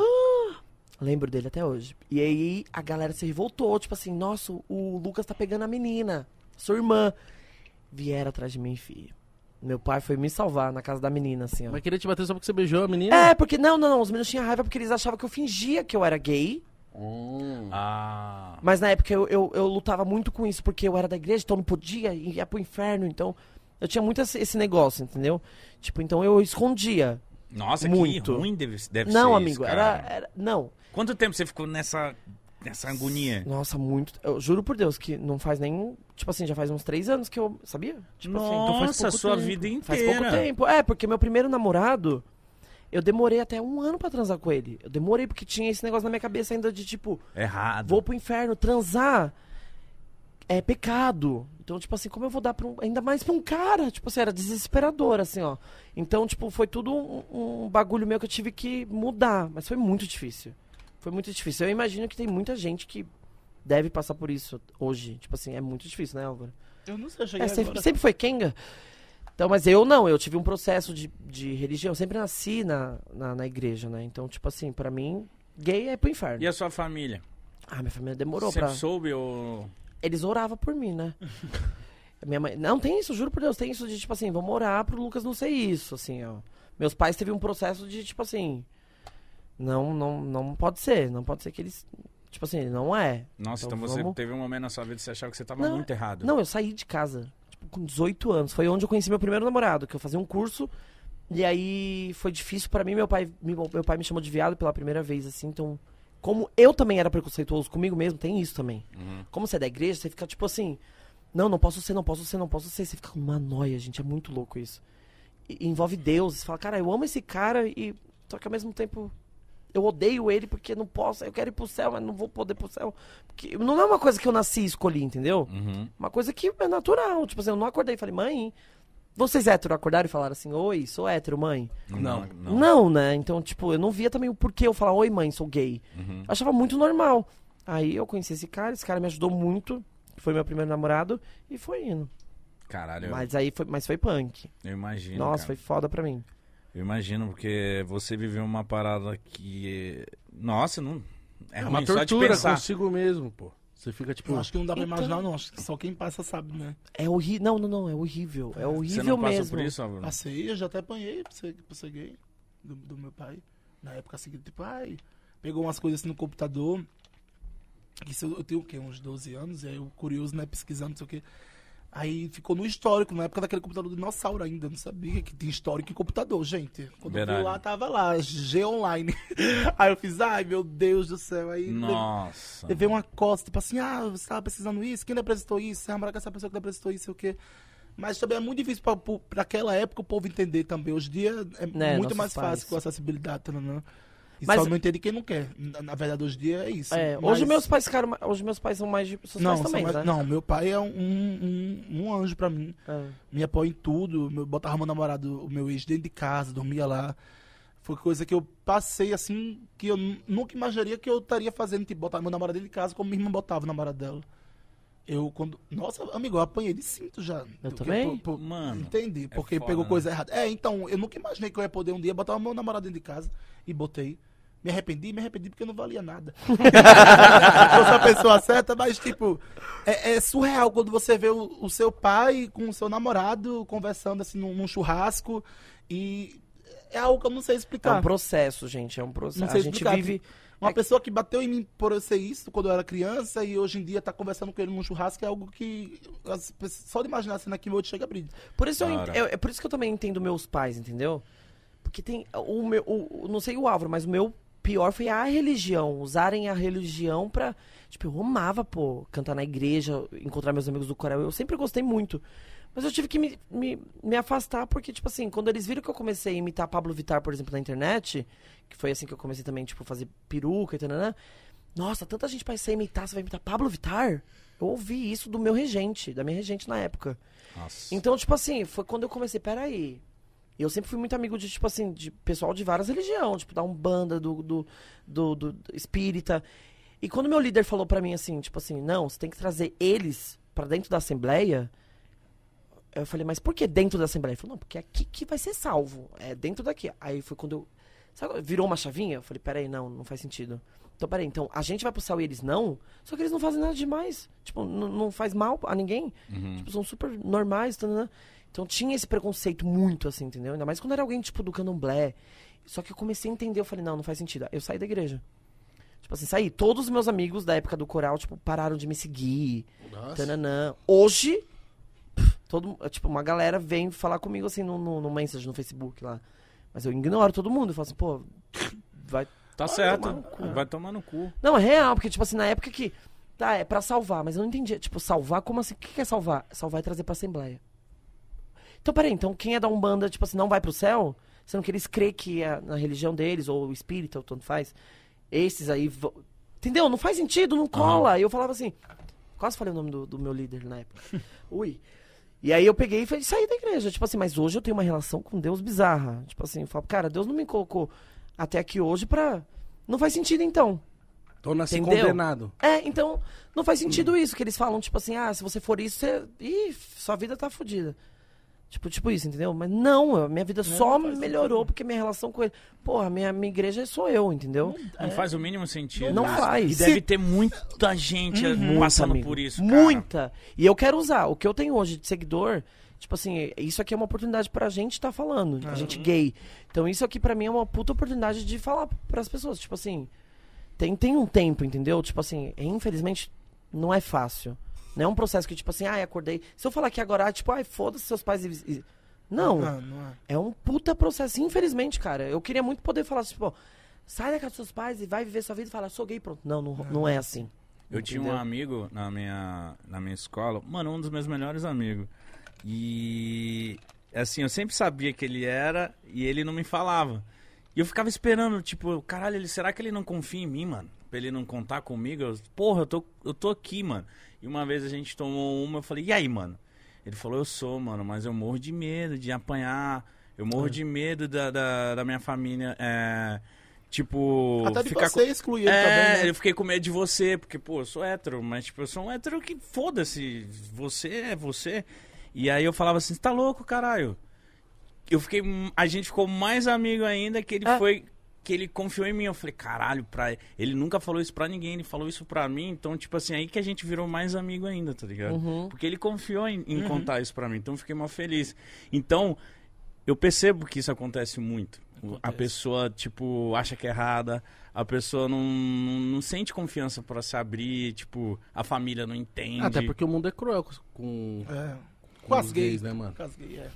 Lembro dele até hoje. E aí a galera se revoltou, tipo assim, nossa, o Lucas tá pegando a menina, sua irmã. Vieram atrás de mim, filho. Meu pai foi me salvar na casa da menina, assim, ó.
Mas queria te bater só porque você beijou a menina?
É, porque. Não, não, não. Os meninos tinham raiva porque eles achavam que eu fingia que eu era gay.
Hum.
Ah.
Mas na época eu, eu, eu lutava muito com isso, porque eu era da igreja, então não podia, ia pro inferno, então. Eu tinha muito esse, esse negócio, entendeu? Tipo, então eu escondia.
Nossa, que
Muito.
ruim deve, deve ser.
não,
isso,
amigo,
cara.
era, era. Não.
Quanto tempo você ficou nessa, nessa agonia?
Nossa, muito. Eu juro por Deus que não faz nem. Tipo assim, já faz uns três anos que eu. Sabia? Tipo assim, então faz
Nossa,
pouco
sua
tempo.
vida
Faz
inteira.
pouco tempo. É, porque meu primeiro namorado, eu demorei até um ano pra transar com ele. Eu demorei porque tinha esse negócio na minha cabeça ainda de tipo,
Errado.
vou pro inferno, transar é pecado. Então, tipo assim, como eu vou dar pra um, ainda mais pra um cara? Tipo assim, era desesperador, assim, ó. Então, tipo, foi tudo um, um bagulho meu que eu tive que mudar. Mas foi muito difícil. Foi muito difícil. Eu imagino que tem muita gente que deve passar por isso hoje. Tipo assim, é muito difícil, né, Álvaro?
Eu não sei, eu cheguei
É, sempre,
agora.
sempre foi Kenga. Então, mas eu não, eu tive um processo de, de religião. Eu sempre nasci na, na, na igreja, né? Então, tipo assim, pra mim, gay é pro inferno.
E a sua família?
Ah, minha família demorou
Sempre
pra.
soube ou...
Eles oravam por mim, né? *laughs* minha mãe. Não, tem isso, juro por Deus, tem isso de, tipo assim, vamos orar pro Lucas não ser isso, assim, ó. Meus pais teve um processo de, tipo assim. Não, não, não pode ser. Não pode ser que eles. Tipo assim, não é.
Nossa, então,
Então
você
vamos-
teve um momento na sua vida que você achava que você tava
Não,
muito errado.
Não, eu saí de casa, tipo, com 18 anos. Foi onde eu conheci meu primeiro namorado, que eu fazia um curso. E aí foi difícil pra mim, meu pai, me- meu pai me chamou de viado pela primeira vez, assim, então. Como eu também era preconceituoso comigo mesmo, tem isso também. Como você é da igreja, você fica tipo assim. Não, não posso ser, não posso ser, não posso ser. Você fica com uma noia, gente. É muito louco isso. E- e envolve Deus. Você fala, cara, eu amo esse cara e. Só que ao mesmo tempo. Eu odeio ele porque não posso. Eu quero ir pro céu, mas não vou poder ir pro céu. Porque não é uma coisa que eu nasci e escolhi, entendeu?
Uhum.
Uma coisa que é natural. Tipo assim, eu não acordei e falei, mãe, vocês hétero acordaram e falaram assim, oi, sou hétero, mãe?
Não,
Não,
não.
né? Então, tipo, eu não via também o porquê eu falar, oi, mãe, sou gay.
Uhum.
Eu achava muito normal. Aí eu conheci esse cara, esse cara me ajudou muito, foi meu primeiro namorado, e foi indo.
Caralho, eu-
Mas aí foi, mas foi punk.
eu imagino,
Nossa,
cara.
foi foda pra mim.
Eu imagino, porque você viveu uma parada que... Nossa, não... É,
É
ruim
uma
só de
tortura
pensar.
consigo mesmo, pô. Você fica tipo.
Eu acho que não dá pra imaginar, não. Acho que só quem passa sabe, né?
É horrível. Não, não, não, é horrível. É
Você
horrível
não passou
mesmo.
por isso, Álvaro?
Passei, eu já até apanhei pra ser, pra ser gay do, do meu pai. Na época seguinte, tipo, ai, pegou umas coisas assim no computador. Que se eu, eu tenho o quê? Uns 12 anos, e aí eu curioso, né? Pesquisando, não sei o quê. Aí ficou no histórico, na época daquele computador do dinossauro ainda. Eu não sabia que tinha histórico em computador, gente. Quando eu
Verdade.
fui lá, tava lá, G online. *laughs* aí eu fiz, ai meu Deus do céu. Aí
Tá.
Nossa.
Levei uma costa, tipo assim, ah, você tava precisando isso, quem apresentou isso, você namorar com essa pessoa que apresentou isso, sei o quê. Mas também é muito difícil pra, pro- pra aquela época o povo entender também. Hoje em dia é
Né,
muito
nossos
mais
pais.
fácil com a acessibilidade, tá, né? E
Mas-
só não entende quem não quer. Na, na verdade, hoje em dia é isso.
É, hoje
Mas-
meus pais ficaram. ma- Hoje meus pais são mais de. Seus
não,
pais
são
também,
mais-
né?
não, meu pai é um, um, um anjo pra mim.
É.
Me apoia em tudo. Meu, botava meu namorado, o meu ex, dentro de casa, dormia lá. Foi coisa que eu passei assim, que eu nu- nunca imaginaria que eu estaria fazendo, tipo, botar meu namorado dentro de casa como minha irmã botava o namorado dela. Eu quando. Nossa, amigo, eu apanhei de cinto já.
Eu
Porque-
também?
por- por-
Mano,
Entendi, porque
foda,
pegou
né?
coisa errada. É, então, eu nunca imaginei que eu ia poder um dia botar o meu namorado dentro de casa e botei. Me arrependi, me arrependi porque eu não valia nada. *laughs* eu sou a pessoa certa, mas, tipo, é, é surreal quando você vê o, o seu pai com o seu namorado conversando, assim, num, num churrasco. E é algo que eu não sei
É
explicar.
um processo, gente. É um
Não
processo.
sei
A gente
explicar.
vive.
Uma
é-
pessoa que bateu em mim por eu ser isso quando eu era criança e hoje em dia tá conversando com ele num churrasco é algo que. as pessoas- Só de imaginar a cena que meu olho chega a brilho.
Por isso eu, ent-
Cara.
eu- é por isso que eu também entendo meus pais, entendeu? Porque tem o meu, o, o- não sei o Álvaro, mas o meu pior foi a religião, usarem a religião pra, tipo, eu amava, pô, cantar na igreja, encontrar meus amigos do coral, eu sempre gostei muito. Mas eu tive que me, me, me afastar porque, tipo assim, quando eles viram que eu comecei a imitar Pablo Vittar, por exemplo, na internet, que foi assim que eu comecei também, tipo, fazer peruca e tal, né, nossa, tanta gente pra você imitar, você vai imitar Pablo Vittar? Eu ouvi isso do meu regente, da minha regente na época.
nossa.
Então, tipo assim, foi quando eu comecei, peraí. E Eu sempre fui muito amigo de, tipo assim, de pessoal de várias religiões, tipo, da Umbanda, do, do, do, do espírita. E quando meu líder falou pra mim assim, tipo assim, não, você tem que trazer eles pra dentro da Assembleia. Eu falei, mas por que dentro da Assembleia? Ele falou, não, porque é aqui que vai ser salvo. É dentro daqui. Aí foi quando eu. Sabe, virou uma chavinha? Eu falei, peraí, não, não faz sentido. Então, peraí, então a gente vai pro céu e eles não? Só que eles não fazem nada demais. Tipo, n- não faz mal a ninguém. Tipo, são super normais, tanana. Então tinha esse preconceito muito, assim, entendeu? Ainda mais quando era alguém, tipo, do candomblé. Só que eu comecei a entender, eu falei, não, não faz sentido. Aí Eu saí da igreja. Tipo assim, saí. Todos os meus amigos da época do coral, tipo, pararam de me seguir.
Nossa.
Tananã. Hoje, pff, todo, tipo, uma galera vem falar comigo, assim, no, no, no message, no Facebook lá. Mas eu ignoro todo mundo. Eu falo assim, pô, vai
Tá
tomar no
certo.
cu.
Vai tomar no cu.
não, é real, porque, tipo assim, na época que. Tá, é pra salvar, mas eu não entendia. Tipo, salvar, como assim? O que que é salvar? Salvar é trazer pra Assembleia. Então, peraí, então quem é da Umbanda, tipo assim, não vai pro céu? Sendo que eles crê que é na religião deles, ou espírita, ou tanto faz. Esses aí. vo- Entendeu? Não faz sentido, não cola. E eu falava assim. Quase falei o nome do, do meu líder na época. *laughs* Ui. E aí eu peguei e falei, saí da igreja. Tipo assim, mas hoje eu tenho uma relação com Deus bizarra. Tipo assim, eu falo, cara, Deus não me colocou até aqui hoje pra. Não faz sentido então.
Tô nasci
Entendeu?
condenado.
É, então não faz sentido isso que eles falam, tipo assim, ah, se você for isso, você. Ih, sua vida tá fodida. Tipo, tipo isso, entendeu? Mas não, eu- minha vida só melhorou porque minha relação com ele. Porra, minha, minha igreja sou eu, entendeu?
Não faz o mínimo sentido.
É. Não faz.
E deve ter Uhum. muita gente passando
amigo.
por isso. cara.
Muita. E eu quero usar. O que eu tenho hoje de seguidor, tipo assim, isso aqui é uma oportunidade pra gente estar falando, tipo, a
Uhum.
gente gay. Então isso aqui pra mim é uma puta oportunidade de falar pras pessoas, tipo assim, tem tem um tempo, entendeu? Tipo assim, infelizmente não é fácil. Não é um processo que tipo assim, ai, acordei. Se eu falar aqui agora, ah, tipo, ai, foda-se seus pais e- e- Não.
Ah, não é.
É um puta processo, infelizmente, cara. Eu queria muito poder falar, tipo, ó, sai da casa dos seus pais e vai viver sua vida e falar, sou gay, pronto. Não, não, não
Uhum.
é assim.
Eu tinha um
Entendeu?
amigo na minha, na minha escola, mano, um dos meus melhores amigos. E assim, eu sempre sabia que ele era e ele não me falava. E eu ficava esperando, tipo, caralho, ele, será que ele não confia em mim, mano? Pra ele não contar comigo? Eu, Porra, eu tô, eu tô aqui, mano. E uma vez a gente tomou uma, eu falei, e aí, mano? Ele falou, eu sou, mano, mas eu morro de medo de apanhar. Eu
É.
morro de medo da, da, da minha família. É, tipo.
Até de
ficar com-
você excluir ele
é,
também, né?
eu fiquei com medo de você, porque, pô, eu sou hétero, mas, tipo, eu sou um hétero que foda-se, você é você. E aí eu falava assim, você tá louco, caralho. Eu fiquei, a gente ficou mais amigo ainda que ele
É.
foi, que ele confiou em mim. Eu falei, caralho, pra... ele nunca falou isso pra ninguém, ele falou isso pra mim, então, tipo assim, aí que a gente virou mais amigo ainda, tá ligado?
Uhum.
Porque ele confiou em, em contar isso pra mim, então eu fiquei mal feliz. Então, eu percebo que isso acontece muito. O- A pessoa, tipo, acha que é errada, a pessoa não, não, não sente confiança pra se abrir, tipo, a família não entende.
Até porque o mundo é cruel com- com.
É.
Com
Com as
os
gays,
gays, né, mano?
Com as gays, é.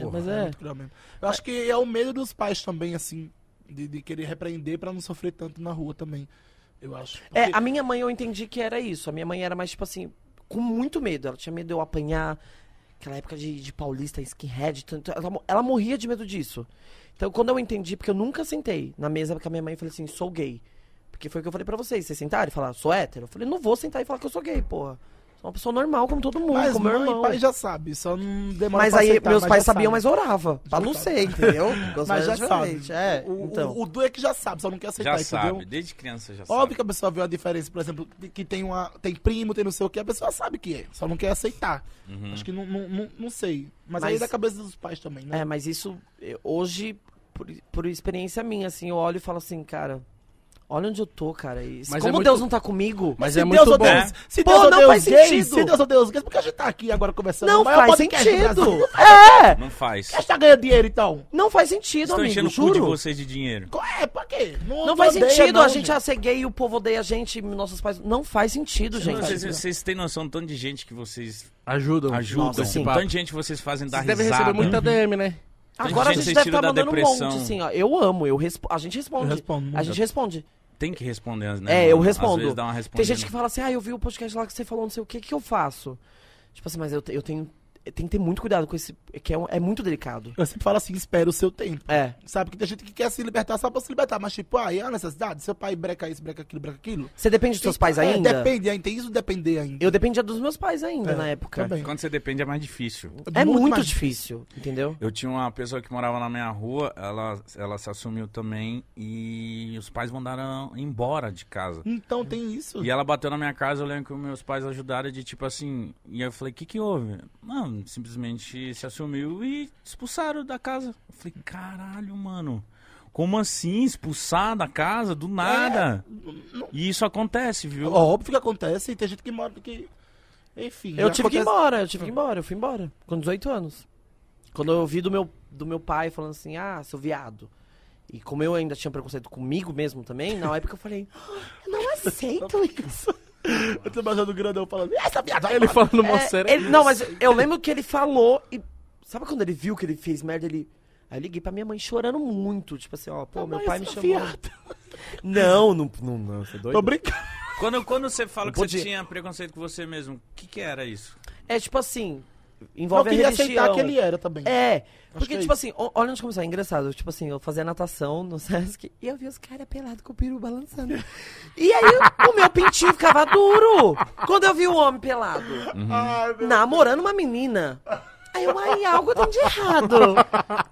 Porra,
Mas
É
é.
muito cruel mesmo. Eu acho que é o medo dos pais também, assim, de, de querer repreender pra não sofrer tanto na rua também. Eu acho. Porque
É, a minha mãe eu entendi que era isso. A minha mãe era mais, tipo assim, com muito medo. Ela tinha medo de eu apanhar. Aquela época de, de paulista, skinhead, tanto, ela, mo- ela morria de medo disso. Então, quando eu entendi, porque eu nunca sentei na mesa com a minha mãe e falei assim, sou gay. Porque foi o que eu falei pra vocês, vocês sentaram e falaram, sou hétero? Eu falei, não vou sentar e falar que eu sou gay, porra. Sou uma pessoa normal, como todo mundo,
Mas
como meu
mãe e
irmão.
pai já sabe, só não demora
Mas
pra
aí,
aceitar,
meus pais
já
sabiam,
sabe.
mas eu orava. Pra não ser,
*laughs*
entendeu?
Mas já sabe.
diferente, É,
o,
então.
o, o Du é que já sabe, só não quer
Já
aceitar,
sabe,
tá, entendeu?
desde criança já
Óbvio
sabe.
que a pessoa vê a diferença, por exemplo, de que tem uma. Tem primo, tem não sei o que, a pessoa sabe que é, só não quer aceitar.
Uhum.
Acho que não, não, não, não sei. Mas, aí é
Mas-
da cabeça dos pais também, né?
É, mas isso, eh, hoje, por, por experiência minha, assim, eu olho e falo assim, cara, olha onde eu tô, cara. E se-
Mas é
como
muito-
Deus não tá comigo.
Mas
se
é
Deus
muito bom.
odeia os- Se
Pô,
Deus
não
odeia os
faz
gays,
sentido.
se Deus odeia os gays, por que a gente tá aqui agora conversando? é
não
O maior
faz
podcast do Brasil.
sentido.
Por
É!
Não faz.
que a gente tá ganhando dinheiro, então?
Não faz sentido,
Estão enchendo
amigo,
o cu de
juro.
vocês de dinheiro.
Qual é? Pra quê?
Não faz
odeia,
sentido
não,
a gente, a ser gay e o povo odeia a gente, nossos pais. Não faz sentido, gente.
Vocês, vocês têm noção do tanto de gente que vocês
Ajudam.
ajudam,
Nossa, sim.
o tanto de gente que vocês fazem dar
Vocês devem
risada.
receber muita DM, né?
Agora a
gente
gente
que
deve
tira
estar
da
mandando um monte,
depressão.
assim, ó. Eu amo, eu respo- a gente responde.
Eu respondo. né?
A gente responde.
Tem que responder, né?
É, eu
mano? Às
respondo.
vezes dá uma
Tem
respondida.
gente que fala assim, ah, eu vi o podcast lá que você falou não sei o que, que eu faço? Tipo assim, mas eu, te- eu tenho, eu tenho que ter muito cuidado com esse, que é, um- é muito delicado.
Eu sempre falo assim, espera o seu tempo.
É.
Sabe que tem gente que quer se libertar só pra se libertar, mas tipo, ah, e a necessidade? Seu pai breca isso, breca aquilo, breca aquilo.
Você depende dos seus pais
É,
ainda?
depende ainda, tem isso de depender ainda.
Eu dependia dos meus pais ainda
É,
na época.
também.
Quando você depende é mais difícil.
É muito,
mais-
difícil, entendeu?
Eu tinha uma pessoa que morava na minha rua, ela, ela se assumiu também e os pais mandaram embora de casa.
Então tem isso.
E ela bateu na minha casa, eu lembro que meus pais ajudaram de tipo assim. E eu falei, o que, que houve? Mano, simplesmente se assumiu e expulsaram da casa. Eu falei, caralho, mano. Como assim? Expulsar da casa? Do nada. E isso acontece, viu?
É Óbvio que acontece, e tem gente que mora que. Enfim.
Eu tive que ir
acontece-
embora, eu tive que ir embora, eu fui embora, com 18 anos. Quando eu ouvi do meu, do meu pai falando assim, ah, seu viado. E como eu ainda tinha preconceito comigo mesmo também, na época eu falei, "Ah, eu não
*laughs*
aceito isso.
Eu tô imaginando o grandão falando, essa piada
Ele falando
É,
uma série.
ele- não, mas eu lembro que ele falou e. Sabe quando ele viu que ele fez merda? Ele. Aí eu liguei pra minha mãe chorando muito. Tipo assim, ó, pô, meu pai me chamou. Não, não, não, não, você é doido.
Tô brincando.
Quando, quando você fala que
podia.
você tinha preconceito com você mesmo, o que, que era isso?
É tipo assim,
Eu
envolve a
queria
religião.
aceitar que ele era também.
É,
que
porque,
é
tipo assim, o- olha onde começou, é engraçado. Tipo assim, eu fazia natação no *laughs* Sesc e eu vi os caras pelados com o peru balançando. E aí o meu pintinho ficava duro quando eu vi o homem pelado.
Hum.
Ah,
Namorando uma menina. Aí eu, ai, algo tem de errado.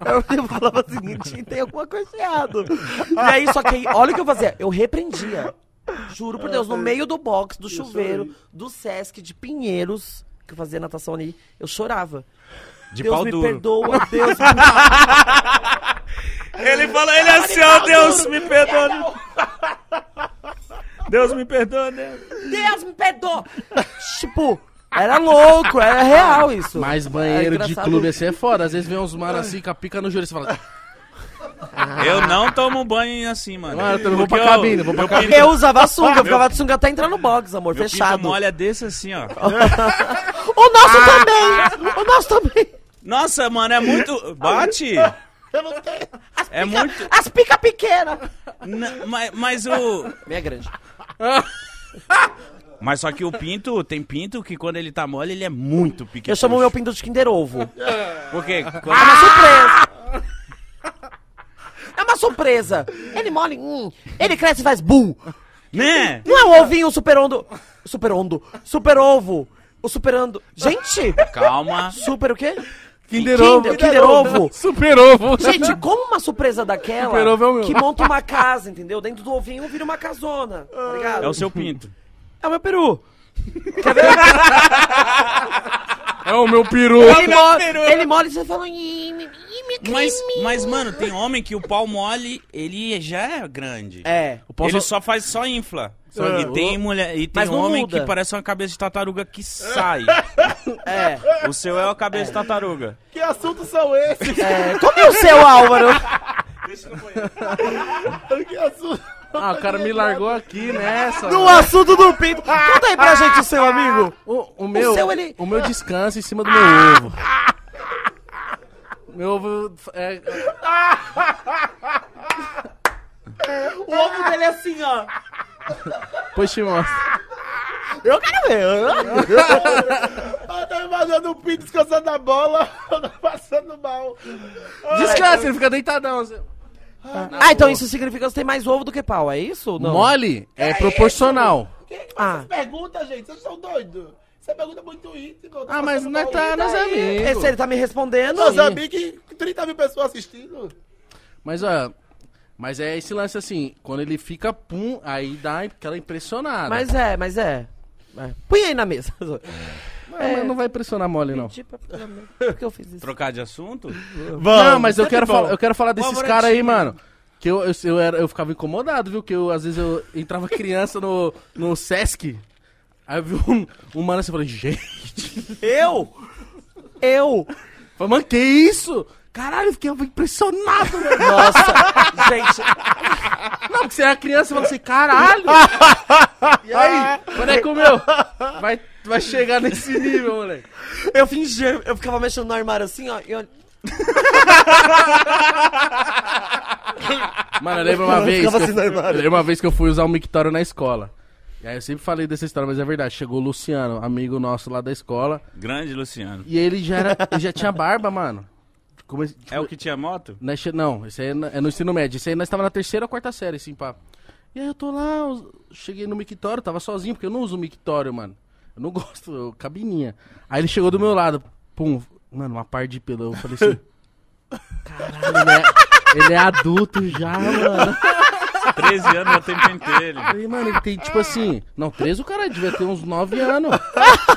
Eu, eu falava o seguinte, tem alguma coisa de errado. E aí, só que aí, olha o que eu fazia, eu repreendia. Juro por Deus, no meio do box, do chuveiro, do Sesc, de Pinheiros, que eu fazia natação ali, eu chorava.
De
Deus
pau
me
duro.
perdoa, Deus me
Ele fala, ele é assim, ó, Deus me perdoa. Deus me perdoa, né?
Deus me perdoa! tipo, era louco,
Ah,
era real isso.
Mas banheiro de
Ah, é engraçado.
clube assim é foda. Às vezes vem uns *laughs* maras assim com a pica no joelho e você fala.
Eu não tomo banho assim, mano.
Mano, eu também vou pra
Porque eu-
cabine, vou pra
eu
cabine.
Eu usava sunga, eu ficava de sunga até entrar no box, amor,
Ah, Meu pinto
fechado. *laughs*
molha desse assim, ó.
O nosso
Ah.
também! O nosso também!
Nossa, mano, é muito. Bate!
Eu não tenho.
É muito.
As pica pequena!
N- Mas, mas o.
Minha grande.
Mas só que o pinto, tem pinto que quando ele tá mole, ele é muito pequeno.
Eu chamo meu pinto de Kinder Ovo.
Porque
É
quando...
uma surpresa! É uma surpresa! Ele mole, hum, ele cresce e faz bum!
Né?
Não é um ovinho super ondo. Super ondo. Super ovo. O superando. Gente!
Calma.
Super o quê?
Kinder
Ovo.
Ovo.
Kinder Ovo.
*laughs* Super Ovo.
*laughs* Gente, como uma surpresa daquela
Superou, viu, meu?
que monta uma casa, entendeu? Dentro do ovinho vira uma casona, tá ligado?
É o seu pinto.
É o meu peru.
*laughs* É o meu peru.
Ele, mo ele mora e você fala... "Ih, me- ih, me
Mas,
creme."
mas, mano, tem homem que o pau mole, ele já é grande.
É.
Eu posso-
Ele só faz, só infla. Só-
É.
E tem mulher, e tem
Mas não
homem
muda.
que parece uma cabeça de tartaruga *laughs* que sai.
É.
O seu é uma cabeça de tartaruga.
*laughs* Que assuntos são
*laughs*
esses?
é. Como é o seu, Álvaro?
que assunto?
Ah, o cara me largou aqui nessa.
No assunto do pinto. Conta aí pra gente o seu, amigo.
O, o meu, o,
seu, ele-
meu descansa em cima do meu
*laughs*
ovo. Meu ovo é,
O ovo dele é assim, ó.
Poxa, mano.
Eu quero ver.
fazendo pin, descansando a bola, *laughs* passando mal.
Descansa, ele fica deitadão. assim.
Ah, então isso significa que você tem mais ovo do que pau, é isso? Não.
Mole é proporcional.
Quem é que
Ah.
faz essas perguntas, gente? Vocês são doidos? Você pergunta muito íntimo. eu tô
Ah, mas
passando
nós
mal.
tá,
E
nós é
daí?
amigo.
Esse ele tá me respondendo.
Nós
aí.
sabia que 30 mil pessoas assistindo.
Mas, ó, mas é esse lance assim, quando ele fica pum, aí dá aquela impressionada.
Mas é, mas é. É. Põe aí na mesa.
não, Ah,
é.
mas não vai impressionar mole, não.
Tipo, por que eu fiz isso?
Trocar de assunto?
não, mas eu
sempre
quero,
bom.
falar, eu quero
Um
falar desses
Favoretinho.
caras aí, mano. Que eu, eu, eu, era- eu ficava incomodado, viu? Que eu, às vezes eu entrava criança no, no Sesc. Aí eu vi um, um mano assim, eu falei, gente.
Eu? Eu?
Eu Falei, mano, que isso? Caralho, eu fiquei impressionado, mano.
Nossa, gente.
Não, porque você era criança e falou
*laughs*
assim, caralho! e aí? Quando é que o meu? Vai, vai chegar nesse nível, moleque.
Eu fingia, eu ficava mexendo no armário assim, ó. E eu...
Mano, eu lembro uma
Eu
vez.
ficava
que
assim no
eu,
armário.
eu lembro uma vez que eu fui usar um mictório na escola. E aí eu sempre falei dessa história, mas é verdade. Chegou o Luciano, amigo nosso lá da escola.
Grande Luciano.
E ele já, era, ele já tinha barba, mano. Come- tipo,
É o que tinha moto?
Nós che- Não, esse aí é na- é no ensino médio. Esse aí nós tava na terceira ou quarta série, assim, pá. E aí eu tô lá, eu cheguei no mictório, tava sozinho, porque eu não uso mictório, mano. Eu não *laughs* gosto, eu, cabininha. Aí ele chegou do meu lado, pum, mano, uma par de pelo. Eu falei assim, caralho, ele é, ele é adulto já, mano.
13 anos, é eu tenho pentelho.
Eu falei, mano, ele tem, tipo assim, não, 13 o cara devia ter uns 9 anos.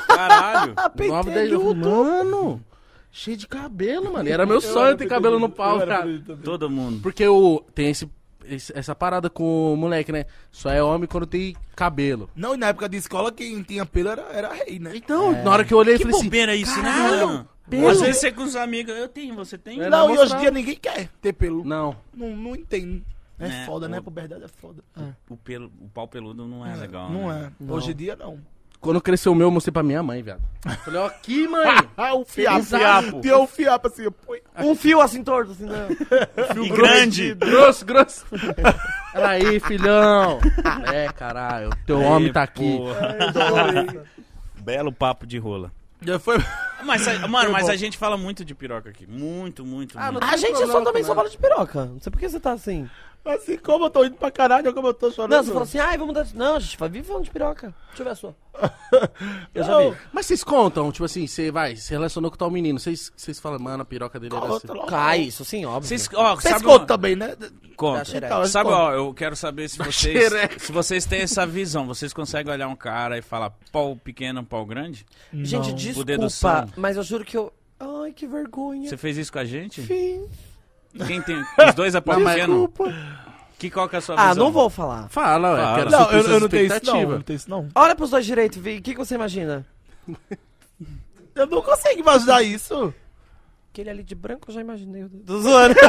Caralho.
Nove, dez- eu falei, Mano, cheio de cabelo, mano. E era meu sonho ter cabelo no pau, cara.
Todo mundo.
Porque o, tem esse, esse- essa parada com o moleque, né? Só é homem quando tem cabelo.
Não, e na época de escola, quem tinha pelo era, era rei, né?
Então, na hora que eu olhei, eu
Que
falei assim...
bobeira isso, né,
"Caralho,
mano?
pelo."
Às vezes você com os amigos, eu tenho, você tem?
É,
Não, e hoje
mostrar.
em dia ninguém quer ter pelo. Não,
Não.
não, entendo. É,
É,
foda,
o-
né? Puberdade é foda.
O, pelo, o pau peludo não é legal,
Não
né?
é. Hoje em dia, não.
Quando cresceu o meu, eu mostrei pra minha mãe, viado. Falei, ó, aqui, mãe.
Ah, o fiapo.
Fiapo.
Deu o fiapo assim, pô.
Um fio assim torto, assim, né?
é.
E grande.
Grosso, grosso. Ela aí, filhão. É, caralho, teu homem
Aí,
tá aqui. *laughs*
porra. Belo papo de rola.
Já foi.
Mas, a- mano, mas a gente fala muito de piroca aqui. Muito, muito,
Ah,
muito.
não-
A gente eu
problema
só também
com
só
nada.
fala de piroca. Não sei por que você tá assim.
Assim, como eu tô indo pra caralho, como eu tô chorando.
Não, você falou assim, ai, vamos dar. Não, gente, vai vive falando de piroca. Deixa eu ver a sua. Eu já
Não.
vi.
Então, Mas vocês contam, tipo assim, você vai, se relacionou com tal menino, vocês vocês falam, mano, a piroca dele era assim.
Cai, isso sim, óbvio.
Vocês, ó,
Vocês
sabe,
contam também, né?
Conta.
xereca.
Então,
Sabe,
conta.
ó, eu quero saber se vocês,
xereca.
se vocês têm essa visão. Vocês conseguem olhar um cara e falar pau pequeno, pau grande?
Gente,
Por
desculpa,
dedução.
mas eu juro que eu. Ai, que vergonha.
Você fez isso com a gente?
Enfim.
Quem tem? Os dois é pau
Não, mas-
pequeno? Que qual que é a sua visão?
Ah, não vou falar.
Fala, ué,
Fala.
quero
Não,
suprir
eu, eu
suas
não tenho isso, não.
expectativas.
Não tenho isso, não.
Olha pros dois direito, Vi. O que, que você imagina?
Eu não consigo imaginar isso.
Aquele ali de branco eu já imaginei. Tô zoando.
*laughs*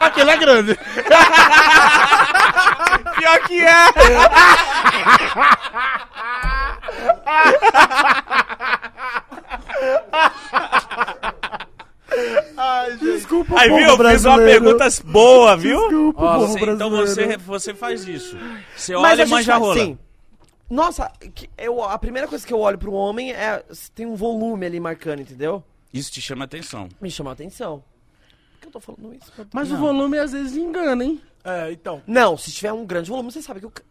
Aquele é *laughs* grande.
Pior que é!
*laughs* Ai, gente.
Desculpa,
Aí, viu? Eu Fiz uma pergunta boa, viu?
Ó,
Você-
povo
então você, você faz isso. Você
Então,
Mas
olha
a
e
gente
manja
faz-
rola.
Sim. Nossa, que eu, a primeira coisa que eu olho pro homem é se tem um volume ali marcando, entendeu?
Isso te chama atenção.
Me chamou a atenção. Por que eu tô falando isso? meu Deus?
Mas o volume às vezes engana, hein?
É, então.
Não, se tiver um grande volume, você sabe que o. ca-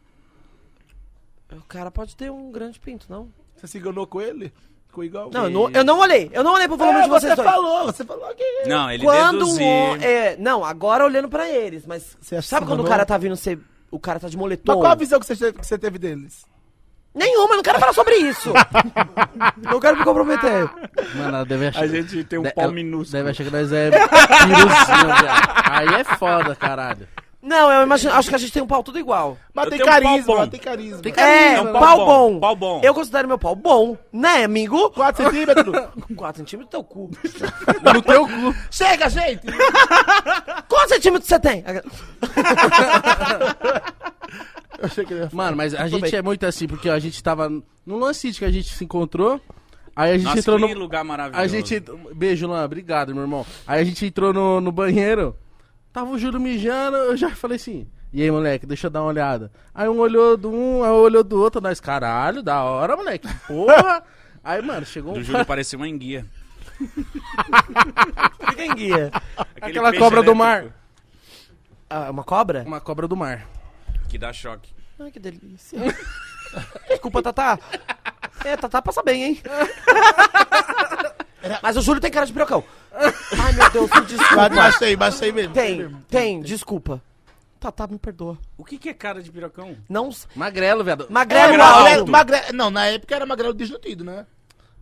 O cara pode ter um grande pinto, não?
Você se enganou com ele? Com igual?
Não, eu não, eu não olhei. Eu não olhei pro volume
É,
de vocês
você
dois.
falou, você falou que...
Não, ele
quando um
deduzir.
hom- é, Não, agora olhando pra eles, mas.
Você acha
sabe
que
quando o
mandou?
cara tá vindo ser. O cara tá de
Mas
moletom?
qual a visão que você teve, que você teve deles?
Nenhuma, eu não quero falar sobre isso.
*laughs*
não quero me comprometer.
Mano, ela deve achar.
gente
um
tem um
de- ela Deve achar que nós é piruzinho, viado. Aí é foda, caralho.
Não, eu imagino. Acho que a gente tem um pau tudo igual.
Mas
Eu
tem
tenho um pau
carisma,
bom.
mas tem carisma.
Tem
É,
carisma,
um
pau,
pau
bom.
bom, pau bom.
Eu considero meu pau bom, né, amigo?
4 *laughs* centímetros.
4 centímetros do teu *laughs* cu.
No teu cu. *laughs*
Chega, gente!
*laughs* Quantos centímetros você tem?
Eu achei que ele ia falar.
Mano, mas a gente
bem.
é muito assim, porque a gente tava no lance que a gente se encontrou. Aí a gente
Nossa,
entrou
que
no.
lugar maravilhoso.
A gente. Beijo, Luan. Obrigado, meu irmão. Aí a gente entrou no, no banheiro. Tava o Júlio mijando. Eu já falei assim. E aí, moleque, deixa eu dar uma olhada. Aí um olhou do um, aí olhou do outro, nós, caralho, da hora, moleque,
*laughs*
porra. aí, mano, chegou
Do
um
Júlio parecia uma enguia.
Quem guia?
Aquele
Aquela
peixe
cobra do
elétrico
mar.
Ah, uma cobra?
*laughs* Uma cobra do mar.
Que dá choque.
Ai, que delícia. Desculpa, Tatá. É, Tatá passa bem, hein? Mas o Júlio tem cara de pirocão. Ai, meu Deus, me
Ba-
desculpa.
Baixei, baixei mesmo.
Tem, tem, desculpa. Tatá, me perdoa.
O que, que é cara de pirocão?
Não. s-
Magrelo, viado.
Magrelo,
Magrelo,
alto.
é magre- Não, na época era magrelo desnutrido, né?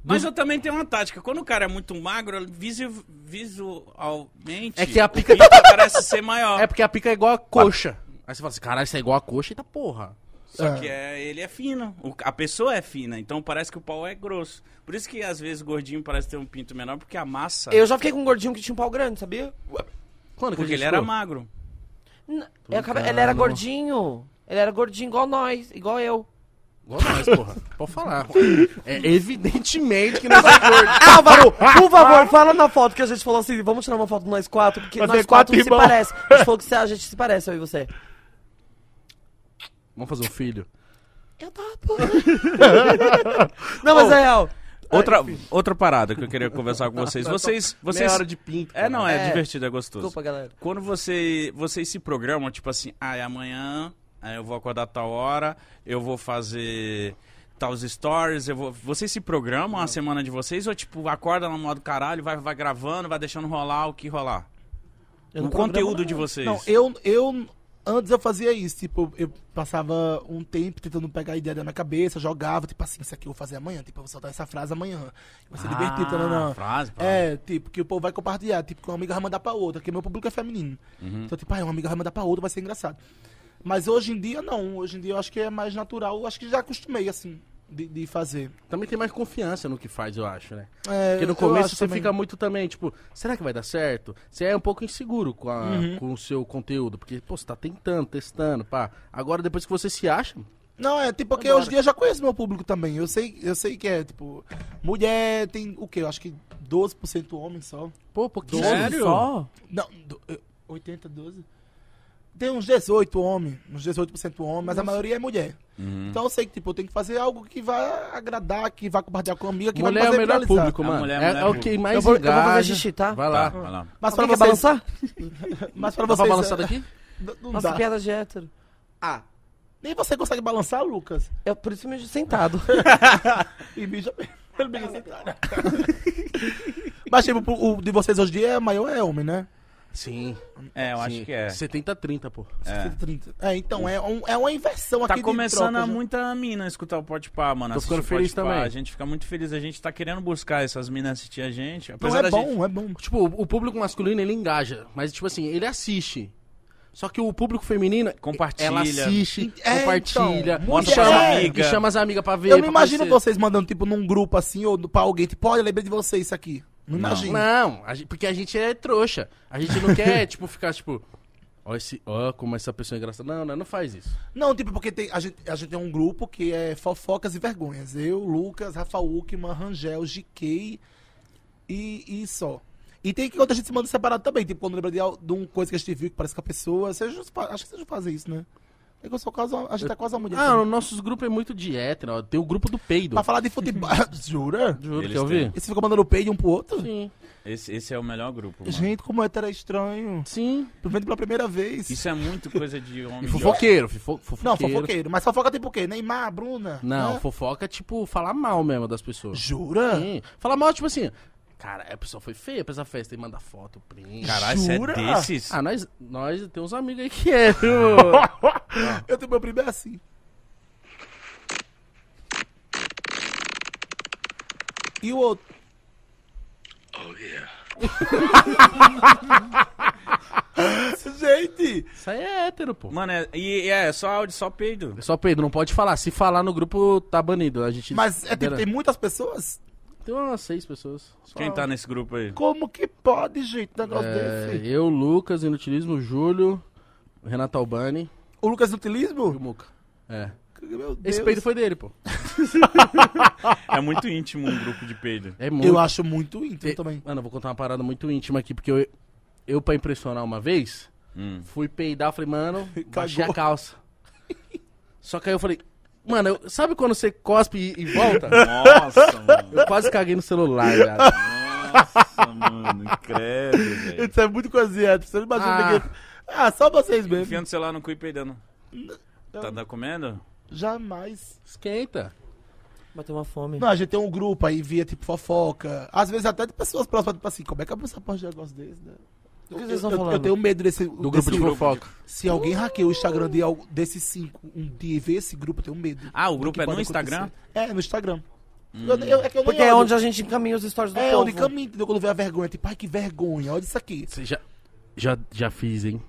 Mas eu também tenho uma tática. Quando o cara é muito magro, ele visu- visualmente.
É que a
o
pica-
bico parece ser maior.
*laughs* É porque a pica é igual a coxa. Aí você fala assim, caralho, isso é igual a coxa, eita porra.
Só
Ah.
É.
que é, ele é fino. O- a pessoa é fina, então parece que o pau é grosso. Por isso que às vezes gordinho parece ter um pinto menor, porque a massa.
Eu já fiquei com um gordinho que tinha um pau grande, sabia?
Quando que a
Porque
gente
ele era
ficou?
magro.
N- eu acabei- Ele era gordinho. Ele era gordinho igual nós, igual eu.
Igual
*laughs*
nós, porra. Pode falar. É evidentemente que nós é
Ah,
gordo.
Álvaro, por favor, fala na foto que a gente falou assim, vamos tirar uma foto de nós quatro, porque
Fazer
nós quatro
é quatro
se
irmãos.
parece. A gente falou que a gente se parece, eu e você.
Vamos fazer um filho.
Eu tava, pô. *laughs* Não, mas é real.
Outra, outra parada que eu queria conversar com
*laughs*
vocês. Vocês. vocês...
Meia hora de pinto.
É, não, é,
É.
divertido, é gostoso.
Desculpa, galera.
Quando você, vocês se programam, tipo assim, ah, é amanhã, aí eu vou acordar tal hora, eu vou fazer tal stories, eu vou... Vocês se programam a semana de vocês ou, tipo, acorda no modo caralho, vai, vai gravando, vai deixando rolar o que rolar?
Eu
o
não programo
conteúdo
nada.
de vocês.
Não, eu, eu. Antes eu fazia isso, tipo, eu passava um tempo tentando pegar a ideia da minha cabeça, jogava, tipo assim, isso aqui eu vou fazer amanhã, tipo, eu vou soltar essa frase amanhã. Vai ser divertido, não, não.
Ah, Frase, pá.
É, tipo, que o povo vai compartilhar, tipo, que uma amiga vai mandar pra outra, que meu público é feminino.
Uhum.
Então, tipo, ah, uma amiga vai mandar pra outra, vai ser engraçado. Mas hoje em dia, não. Hoje em dia eu acho que é mais natural, eu acho que já acostumei, assim, de, de fazer.
Também tem mais confiança no que faz, eu acho, né?
É,
Porque no
eu
começo
acho
você
também.
fica muito também, tipo, será que vai dar certo? Você é um pouco inseguro com, a- com o seu conteúdo, porque, pô, você tá tentando, testando, pá. Agora, depois que você se acha,
Não, é, tipo, porque
Vambora.
hoje em dia eu já conheço meu público também. Eu sei, eu sei que é, tipo, mulher tem o quê? Eu acho que 12% homem só.
pô, um pouquinho. assim,
Sério?
Só?
Não, do- eu- 80, 12? Tem uns 18 homem, uns 18% homem, mas a maioria é mulher.
Uhum.
Então eu sei que, tipo, eu tenho que fazer algo que vai agradar, que vai compartilhar com a amiga, que
Mulher é
vai
o
me fazer
melhor
viralizar.
público,
A
mano.
mulher é o
é,
melhor
é o
público.
que mais
Eu vou- eu vou
engaja.
fazer xixi, tá?
Vai
Tá,
lá.
vai lá.
Mas pra
Alguém quer
vocês...
balançar?
Mas pra
Dá pra
vocês...
balançar daqui?
Não, não
Nossa,
dá.
piada de hétero. Ah,
Nem você consegue balançar, Lucas.
eu, por isso eu me *laughs* sentado.
E mija... *laughs* Ele mija sentado. Mas, tipo, o de vocês hoje em dia é maior é homem, né?
Sim.
É, eu
sim.
acho que é.
70 30, pô.
É.
30. É, então, é, um- é uma inversão aqui
Tá
de
começando
troca,
a
já.
muita mina escutar o Pode Pá, mano.
Tô
assistir
ficando
o
feliz
Pode Pá.
também.
A gente fica muito feliz. A gente tá querendo buscar essas minas assistir a gente.
Não,
Apesar
é
da
bom,
gente...
é bom.
Tipo, o público masculino, ele engaja. Mas, tipo assim, ele assiste. Só que o público feminino...
Compartilha.
Ela assiste,
É,
compartilha.
então,
mostra
e
pra
chama,
amiga.
E chama as amigas pra ver.
Eu não
pra
imagino
conhecer.
vocês mandando, tipo, num grupo assim, ou pra alguém, tipo, olha, lembrei de você isso aqui. Não,
Não.
imagino.
Não, a gente- porque a gente é trouxa. A gente não *laughs* quer, tipo, ficar, tipo... Ó, esse, ó, como essa pessoa é engraçada. Não, não, não faz isso.
Não, tipo, porque tem, a, gente, a gente tem um grupo que é fofocas e vergonhas. Eu, Lucas, Rafa Uckman, Rangel, GK e, e só. E tem que outra gente se manda separado também. Tipo, quando lembra de, al- de uma coisa que a gente viu que parece com a pessoa. Vocês não fa- acho que vocês não fazem isso, né? É que eu sou quase. uma- A gente tá quase uma mulher.
Ah,
também.
o nosso grupo é muito de hétero. ó. Tem o grupo do peido.
Pra falar de
*laughs*
futebol. *laughs* Jura?
Tá Juro,
Eles
quer ouvir?
E você fica mandando peido um pro outro?
Sim.
Esse, esse é o melhor grupo, mano.
Gente, como hétero é estranho.
Sim.
Tô vendo pela primeira vez.
Isso é muito coisa de homem.
E
idiota.
fofoqueiro, fofo- fofoqueiro.
Não, fofoqueiro. Mas fofoca tipo o quê? Neymar, Bruna?
Não,
né?
fofoca é tipo falar mal mesmo das pessoas.
Jura?
Sim. Falar mal, tipo assim, cara, a pessoa foi feia pra essa festa e manda foto, print.
Caralho, você é
Jura?
desses?
Ah, nós, nós temos uns amigos aí que *laughs* é, viu?
Eu tenho meu primo é assim. E o outro? *laughs* Gente!
Isso aí é hétero, pô.
Mano, é, e e é só áudio, só peido.
Só Pedro, não pode falar. Se falar no grupo, tá banido. A gente.
Mas é, tipo,
libera.
tem muitas pessoas?
Tem umas seis pessoas. Só-
Quem tá nesse grupo aí?
Como que pode, gente, um negócio
É,
desse?
eu, Lucas, Inutilismo, Júlio, Renato Albani
O Lucas
e o
Nutilismo?
Muca. É.
Meu Deus.
Esse peido foi dele, pô.
É muito íntimo um grupo de peido.
É muito.
Eu acho muito íntimo
E-
também.
Mano, eu vou contar uma parada muito íntima aqui, porque eu, eu pra impressionar uma vez,
Hum.
Fui peidar, falei, mano, baixei a
*laughs* Cagou.
calça. Só que aí eu falei, mano, eu- sabe quando você cospe e, e volta?
Nossa, mano.
Eu quase caguei no celular, viado.
Nossa, mano. Credo, velho.
Isso é muito com asiático. Você não imagina
Ah.
ninguém. Ah, só vocês mesmo.
Enfiando o celular no cu e peidando. Tá, tá comendo?
Jamais.
Esquenta.
Bateu uma fome.
Não, a gente tem um grupo aí, via tipo fofoca. Às vezes até de pessoas próximas, tipo assim, como é que a pessoa pode jogar um negócio desse, né?
que
Eu,
vocês estão
eu- eu
falando?
tenho medo desse.
Do grupo de fofoca.
Se alguém hackeia o Instagram de al- desses cinco um dia e vê esse grupo, eu tenho medo.
Ah, o
do
grupo
que
é no
pode
Instagram?
acontecer. É, no Instagram. Eu- eu- é que eu nem
Porque é
olho.
onde a gente encaminha os stories do
É,
povo.
onde caminho, entendeu? Quando vê a vergonha, tipo, ai que vergonha, olha isso aqui.
Você já, já, já fiz, hein?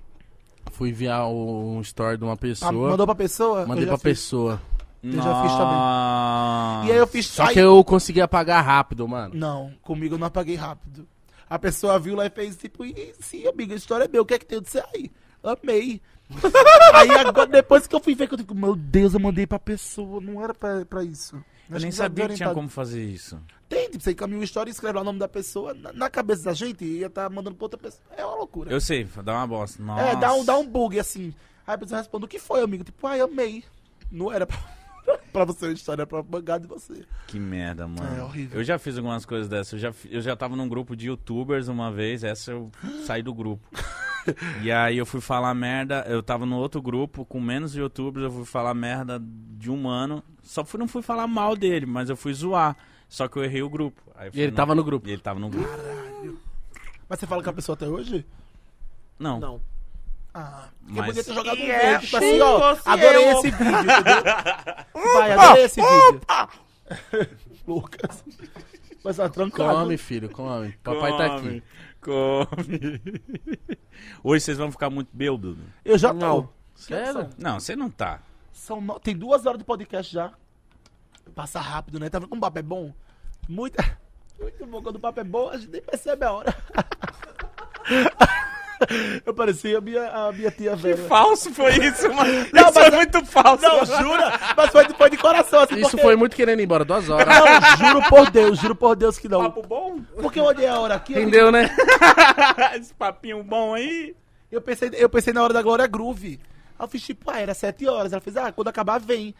Fui enviar o- um story de uma
Ah,
pessoa.
mandou pra pessoa?
mandei
Eu
pra
já fiz.
pessoa.
Eu já fiz também.
também.
E aí eu fiz.
Só
ai,
que eu consegui apagar rápido, mano.
Não, comigo eu não apaguei rápido. A pessoa viu lá e fez tipo, e sim, amiga, a história é meu, o que é que tem de ser aí? Amei. *laughs* aí agora, depois que eu fui ver, que eu digo, meu Deus, eu mandei pra pessoa, não era pra, pra isso.
Eu nem sabia que tinha como fazer isso.
Tem, tipo, você encaminha uma história e escreve lá o nome da pessoa, na, na cabeça da gente, ia estar mandando pra outra pessoa. É uma loucura.
Eu sei, dá uma bosta. Nossa.
É, dá um, dá um bug, assim. Aí a pessoa responde, o que foi, amigo? Tipo, ai, amei. Não era pra, *laughs* pra você a história, era pra bangar de você.
Que merda, mano.
É horrível.
Eu já fiz algumas coisas dessas. Eu já, fi- eu já tava num grupo de youtubers uma vez, essa eu saí do
*laughs*
grupo. e aí eu fui falar merda, eu tava no outro grupo com menos youtubers, eu fui falar merda de um mano. Só fui, não fui falar mal dele, mas eu fui zoar. Só que eu errei o grupo. Aí eu
E
fui,
ele
não.
tava no grupo.
E ele tava no grupo.
Mas você fala com a pessoa até hoje?
Não.
Não.
Ah, porque
Mas-
podia ter jogado um
E
verde,
é
tipo
assim,
assim, ó,
você
adorei
é o-
esse vídeo, entendeu? Vai, adorei esse vídeo. *laughs* Lucas. Mas tá trancado.
Come, filho,
*laughs*
come. Papai tá aqui.
Come. Hoje vocês vão ficar muito bêbado.
Eu já tô.
Não.
Sério?
Não, você não tá.
São no- Tem duas horas de podcast já. Passa rápido, né? Tá vendo como o papo é bom? Muito... Muito bom. Quando o papo é bom, a gente nem percebe a hora. *laughs* Eu parecia a minha, a minha tia velha.
Falso foi isso, mano.
Não,
isso
mas-
é-
foi muito falso.
Não, jura? Mas foi, foi de coração, assim,
Isso
porque-
foi muito querendo ir embora, duas horas.
Não, juro por Deus, juro por Deus que não.
Papo bom?
Porque eu olhei a hora aqui, eu-
Entendeu, né?
*laughs* Esse papinho bom aí.
Eu pensei, eu pensei na hora da Glória Groove. Aí eu fiz tipo, ah, era sete horas. Ela fez, ah, quando acabar, vem.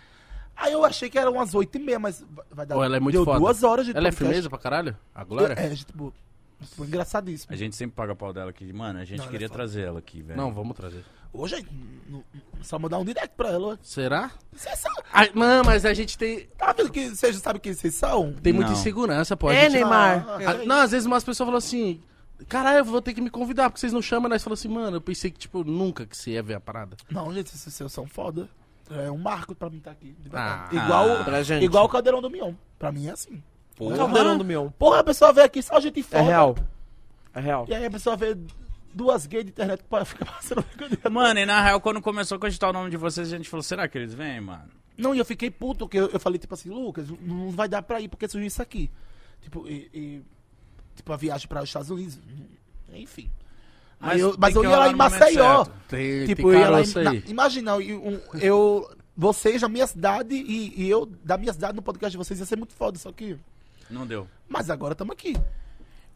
Aí eu achei que era umas oito e meia, mas vai- vai dar.
Pô, ela é muito
Deu
foda.
duas horas *laughs* de
Ela é
podcast.
firmeza pra caralho? A
Eu-
Glória?
É, gente, tipo, tipo, engraçadíssimo.
A gente sempre paga pau dela aqui. Mano, a gente
Não,
queria
não é
trazer ela aqui, velho.
Não, vamos trazer.
Hoje, n- n- só mandar um direct pra ela.
Será?
Vocês são.
Ai, mano, mas a gente tem,
Tá vendo que vocês sabem quem vocês são?
tem muita
Não.
insegurança, pô. A
É,
gente-
Neymar.
Ah,
Ah, não, às vezes umas pessoas falam assim, caralho, eu vou ter que me convidar, porque vocês não chamam, nós falamos assim, mano, eu pensei que, tipo, nunca que você ia ver a parada.
Não, gente, vocês, vocês são foda. É um marco pra mim estar aqui. de verdade.
Ah,
igual,
pra gente.
igual o Caldeirão do Mion. Pra mim é assim.
Porra.
Caldeirão do Tá meu.
Porra, a pessoa vem aqui só gente
É
foda.
real. É real.
E aí a pessoa vê duas gays de internet pra ficar *laughs* passando vergonha.
Mano, e na real, quando começou a cogitar o nome de vocês, a gente falou, será que eles vêm, mano?
Não, e eu fiquei puto, porque eu, eu falei, tipo assim, Lucas, não- não vai dar pra ir porque surgiu isso aqui. Tipo, e, e- tipo a viagem para os Estados Unidos. Enfim. Aí eu- Mas,
tem
eu,
que
ia lá
rolar
em
no momento
Maceió.
certo.
Tem,
Tipo, eu ia lá
caroço
em, na, Imagina, eu, um- eu- vocês da minha cidade e, e eu da minha cidade no podcast de vocês ia ser muito foda, só que.
Não deu.
Mas agora estamos aqui.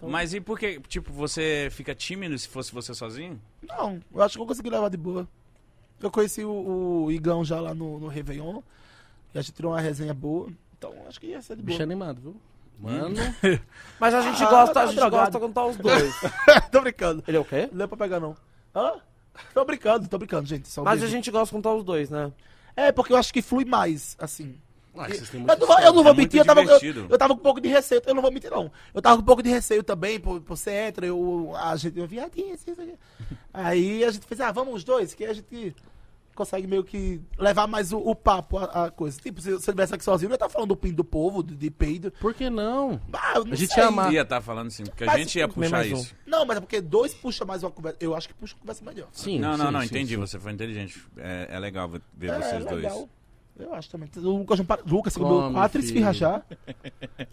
Mas e por que, tipo, você fica tímido se fosse você sozinho?
Não, eu acho que eu consegui levar de boa. Eu conheci o, o Igão já lá no, no Réveillon. E a gente tirou uma resenha boa. Então acho que ia ser de boa.
Bicho é
*laughs*
animado, viu? Mano,
Mas a gente
Ah,
gosta, a
tá
gente
drogado.
gosta quando tá os dois.
tô brincando.
Ele é o quê?
Não é pra pegar, não. Hã? Tô brincando, tô brincando, gente. Só um
Mas a
beijo.
gente gosta quando tá os dois, né?
É, porque eu acho que flui mais, assim.
ah, vocês têm
Eu
muito
não vou, eu não vou
muito
mentir, eu tava, eu,
divertido.
eu tava com um pouco de receio, eu não vou mentir, não. Eu tava com um pouco de receio também, por, por ser hétero, eu, a gente, eu viadinho, assim, isso aqui. Aí a gente fez, ah, vamos os dois, que a gente consegue meio que levar mais o, o papo, a, a coisa. Tipo, se, se eu estivesse aqui sozinho, eu não ia estar falando do pinto do povo, de, de peido.
Por que não?
Ah, eu não
A gente
sei.
ia amar. Ah.
Ia tá falando assim, porque a
Mas
gente ia
comer
puxar
mais um.
isso.
Não, mas é porque dois puxa mais uma conversa. Eu acho que puxa uma conversa melhor.
Sim,
não, não,
um. sim,
não,
sim,
entendi.
sim.
Você foi inteligente. É, é legal ver ver
É,
vocês dois.
legal. Eu acho também. O Lucas, não para- Lucas comeu
Come,
quatro
filho.
esfirras já.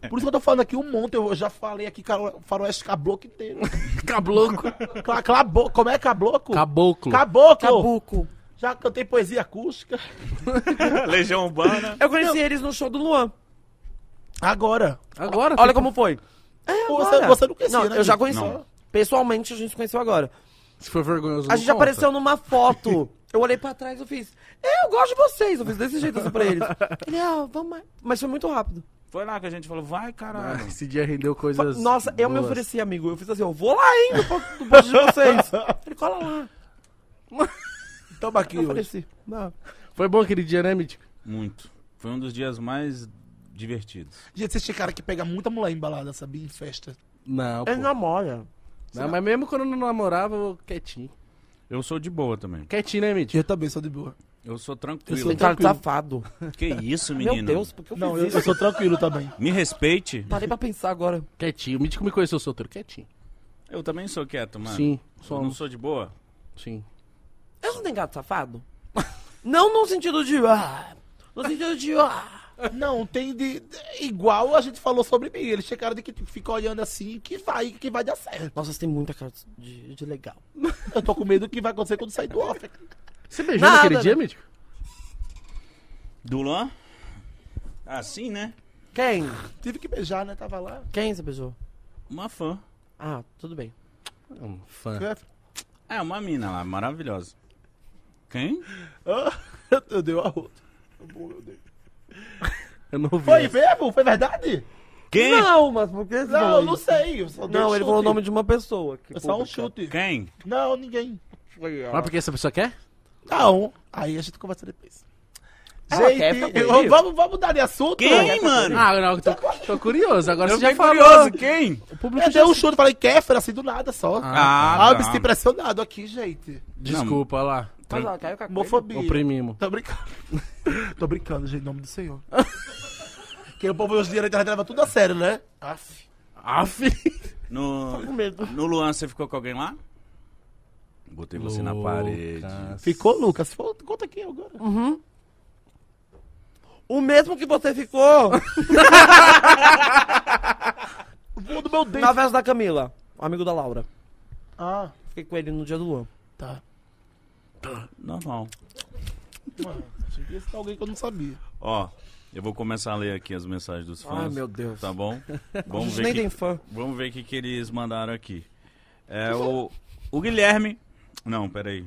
Por isso que eu tô falando aqui um monte. Eu já falei aqui caro- faroeste cabloco *laughs* inteiro.
*laughs* Cabloco.
Cla, clabo, como é
Tipo,
cabloco?
Caboclo.
Caboclo.
Cabuco.
Já cantei poesia acústica.
*laughs* Legião Urbana.
Eu conheci eles no show do Luan.
Agora.
Agora.
Olha como foi.
Pô, você,
Olha.
você não conhecia,
É, Não,
né?
eu já
gente?
conheci.
Não.
Pessoalmente, a gente se conheceu agora.
Se for
A
vergonhoso, não
gente
conta.
apareceu numa *laughs* foto. Eu olhei pra trás e eu fiz. "É, Eu gosto de vocês. Eu fiz desse jeito assim pra eles. Ele, ah, vamos mais. Mas foi muito rápido.
Foi lá que a gente falou, vai,
Ah,
caralho.
Esse dia rendeu coisas.
Nossa, eu me
boas.
ofereci, amigo. Eu fiz assim, eu vou lá ainda pro posto de vocês. *laughs* Ele, cola lá.
Toma aqui,
Eu
hoje.
ofereci. Não.
Foi bom aquele dia, né, Mítico?
Muito. Foi um dos dias mais divertidos.
Gente, vocês tinham cara que pega muita mulher embalada, sabia? Em festa.
Não, pô.
Ele namora.
Não, mas mesmo quando eu não namorava, eu quietinho.
Eu sou de boa também.
Quietinho, né, Mítico?
Eu também sou de boa.
Eu sou
Eu
tranquilo.
sou
Tem cara de
tranquilo.
tá safado.
Que isso, menino?
Meu Deus, por que eu
Não, eu,
fiz
eu
isso?
sou tranquilo também.
Me respeite.
Parei pra pensar agora.
Quietinho. O Mítico me conheceu solteiro. Quietinho.
Eu também sou quieto, mano.
Sim. um
Eu não
Somos.
sou de boa?
Sim.
Eu não tenho gato safado? Não no sentido de. Ah, no sentido de. Ah,
Não, tem de. Igual a gente falou sobre mim. Eles tinha cara de que tipo, fica olhando assim que vai, que vai dar certo.
nossa, você tem muita cara de, de legal.
Eu tô com medo do que vai acontecer quando sair do off.
Você beijou
Nada,
naquele
né?
dia, Mítico?
Dulan? Assim, né?
Quem?
Tive que beijar, né? Tava lá.
Quem você beijou?
Uma fã.
Ah, tudo bem.
Um fã.
É, uma mina lá, maravilhosa. Quem?
*laughs* Ah, eu dei uma outra. Meu Deus.
Eu não vi.
Foi mesmo? Foi verdade?
Quem?
Não, mas por que você
Não,
falou
eu não
isso?
sei. eu só dei um
Não, ele
chute.
falou o nome de uma pessoa. Que
É só um
publica.
chute.
Quem?
Não, ninguém.
Mas porque essa pessoa quer?
Não. Aí a gente conversa depois.
Ela
Gente,
quer ficar com
eu-
ele?
vamos, vamos mudar de assunto?
Quem, mano?
Ah, não, tô, tô curioso. Agora
eu
você já
fiquei
falou.
curioso, quem?
O público
É,
Eu
já
dei um chute, falei Kéfera, assim do nada só.
Ah,
Ah, eu
tá.
me senti impressionado aqui, gente.
Desculpa, olha lá.
Mas ela caiu com a coisa.
Homofobia.
Oprimimos.
Tô brincando. *laughs* Tô brincando, gente, em nome do Senhor. *laughs* Porque o povo hoje em dia leva tudo a sério, né? Aff.
Aff.
No,
é
com medo.
no Luan, você ficou com alguém lá? Botei você na parede.
Ficou, Lucas? Fala- Conta aqui agora.
Uhum. O mesmo que você
*laughs*
ficou
Vou do meu dente.
na festa da Camila, amigo da Laura.
Ah,
Fiquei com ele no dia do Luan.
tá.
Normal.
Mano, achei que ia citar alguém que eu não sabia.
Ó, eu vou começar a ler aqui as mensagens dos fãs.
Ai, meu Deus.
Tá bom?
a
Vamos
gente
ver
nem
que-
tem fã.
Vamos ver o que, que eles mandaram aqui. É o, o Guilherme. Não, peraí.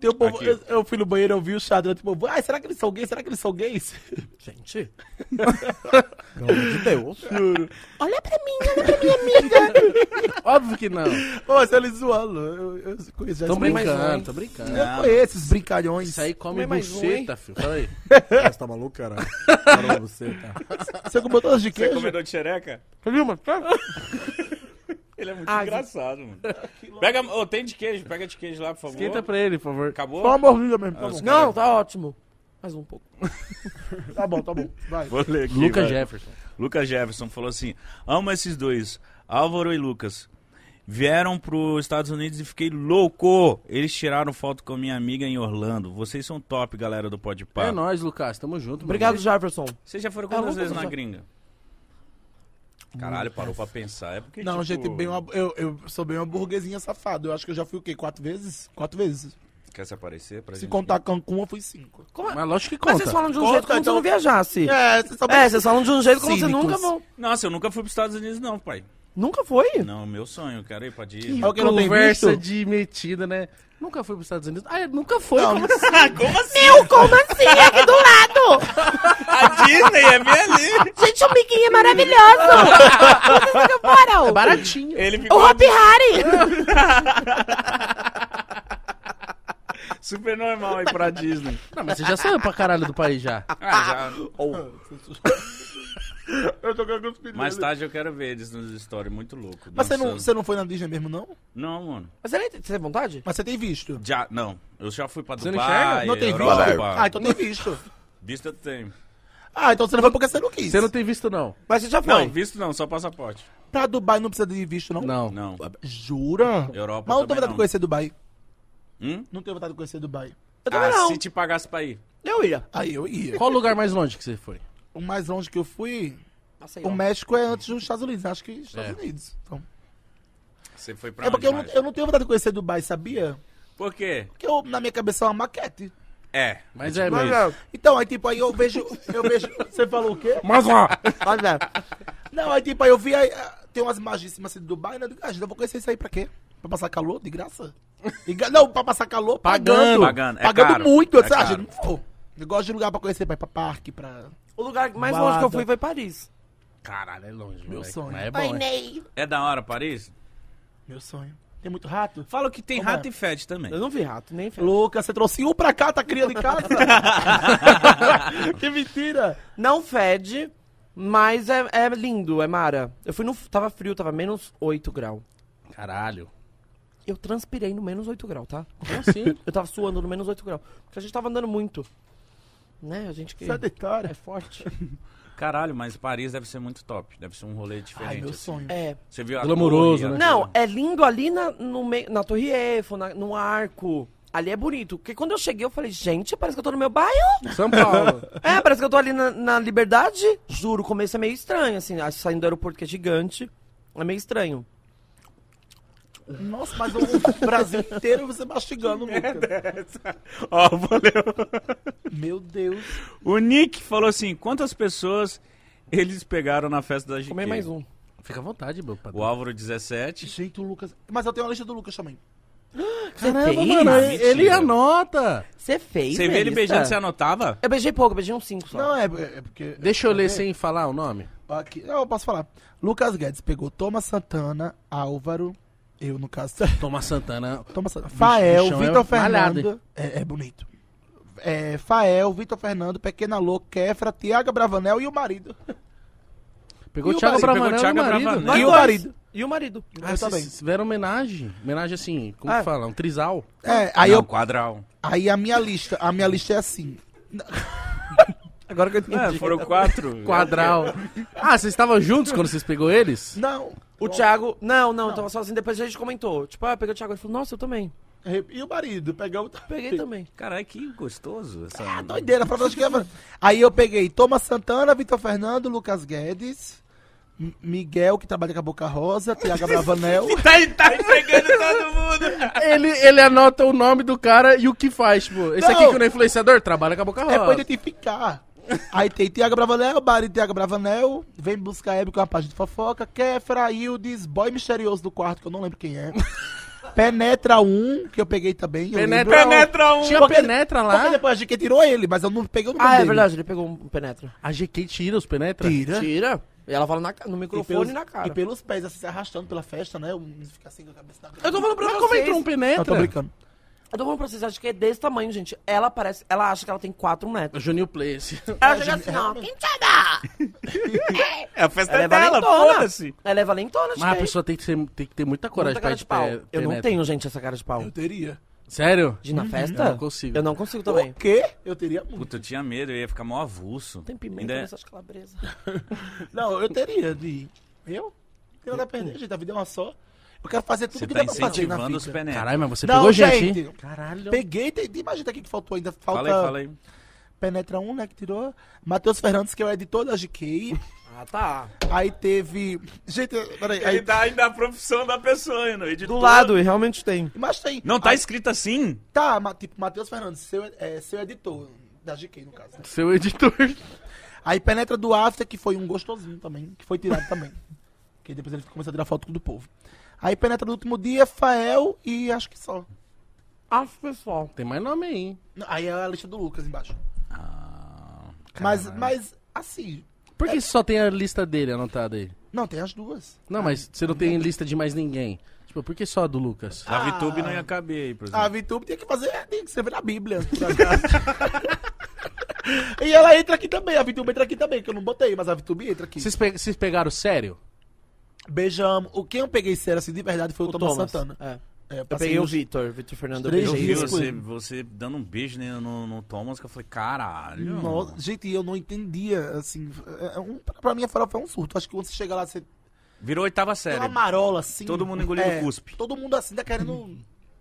Tem o povo,
Aqui.
eu, eu fui no banheiro, eu vi o xadrez, tipo, ai, será que eles são gays? Será que eles são gays?
Gente. Pelo amor de Deus. Olha pra mim, né? olha pra mim.
Óbvio que não.
*laughs* Ô, se eles zoando, eu, eu conheço já
Tô
esse
um,
brincando,
brincadeira.
tô brincando.
Não.
Eu conheço esses brincalhões.
Isso aí come
Comei mais um,
buceta, filho. Fala aí.
Você tá maluco, cara? Parou você, tá?
Você comeu todas de
Você
queijo?
comedor de xereca?
Você viu, mano?
Ele é muito
Ah,
engraçado, mano.
*laughs*
Pega, ô, tem de queijo, pega de queijo lá, por favor.
Esquenta pra ele, por favor.
Acabou?
Só uma mordida mesmo, tá
Ah,
bom.
os
Não, tá ótimo. Mais um pouco.
Tá bom, tá bom. Vai.
Vou ler aqui,
Lucas
vai.
Jefferson.
Lucas Jefferson falou assim: amo esses dois, Álvaro e Lucas. Vieram pros Estados Unidos e fiquei louco. Eles tiraram foto com minha amiga em Orlando. Vocês são top, galera do Pode
É
Pá.
nóis, Lucas. Tamo junto.
Obrigado,
mano.
Jefferson.
Vocês já foram
Ah,
quantas
Lucas,
vezes na
já.
gringa? Caralho, parou pra pensar. É porque,
Não,
um
tipo,
gente, bem uma- eu, eu sou bem uma burguesinha safado. Eu acho que eu já fui o quê? Quatro vezes? Quatro vezes.
Quer se aparecer pra
Se
gente?
contar Cancún, eu fui cinco.
Como é?
Mas lógico que
Mas
conta.
vocês falam de um
Conta,
jeito como
então.
se não viajasse.
É, você sabe.
É, vocês falam de um jeito como se
Cínicos.
nunca vão.
Nossa, eu nunca fui pros Estados Unidos, não, pai.
Nunca foi?
Não, meu sonho, quero ir pra Disney.
Olha o que não tem
Conversa
visto.
de metida, né? Nunca fui pros Estados Unidos. Ah, nunca foi.
Não,
como assim?
Como assim?
Eu, como assim? Aqui do lado!
A Disney é bem ali.
Gente, o Miguinho é maravilhoso! Vocês nunca foram!
É baratinho.
Ele
O
ficou
Hopi Hari!
super normal ir pra
*laughs*
Disney.
Não, mas você já saiu pra caralho do país já.
Ah, já. *laughs*
Eu tô com os pedidos.
Mais tarde eu quero ver eles nos stories, muito louco.
Mas você não,
dançando.
você não foi na Disney mesmo, não?
Não, mano.
Mas você nem você tem vontade?
Mas você tem visto.
Já, não. Eu já fui pra
Você
Dubai,
não enxerga?
Não tem visto?
Europa.
Ah, então tem visto.
Visto eu tenho.
Ah, então você não foi porque você não quis.
Você não tem visto, não.
Mas você já foi.
Não, visto não, só passaporte.
Pra Dubai não precisa de visto, não?
Não.
Não.
Jura?
Europa
Mas eu
também
não tenho vontade
não.
de conhecer Dubai.
Hum?
Não tenho vontade de conhecer Dubai.
eu também
Ah,
não.
se te pagasse pra ir.
Eu ia.
Aí eu ia.
Qual o lugar mais longe que você foi?
O mais longe que eu fui,
Passei,
o México é antes dos Estados Unidos. Acho que Estados
É.
Unidos. Então.
Você foi pra
É porque eu
onde
não,
mais?
eu não tenho vontade de conhecer Dubai, sabia?
Por quê?
Porque eu, na minha cabeça é uma maquete.
É.
Mas é
Mas,
mesmo.
Então, aí tipo, aí eu vejo. Eu vejo. Você falou o quê?
Mas lá.
olha,
Não, aí tipo, aí eu vi. Aí, ah, tem umas imagens em cima assim, de Dubai, né? Eu digo, ah, gente, eu vou conhecer isso aí pra quê? Pra passar calor, de graça? E ga- não, pra passar calor, pagando.
Pagando, pagando, é caro,
muito. Eu
é
disse, ah,
caro.
gente, não vou. Eu gosto de lugar pra conhecer, pra ir pra parque, pra...
O lugar mais
Balada.
longe que eu fui foi Paris.
Caralho, é longe,
Meu
moleque.
sonho.
Mas é bom, hein?
É da hora, Paris?
Meu sonho. Tem muito rato?
Fala que tem
Como é?
rato e fede também.
Eu não vi rato, nem fé.
Lucas, você trouxe um pra cá, tá criando em casa? que mentira.
Não fede, mas é, é lindo, é mara. Eu fui no. Tava frio, tava menos 8 graus.
Caralho.
Eu transpirei no menos 8 graus, tá?
Como assim?
*laughs* Eu tava suando no menos 8 graus. Porque a gente tava andando muito. Né? A gente que.
Essa
É
vitória.
forte.
Caralho, mas Paris deve ser muito top. Deve ser um rolê diferente.
Ai, meu
assim.
*laughs*
sonho.
É.
Você viu a
Glamouroso,
cor e a
né?
Não, é lindo ali na, no meio, na Torre Eiffel, na- no arco. Ali é bonito. Porque quando eu cheguei, eu falei, gente, parece que eu tô no meu bairro.
São Paulo.
*laughs* É, parece que eu tô ali na, na Liberdade. Juro, o começo é meio estranho, assim. acho que Saindo do aeroporto, que é gigante. É meio estranho.
Nossa, mas o Brasil inteiro você mastigando, Lucas.
*laughs* Ó, valeu.
Meu Deus.
O Nick falou assim: quantas pessoas eles pegaram na festa da GQ?
Comer mais um.
Fica à vontade, meu padrão.
O Álvaro 17.
Gente, o Lucas... Mas eu tenho a lista do Lucas também.
Você fez?
ele- ele
anota.
Você fez,
Você vê ele
Melissa?
beijando, você anotava?
Eu beijei pouco, eu beijei uns 5 só.
Não, é, é porque...
Deixa eu ler sem falar o nome.
Aqui, não, eu posso falar. Lucas Guedes pegou Thomas Santana, Álvaro, eu no caso, *laughs*
Thomas Santana.
Thomas Santana, Fael,
bichão é
Vitor
malhado,
Fernando. É, é bonito. É, Fael, Vitor Fernando, Pequena Louca, Kefra, Tiago Bravanel e o marido.
Pegou
E o
Thiago
marido?
Bravanel
Pegou
e
Thiago
o marido.
Bravanel.
Nós
e o
dois.
marido?
E o marido.
Ah,
eu
vocês
também.
tiveram homenagem. Homenagem assim, como
Ah.
que fala? Um trisal.
*laughs* É, aí,
Não,
eu, *laughs*
quadral.
aí a minha lista, a minha lista é assim.
Agora que eu entendi.
É, foram
*laughs*
quatro.
*laughs*
Quadral. ah, vocês estavam juntos quando vocês pegou eles?
Não.
O Thiago... Não, não, eu tava sozinho. Depois a gente comentou. Tipo, ah, eu peguei o Thiago. Ele falou, nossa, eu também.
E o marido, pegou
Peguei também.
Caralho, que gostoso. Essa...
Ah, doideira, pra nós que é- Aí eu peguei Thomas Santana, Vitor Fernando, Lucas Guedes, M- Miguel, que trabalha com a Boca Rosa, *laughs* Tiago Bravanel.
Tá, tá entregando todo
*laughs*
mundo.
Ele, ele anota o nome do cara e o que faz, tipo. Esse
Não.
aqui que não é influenciador trabalha com a boca
É pra
rosa.
identificar. Aí tem Tiago Bravanel, Bari Tiago Bravanel, Vem Buscar Hebe com a página de fofoca, Kefra, Ildes, Boy Misterioso do quarto, que eu não lembro quem é. Penetra 1, que eu peguei também. eu
Penetra
lembro.
Penetra um.
Tinha
Porque-
penetra
Porque
lá.
depois a GQ tirou ele, mas eu não peguei o nome
Ah, é
dele.
verdade, ele pegou um penetra.
A GQ tira os penetra?
Tira.
Tira. E ela fala na ca- no
E
microfone
pelos,
e na cara.
e pelos pés, assim, se arrastando pela festa, né? Um Fica assim com a cabeça na
Eu tô falando pra
Mas
vocês.
como entrou um penetra?
Eu tô brincando.
Eu tô falando pra vocês, acho que é desse tamanho, gente. Ela parece. Ela acha que ela tem 4 metros. *laughs*
Juninho Place.
Ela chega assim, ó. Quem chega?
É a festa
Ela é
dela,
valentona.
foda-se.
Ela é valentona,
Mas a
gente.
pessoa tem que, ser- tem que ter muita coragem
Muita
pra
cara
ir
de
de
pau.
pe-
Eu não
penetra.
tenho, gente, essa cara de pau.
Eu teria.
Sério?
De ir na festa?
eu não consigo.
Eu não consigo também.
O quê? Eu teria muito.
Puta, eu tinha medo, eu ia ficar mó avulso.
Tem pimenta
Ainda é-
nessas calabresas.
Não, eu teria de ir. Eu? Não tenho nada a perder, gente. A vida é uma só. Eu quero fazer tudo
Você
que
tá
dá pra fazer na
incentivando os
vida.
né?
penetra.
Caralho, mas você
Não,
pegou gente, hein?
gente.
Caralho.
Peguei, tem, tem mais gente aqui que faltou ainda. Falta
Fala aí, fala aí.
Penetra 1, né, que tirou. Matheus Fernandes, que é o editor da GK.
Ah, tá.
aí teve... Gente, peraí. Aí...
dá ainda a profissão da pessoa, hein, no editor.
Do lado, e realmente tem.
Mas tem...
Não tá
Aí,
escrito assim?
tá, ma- tipo, Matheus Fernandes, seu, é, seu editor da GK, no caso. né?
Seu editor.
Aí Penetra do After, que foi um gostosinho também, que foi
*laughs*
tirado também. Que depois ele começou a tirar foto do povo. Aí Penetra do último dia, Fael e acho que só.
Acho pessoal.
Tem mais nome aí, hein?
Aí é a lista do Lucas embaixo.
Ah,
mas, mas, assim.
Por que só tem a lista dele anotada aí?
Não, tem as duas.
Não, mas você não tem lista de mais ninguém. Tipo, por que só a do Lucas?
A
Ah.
VTube não ia caber aí, por exemplo.
A VTube tem que fazer, tem que escrever na Bíblia. *laughs* por acaso. e ela entra aqui também, a VTube entra aqui também, que eu não botei, mas a VTube entra aqui.
Vocês, pe- vocês pegaram sério?
Beijamos. O que eu peguei sério assim de verdade foi o, Thomas, Santana.
É.
É,
Eu
passei
peguei o
uns-
Vitor, Vitor Fernando. Eu
três
Eu
beijei
vi
ele.
dias com
você,
ele.
você dando um beijo né, no, no Thomas que eu falei, caralho.
Nossa, gente, eu não entendia, assim, é- é um, pra mim a farofa é um surto. Acho que quando você chega lá, você
Virou oitava
tem uma
série.
marola, assim.
Todo mundo engolindo cuspe.
Todo mundo, assim, tá querendo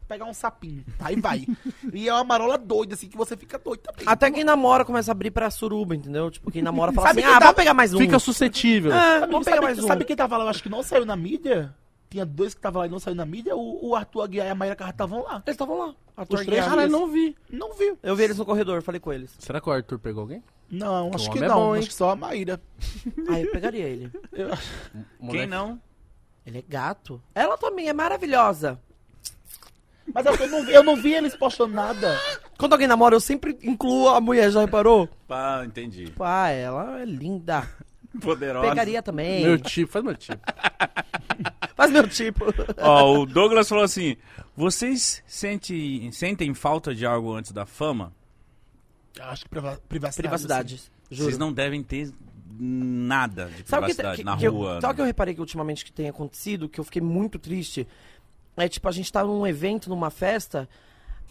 pegar um sapinho. Aí vai. e é uma marola doida, assim, que você fica doido também.
Até quem namora começa a abrir pra suruba, entendeu? Tipo, quem namora fala
Sabe
assim,
quem
ah,
dá-
vamos pegar mais um.
Fica suscetível.
Ah,
Sabe,
vamos
sabe,
pegar mais um.
sabe quem tava lá, eu acho que não saiu na mídia? Tinha dois que estavam lá e não saiu na mídia. O, o Arthur Aguiar e a Maíra Carra estavam lá.
Eles estavam lá. Arthur
Os três
Guiar.
Caralho, Ah, não vi.
Não viu.
Eu vi eles no corredor, falei com eles.
Será que o Arthur pegou alguém?
Não, acho que
homem é
não.
bom, hein?
acho que só a Maíra.
Aí "Ah, eu pegaria ele.
Quem não?
Ele é gato. Ela também é maravilhosa.
Mas eu, eu não, vi, eu não vi eles postando nada.
Quando alguém namora, eu sempre incluo a mulher, já reparou?
Pá, entendi.
Pá, ela é linda.
Poderosa.
Pegaria também.
Meu tipo, faz meu tipo.
Faz meu tipo.
Ó, o Douglas falou assim: vocês sente, sentem falta de algo antes da fama?
Eu acho que priva- privacidade.
Privacidade, juro.
assim, Vocês não devem ter nada de
Sabe o que,
privacidade
que-
na
que eu-
rua. né?
sabe o que eu reparei que ultimamente que tem acontecido, que eu fiquei muito triste? É tipo, a gente tá num evento, numa festa,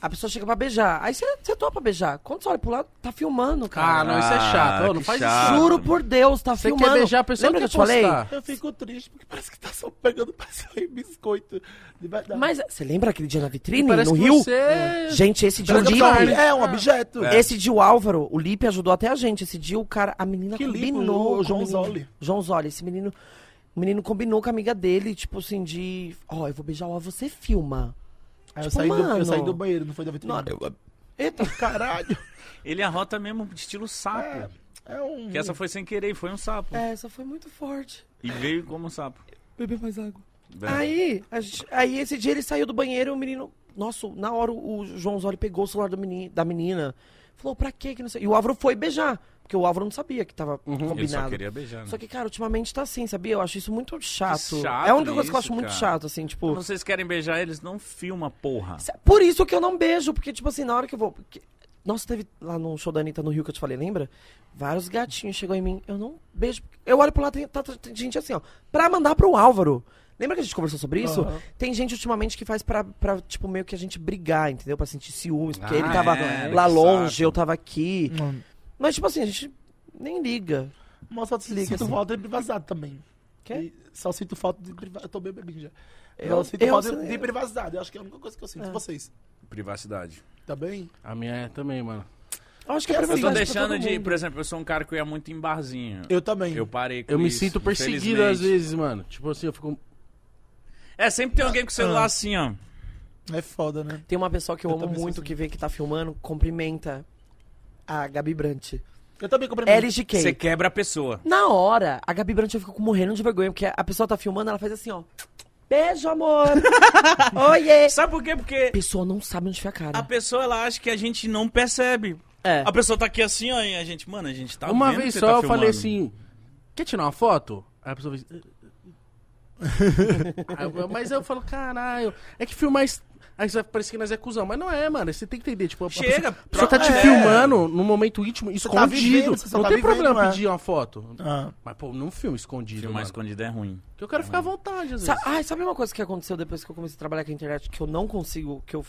a pessoa chega pra beijar. Aí você topa beijar. Quando você olha pro lado, tá filmando,
Ah,
cara.
não, isso é chato.
Ah,
Ô, não
que
faz
chato.
isso.
Juro por Deus, tá
Você
filmando.
quer beijar a pessoa
Lembra que eu
quer
te falei?
postar.
Eu fico triste porque parece que tá só pegando pra sair biscoito. De verdade.
Mas você lembra aquele dia na vitrine,
Parece
no
que
Rio?
você...
Gente, esse dia, o
Parece que
dia
eu sou um- é um objeto.
Esse dia o Álvaro, o Lipe ajudou até a gente. Esse dia o cara, a menina
Que Lipe?
combinou.
O
com
João
o menino.
Zoli.
João Zoli, esse menino. O menino combinou com a amiga dele, tipo assim, de. Ó, eu vou beijar o Álvaro, você filma.
Aí eu,
Tipo,
saí do, eu
mano.
saí do banheiro, não foi da vitrine.
Não, eu- *laughs* Eita,
Caralho.
né? Ele arrota mesmo estilo sapo.
É um...
Que essa foi sem querer, foi um sapo.
essa É, foi muito forte.
E veio como um sapo. Né?
Beber mais água.
É.
Aí, a gente- aí esse dia ele saiu do banheiro e o menino. Nossa, na hora o João Zoli pegou o celular do meni- da menina. Falou, pra quê que não sei? E o Álvaro foi beijar. Porque o Álvaro não sabia que tava
Uhum. Ele só
combinado.
queria beijar. Né?
Só que, cara, ultimamente tá assim, sabia? Eu acho isso muito chato.
chato
é a única coisa que eu
isso,
acho muito
cara.
chato, assim, tipo.
Vocês querem beijar eles? Não filma, porra.
se- Por isso que eu não beijo, porque, tipo assim, na hora que eu vou. que- Nossa, teve lá no show da Anitta no Rio que eu te falei, lembra? Vários gatinhos chegou em mim. Eu não beijo. Eu olho pro lado, tem, tá- tá- tem gente assim, ó. Pra mandar pro Álvaro. Lembra que a gente conversou sobre isso? Tem gente ultimamente que faz pra, pra, tipo, meio que a gente brigar, entendeu? Pra sentir ciúmes. Porque
Ah,
ele tava
é,
lá
que
longe,
saco.
eu tava aqui.
Hum.
Mas, tipo assim, a gente nem liga.
Mas só sinto
Liga, assim.
falta de privacidade também.
Quê?
E Só sinto falta de privacidade. Eu tô bem bebinho já.
Eu-
Eu, sinto
eu-
falta
eu-
de privacidade. Eu acho que é a única coisa que eu sinto. Vocês.
Privacidade.
Tá bem?
A minha é também, mano.
Eu acho que é
Eu tô
Eu assim, tô
privilégio pra
deixando
todo
de,
mundo.
por exemplo, eu sou um cara que eu ia muito em barzinho.
Eu também.
Eu parei com
Eu me
isso,
sinto perseguido às
infelizmente.
vezes, mano. Tipo assim, eu fico...
É, sempre tem alguém com o
Ah.
celular assim, ó.
É foda, né?
Tem uma pessoa que eu,
Eu
amo
também sou
muito
assim.
que vê que tá filmando, cumprimenta a Gabi Brant.
Eu também comprei
LGK.
Você quebra a pessoa.
Na hora, a Gabi Brant eu fico morrendo de vergonha, porque a pessoa tá filmando, ela faz assim, ó. Beijo, amor! Oiê!
Sabe por quê? Porque
A pessoa não sabe onde fica a
a
cara.
pessoa, ela acha que a gente não percebe.
É.
A pessoa tá aqui assim, ó, e a gente, mano, a gente tá
uma
vendo que
vez
você
só
tá
eu
filmando.
falei assim... Quer tirar uma foto? Aí a pessoa fez... Aí eu- *laughs* mas eu falo, caralho... É que filmar... es- Aí você vai parecer que nós é cuzão. Mas não é, mano. Você tem que entender. Tipo, a- a
Chega,
pessoa- a pessoa tá te
troca-
filmando num momento íntimo,
tá
escondido.
vivendo, você só
não
tá
tem
vivendo,
problema
né?
pedir uma foto.
Ah,
Mas, pô, não filme escondido,
Filmar
mano.
escondido é ruim.
Porque eu quero ficar à vontade, às vezes.
Sa Ai, sabe uma coisa que aconteceu depois que eu comecei a trabalhar com a internet que eu não consigo, que eu.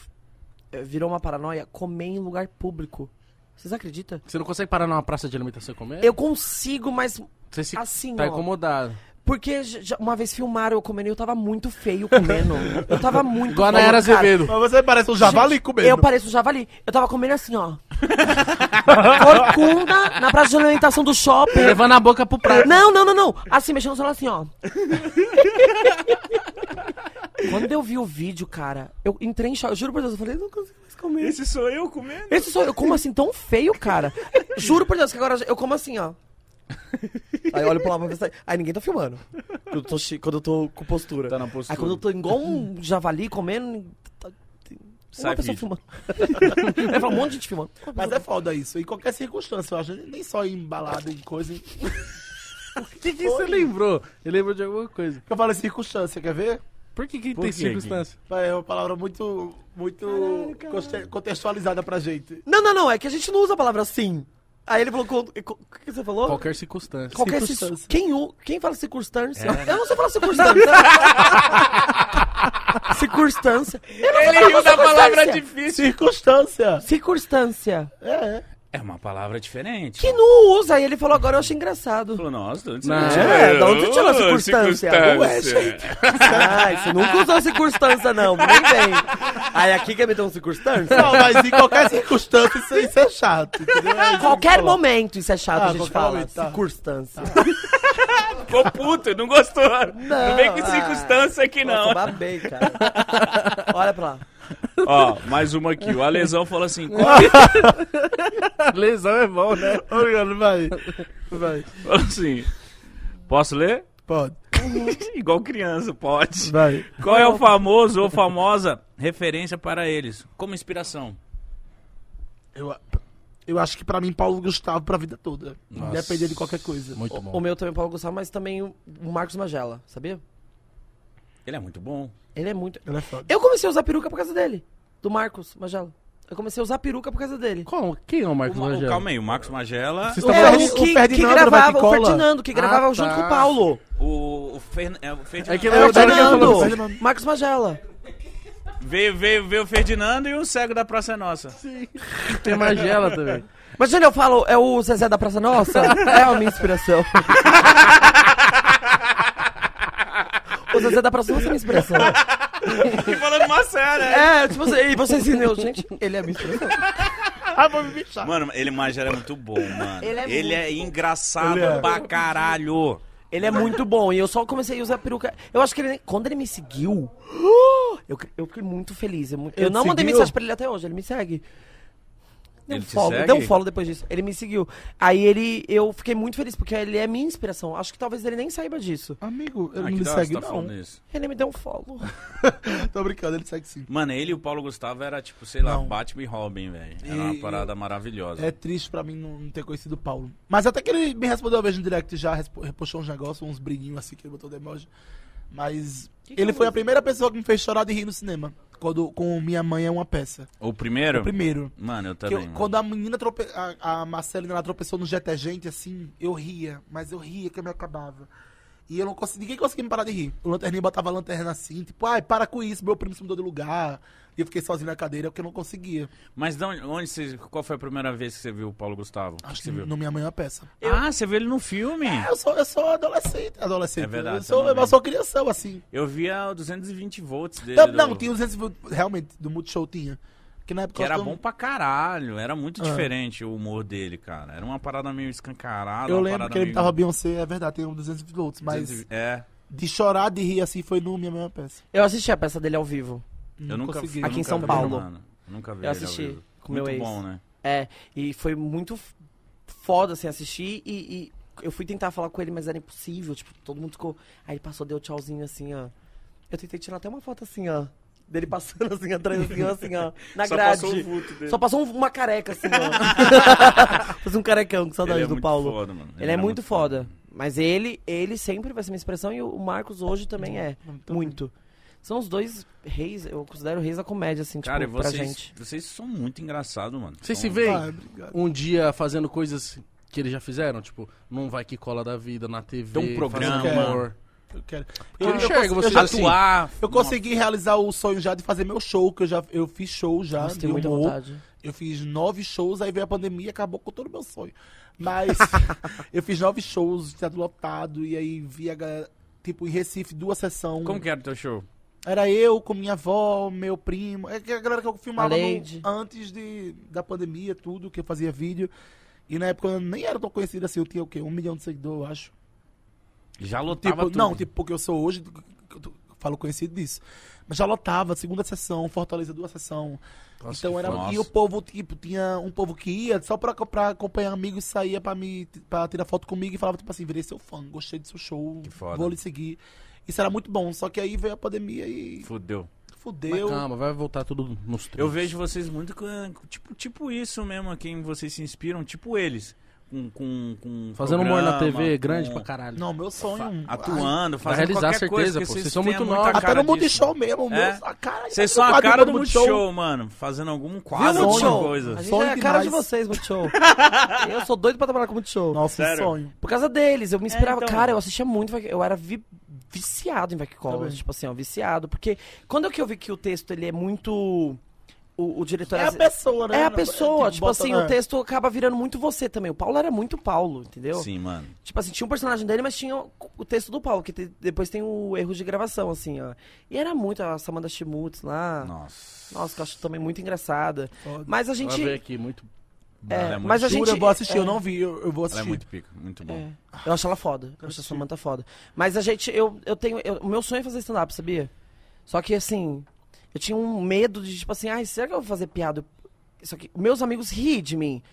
eh, Virou uma paranoia? Comer em lugar público. Vocês acreditam?
Você não consegue parar numa praça de alimentação e comer?
Eu consigo, mas
Você se
assim,
tá
ó.
incomodado.
Porque j- já- uma vez filmaram eu comendo e eu tava muito feio comendo. Eu tava muito
Igual a
feio,
Nayara
cara.
Azevedo.
Mas você parece um javali comendo.
Eu pareço um javali. Eu tava comendo assim, ó. *laughs* Corcunda na praça de alimentação do shopping.
Levando a boca pro prato.
Não, não, não, não. Assim, mexendo no celular
*laughs*
assim, ó. Quando eu vi o vídeo, cara, eu entrei em choque. Eu juro por Deus, eu falei, não consigo mais comer. Esse,
sou eu comendo?
sou eu. Como assim, tão feio, cara? Juro por Deus que agora eu como assim, ó. Aí eu olho pra lá pra ver se tá- Aí ninguém tá filmando. Eu tô chi- Quando eu tô com postura.
Tá na postura.
Aí quando eu tô igual um javali comendo. Tá...
Sai
uma pessoa
vídeo.
filmando. Aí fala um monte de gente filmando. *laughs* Uma
Mas
pessoa
é foda isso. Em qualquer circunstância, eu acho. Nem só em balada, em coisa. em-
O que, que você lembrou? Ele lembrou de alguma coisa.
Eu falo circunstância, quer ver?
Por que, que
Por
tem
que, Gui?
circunstância?
Vai, É uma palavra muito, muito conte- contextualizada pra gente.
Não, não, não, é que a gente não usa a palavra assim. Aí ele falou. co- co- O que, que você falou?
Qualquer circunstância.
Qualquer
circunstância.
circunstância. É. Quem, u- quem fala circunstância? Eu não sei falar *laughs* circunstância. circunstância. Eu não sei falar
Ele riu da palavra
circunstância.
difícil.
Circunstância!
Circunstância.
É, é.
É uma palavra diferente.
Que não usa. E ele falou agora, eu achei *laughs* engraçado.
Falou, nossa,
Não,
é, da onde você tirou a circunstância? Ué, gente. Ai, Ah, você nunca usou circunstância, não. Nem bem. Aí aqui quer meter um circunstância?
Não, mas em qualquer circunstância, isso, isso é chato, entendeu? É isso que eu
Qualquer
falo.
momento isso é chato,
Ah,
a gente
qualquer
fala.
momento, tá.
Circunstância.
Ficou puto, não gostou. Não, vem com
ah.
circunstância aqui, não.
Nossa, babei, cara. Olha pra lá.
Ó, mais uma aqui. O Alesão falou assim:
Lesão é bom, né?
Ô, Leandro, vai. Vai.
falou assim posso ler?
Pode.
*laughs* Igual criança, pode.
Vai.
Qual é o famoso ou famosa referência para eles? Como inspiração.
Eu, eu acho que pra mim, Paulo Gustavo pra vida toda.
Nossa.
Independente de qualquer coisa.
Muito
O, o
bom.
meu também é o Paulo Gustavo, mas também o o Marcos Magela, sabia?
Ele é muito bom.
Ele é muito.
Ela é foda.
Eu comecei a usar peruca por causa dele, do Marcos Magela. Eu comecei a usar peruca por causa dele.
Qual- Quem é o
O
Marcos
Ma- o-
Rangel?
calma aí, o Marcos Magela.
Vocês
É,
estão falando
o
o
que, que
Ferdinando do
gravava, o
Baticola?
Ferdinando, que gravava
Ah,
junto
tá.
com o Paulo.
O, o, Fer, é, o Ferdinando.
É que
É
Eu
o
adoro que eu
falo do
Ferdinando,
Ferdinando.
Marcos Magela.
Veio, veio, veio o Ferdinando e o cego da Praça é Nossa. *laughs*
Tem Magela também.
Mas ele eu falo, é o Zezé da Praça Nossa? é a minha inspiração. o Zezé da Praça Nossa é a minha inspiração.
E falando uma série, né?
É, tipo, e vocês entendeu, gente? Ele é a minha inspiração.
Ah, vou me bichar.
Mano, ele Magela é muito bom, mano.
Ele
Ele
é
é,
muito
engraçado
Ele é.
pra caralho.
Ele é muito bom e eu só comecei a usar peruca. Eu acho que ele, nem- quando ele me seguiu, *gasps* eu, cre- eu fiquei muito feliz. Eu, mu- eu
Ele
não mandei
seguiu?
mensagem pra ele até hoje, ele me segue. Deu um
Ele te
follow,
segue?
deu um follow depois disso. Ele me seguiu. Aí ele, eu fiquei muito feliz porque ele é minha inspiração. Acho que talvez ele nem saiba disso.
Amigo, ele
Ah, que
não me
da hora
segue,
você tá
não.
falando isso.
Ele me deu um follow.
*laughs*
*laughs*
Tô brincando, ele segue sim.
Mano, ele e o Paulo Gustavo era tipo, sei lá,
Não.
Batman e Robin, velho. Era uma
E-
parada maravilhosa.
É triste pra mim não não ter conhecido o Paulo. Mas até que ele me respondeu uma vez no direct já, respo- repostou uns negócios, uns briguinhos assim que ele botou de emoji. Mas
é
ele foi a primeira pessoa que me fez chorar de rir no cinema. Quando, com Minha Mãe é uma peça.
O primeiro?
O primeiro.
Mano, eu
Que eu-
também. né? mano.
quando a menina trope... a, a Marcelina ela tropeçou no detergente, assim, eu ria, mas eu ria que eu me acabava. E eu não consegui, ninguém conseguia me parar de rir. O lanterninho botava a lanterna assim, tipo, ai, para com isso, meu primo se mudou de lugar. E eu fiquei sozinho na cadeira porque eu não conseguia.
Mas de onde, onde você, qual foi a primeira vez que você viu o Paulo Gustavo? O
Acho
você
que
viu?
não minha mãe é uma peça.
Ah, você viu ele no filme.
É, Eu sou, eu sou adolescente. Adolescente.
É verdade,
Eu sou,
também.
eu sou crianção, assim.
Eu via o 220 volts dele.
Não,
do-
não, tinha os 200, realmente, do Multishow tinha. Que na época
Que
eu
era
acho que
bom
eu-
pra caralho. Era muito
Ah.
diferente o humor dele, cara. Era uma parada meio escancarada.
Eu
uma
lembro
parada
que ele
meio...
tava Beyoncé, é verdade, tem um 200 volts, mas
220. É.
de chorar, de rir assim, foi no Minha Mãe é uma Peça.
Eu assisti a peça dele ao vivo.
Eu nunca
consegui.
eu
Aqui em
nunca
São
vi,
Paulo.
mano. Nunca vi
Eu
ele ao
assisti
vivo.
com
Muito
meu ex.
bom, né?
É, e foi muito f- foda, assim, assistir e, e eu fui tentar falar com ele, mas era impossível, tipo, todo mundo ficou... Aí ele passou, deu tchauzinho, assim, ó. Eu tentei tirar até uma foto, assim, ó, dele passando, assim, atrás, assim, ó, assim, ó, na
Só
grade.
passou o vulto dele.
Só passou um- uma careca, assim, ó.
*laughs*
Faz um carecão, que saudade
Ele é
do
muito
Paulo.
foda, mano.
Ele, é, muito, foda. Mas ele, ele sempre vai ser minha inspiração e o Marcos hoje também é, muito. São os dois reis, eu considero reis da comédia, assim,
Cara,
tipo,
e
pra
vocês,
gente.
vocês são muito engraçados, mano.
Vocês se
São-
veem
Ah, obrigado.
um dia fazendo coisas que eles já fizeram? Tipo, não vai que cola da vida, na TV.
Tem um programa.
fazendo humor.
Eu quero.
Eu
eu
enxergo
cons- eu
vocês
já
assim.
atuar.
Atuar.
Eu consegui realizar o sonho já de fazer meu show, que eu já eu fiz show
Ah,
já.
Nossa,
de
tenho muita
humor.
vontade.
Eu fiz nove shows, aí veio a pandemia e acabou com todo o meu sonho.
*laughs*
Mas eu fiz nove shows, teatro lotado, e aí vi a galera, tipo, em Recife, duas sessões.
Como que era o teu show?
é?
Era eu com minha avó, meu primo, é que a galera que eu filmava
A
no-
Lady.
antes de, da pandemia, tudo, que eu fazia vídeo. E na época eu nem era tão conhecido assim, eu tinha o quê? Um milhão de seguidores, eu acho.
Já lotava
Tipo,
tudo.
não, tipo, porque eu sou hoje, eu tô- falo conhecido disso. Mas já lotava, segunda sessão, Fortaleza, duas sessão.
Nossa,
então
que
era.
foda.
E o povo, tipo, tinha um povo que ia só pra, pra acompanhar amigos, saía pra, me, pra tirar foto comigo e falava, tipo assim, virei seu fã, gostei do seu show,
Que foda.
vou lhe seguir. Isso era muito bom, só que aí veio a pandemia e
Fudeu.
fudeu.
Mas calma, vai voltar tudo nos
Eu
trilhos.
vejo vocês muito com- tipo, tipo isso mesmo, a quem vocês se inspiram, tipo eles. Com, com, com
Fazendo humor na
programa, É.
TV, grande
com-
pra caralho.
Não, meu sonho.
Atuando,
Vai
fazendo
realizar,
qualquer
certeza,
coisa. que
pô. Vocês
tenham
são muito
é muita
novos.
Ai,
cara
até no
disso.
Multishow mesmo. meu-
É.
a cara-
Vocês são a
quadro
cara do Multishow, mano. Fazendo algum quadro,
Viu,
alguma
Multishow?
coisa.
A gente
Sonho
é a cara
demais.
de vocês,
*laughs*
Multishow. eu sou doido pra trabalhar com Multishow.
Nossa,
Sério?
sonho.
Por causa deles, eu
É,
me inspirava.
então.
Cara, eu assistia muito, Vac- eu era vi- viciado em Vac Cola.
Também.
Tipo assim, ó, viciado. Porque quando eu que eu vi que o texto, ele é muito... O, o diretor...
É a pessoa, né?
É a pessoa, tipo
bota-
assim,
é.
o texto acaba virando muito você também. O Paulo era muito Paulo, entendeu?
Sim, mano.
Tipo assim, tinha um personagem dele, mas tinha o- o texto do Paulo, que te- depois tem o erro de gravação, assim, ó. E era muito a Samanda Schmutz lá.
Nossa.
Nossa, que eu acho também muito engraçada.
Foda.
Mas a
Ela veio
gente.
aqui muito.
É,
Ela é muito
mas a
chique.
gente-
Juro, eu vou assistir,
é.
eu não vi, eu, eu vou
Ela é
assistir.
muito pica, muito bom.
É. Eu acho ela foda. Eu acho a Samanta foda. Mas a gente, eu, eu tenho. eu- o meu sonho é fazer stand-up, sabia? Só que assim, eu tinha um medo de, tipo assim, ai, será que eu vou fazer piada? Só que meus amigos riem de mim.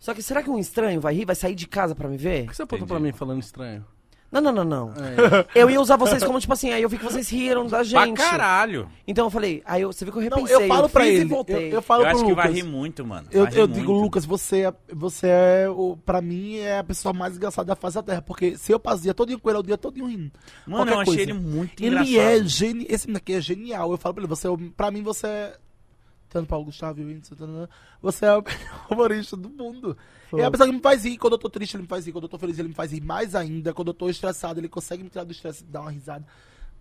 Só que será que um estranho vai rir, vai sair de casa pra me ver?
Por que você apontou
Entendi. *laughs*
pra mim falando estranho? É,
Não, não, não, não.
É.
Eu ia usar vocês como, tipo assim, aí eu vi que vocês riram da
Pra
gente.
caralho.
então eu falei, aí eu, você viu que eu
Não,
repensei.
eu falo pra
fiz e
ele. Eu,
voltei.
eu falo
eu
pro
acho que
Lucas.
vai rir muito, mano.
Eu,
Vai rir
eu digo,
muito.
Lucas, você é, você é o, pra mim, é a pessoa mais engraçada da face da Terra. Porque se eu passei todo com ele, é o dia todo rindo.
Mano, eu
Qualquer
achei
coisa.
ele muito
Ele
engraçado.
é genial. Esse menino aqui é genial. Eu falo pra ele, você é, o- pra mim, você é. Tanto Paulo Gustavo e o Whindersson, tanana, você é o *laughs* melhor humorista do mundo. É a pessoa que me faz rir. Quando eu tô triste, ele me faz rir. Quando eu tô feliz, ele me faz rir mais ainda. Quando eu tô estressado, ele consegue me tirar do estresse e dar uma risada.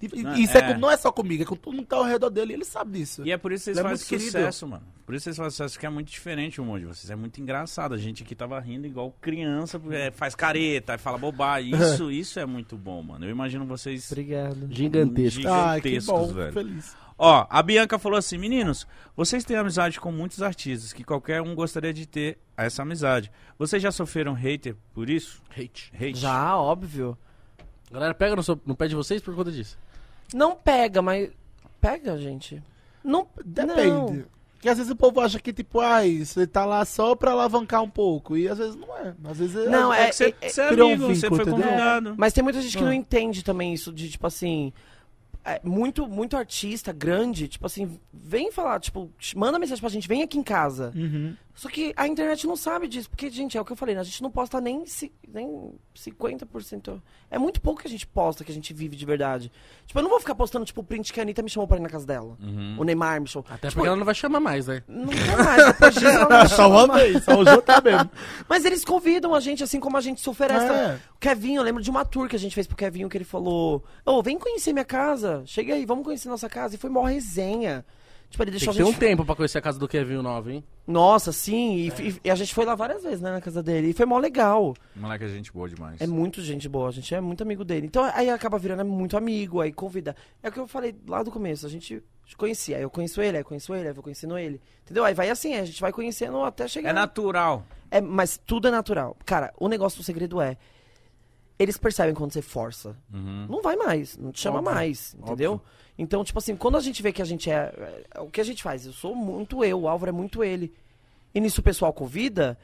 E-
Não,
e Isso é
é.
com- não é só comigo, é com todo mundo que tá ao redor dele. Ele sabe disso.
E é por isso que vocês
Ele é
fazem
muito querido.
sucesso, mano. Por isso que vocês fazem sucesso, que é muito diferente o humor de vocês. É muito engraçado. A gente aqui tava rindo igual criança, porque, é, faz careta, aí fala
*laughs*
bobagem. Isso, isso é muito bom, mano. Eu imagino vocês
Obrigado.
Gigantesco.
Ai, que
gigantescos,
bom,
velho.
feliz.
Ó, a Bianca falou assim: meninos, vocês têm amizade com muitos artistas, que qualquer um gostaria de ter essa amizade. Vocês já sofreram hater por isso?
Hate.
Hate?
Já, óbvio.
Galera, pega no, seu- no pé de vocês por conta disso.
Não pega, mas. Pega, gente. Não.
Depende.
Não.
Porque às vezes o povo acha que, tipo, ai, você tá lá só pra alavancar um pouco. E às vezes não é. Às vezes
Não,
às
É
vezes
que você,
É, é,
você é
criou um
amigo, você
vínculo,
foi
entendeu?
convidado.
Mas tem muita gente que
Ah.
não entende também isso de, tipo assim. é, muito, muito artista grande, tipo assim, vem falar, tipo, manda mensagem pra gente, vem aqui em casa.
Uhum.
Só que a internet não sabe disso, porque, gente, é o que eu falei, né? a gente não posta nem, ci- nem 50%. É muito pouco que a gente posta, que a gente vive de verdade. Tipo, eu não vou ficar postando, tipo, o print que a Anitta me chamou pra ir na casa dela. O Neymar me chamou.
Uhum. Até
tipo,
porque ela não vai chamar mais, né?
não quer mais, depois disso
*laughs*
ela não me
Só
chama
uma vez, só o jantar mesmo.
*laughs* mas eles convidam a gente, assim como a gente se oferece.
É.
O Kevinho, eu lembro de uma tour que a gente fez pro Kevinho, que ele falou: Ô, vem conhecer minha casa. Chega aí, vamos conhecer nossa casa. E foi mó resenha. Tipo, ele
Tem
deixou
que
a
ter
gente.
um É. tempo pra conhecer a casa do Kevin 9, hein?
Nossa, sim. E, e- e a gente foi lá várias vezes, né, na casa dele. E foi mó legal.
Moleque, a gente boa demais.
É muito gente boa, a gente é muito amigo dele. Então aí acaba virando muito amigo, aí convida. É o que eu falei lá do começo, a gente se conhecia. Aí eu conheço ele, aí eu conheço ele, aí eu vou conhecendo ele. Entendeu? Aí vai assim, a gente vai conhecendo até chegar.
É natural.
É, mas tudo é natural. Cara, o negócio do segredo é. Eles percebem quando você força.
Uhum.
Não vai mais, não te chama mais, entendeu? Então, tipo assim, quando a gente vê que a gente é, é, O que a gente faz? Eu sou muito eu, o Álvaro é muito ele. E nisso o pessoal convida.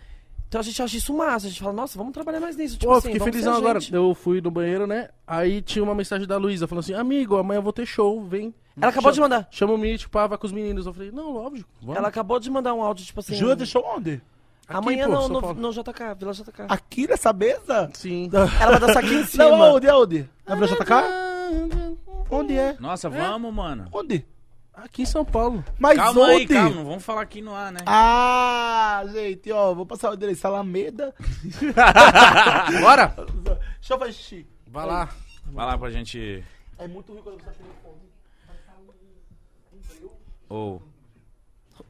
Então a gente acha isso massa, a gente fala, nossa, vamos trabalhar mais nisso. Tipo
Pô, eu
assim,
fiquei
vamos
felizão
ser a
agora.
gente.
Eu fui no banheiro, né? Aí tinha uma mensagem da Luísa falando assim: Amigo, amanhã eu vou ter show, vem.
Ela acabou de mandar.
Chama o Mítico, pá, vai com os meninos. Eu falei: Não, óbvio. Vamos.
Ela acabou de mandar um áudio, tipo assim.
Jura, deixou onde?
Aqui,
amanhã
pô,
no-
São
no,
Paulo.
no JK, Vila JK.
Aqui nessa mesa?
*laughs*
Sim.
Ela vai dançar
*laughs*
aqui em cima.
*laughs* Não, aonde? Aonde?
Ah,
Na Vila JK? Onde é?
Nossa, vamos, mano.
Onde?
Aqui em São Paulo.
Mas
Calma
onde?
aí, calma. Não vamos falar aqui no ar, né?
Ah, gente, ó, vou passar o endereço Alameda.
Bora!
Deixa eu fazer xixi.
Vai lá.
Vai lá pra gente.
É muito ruim quando você tá com fome.
Ou.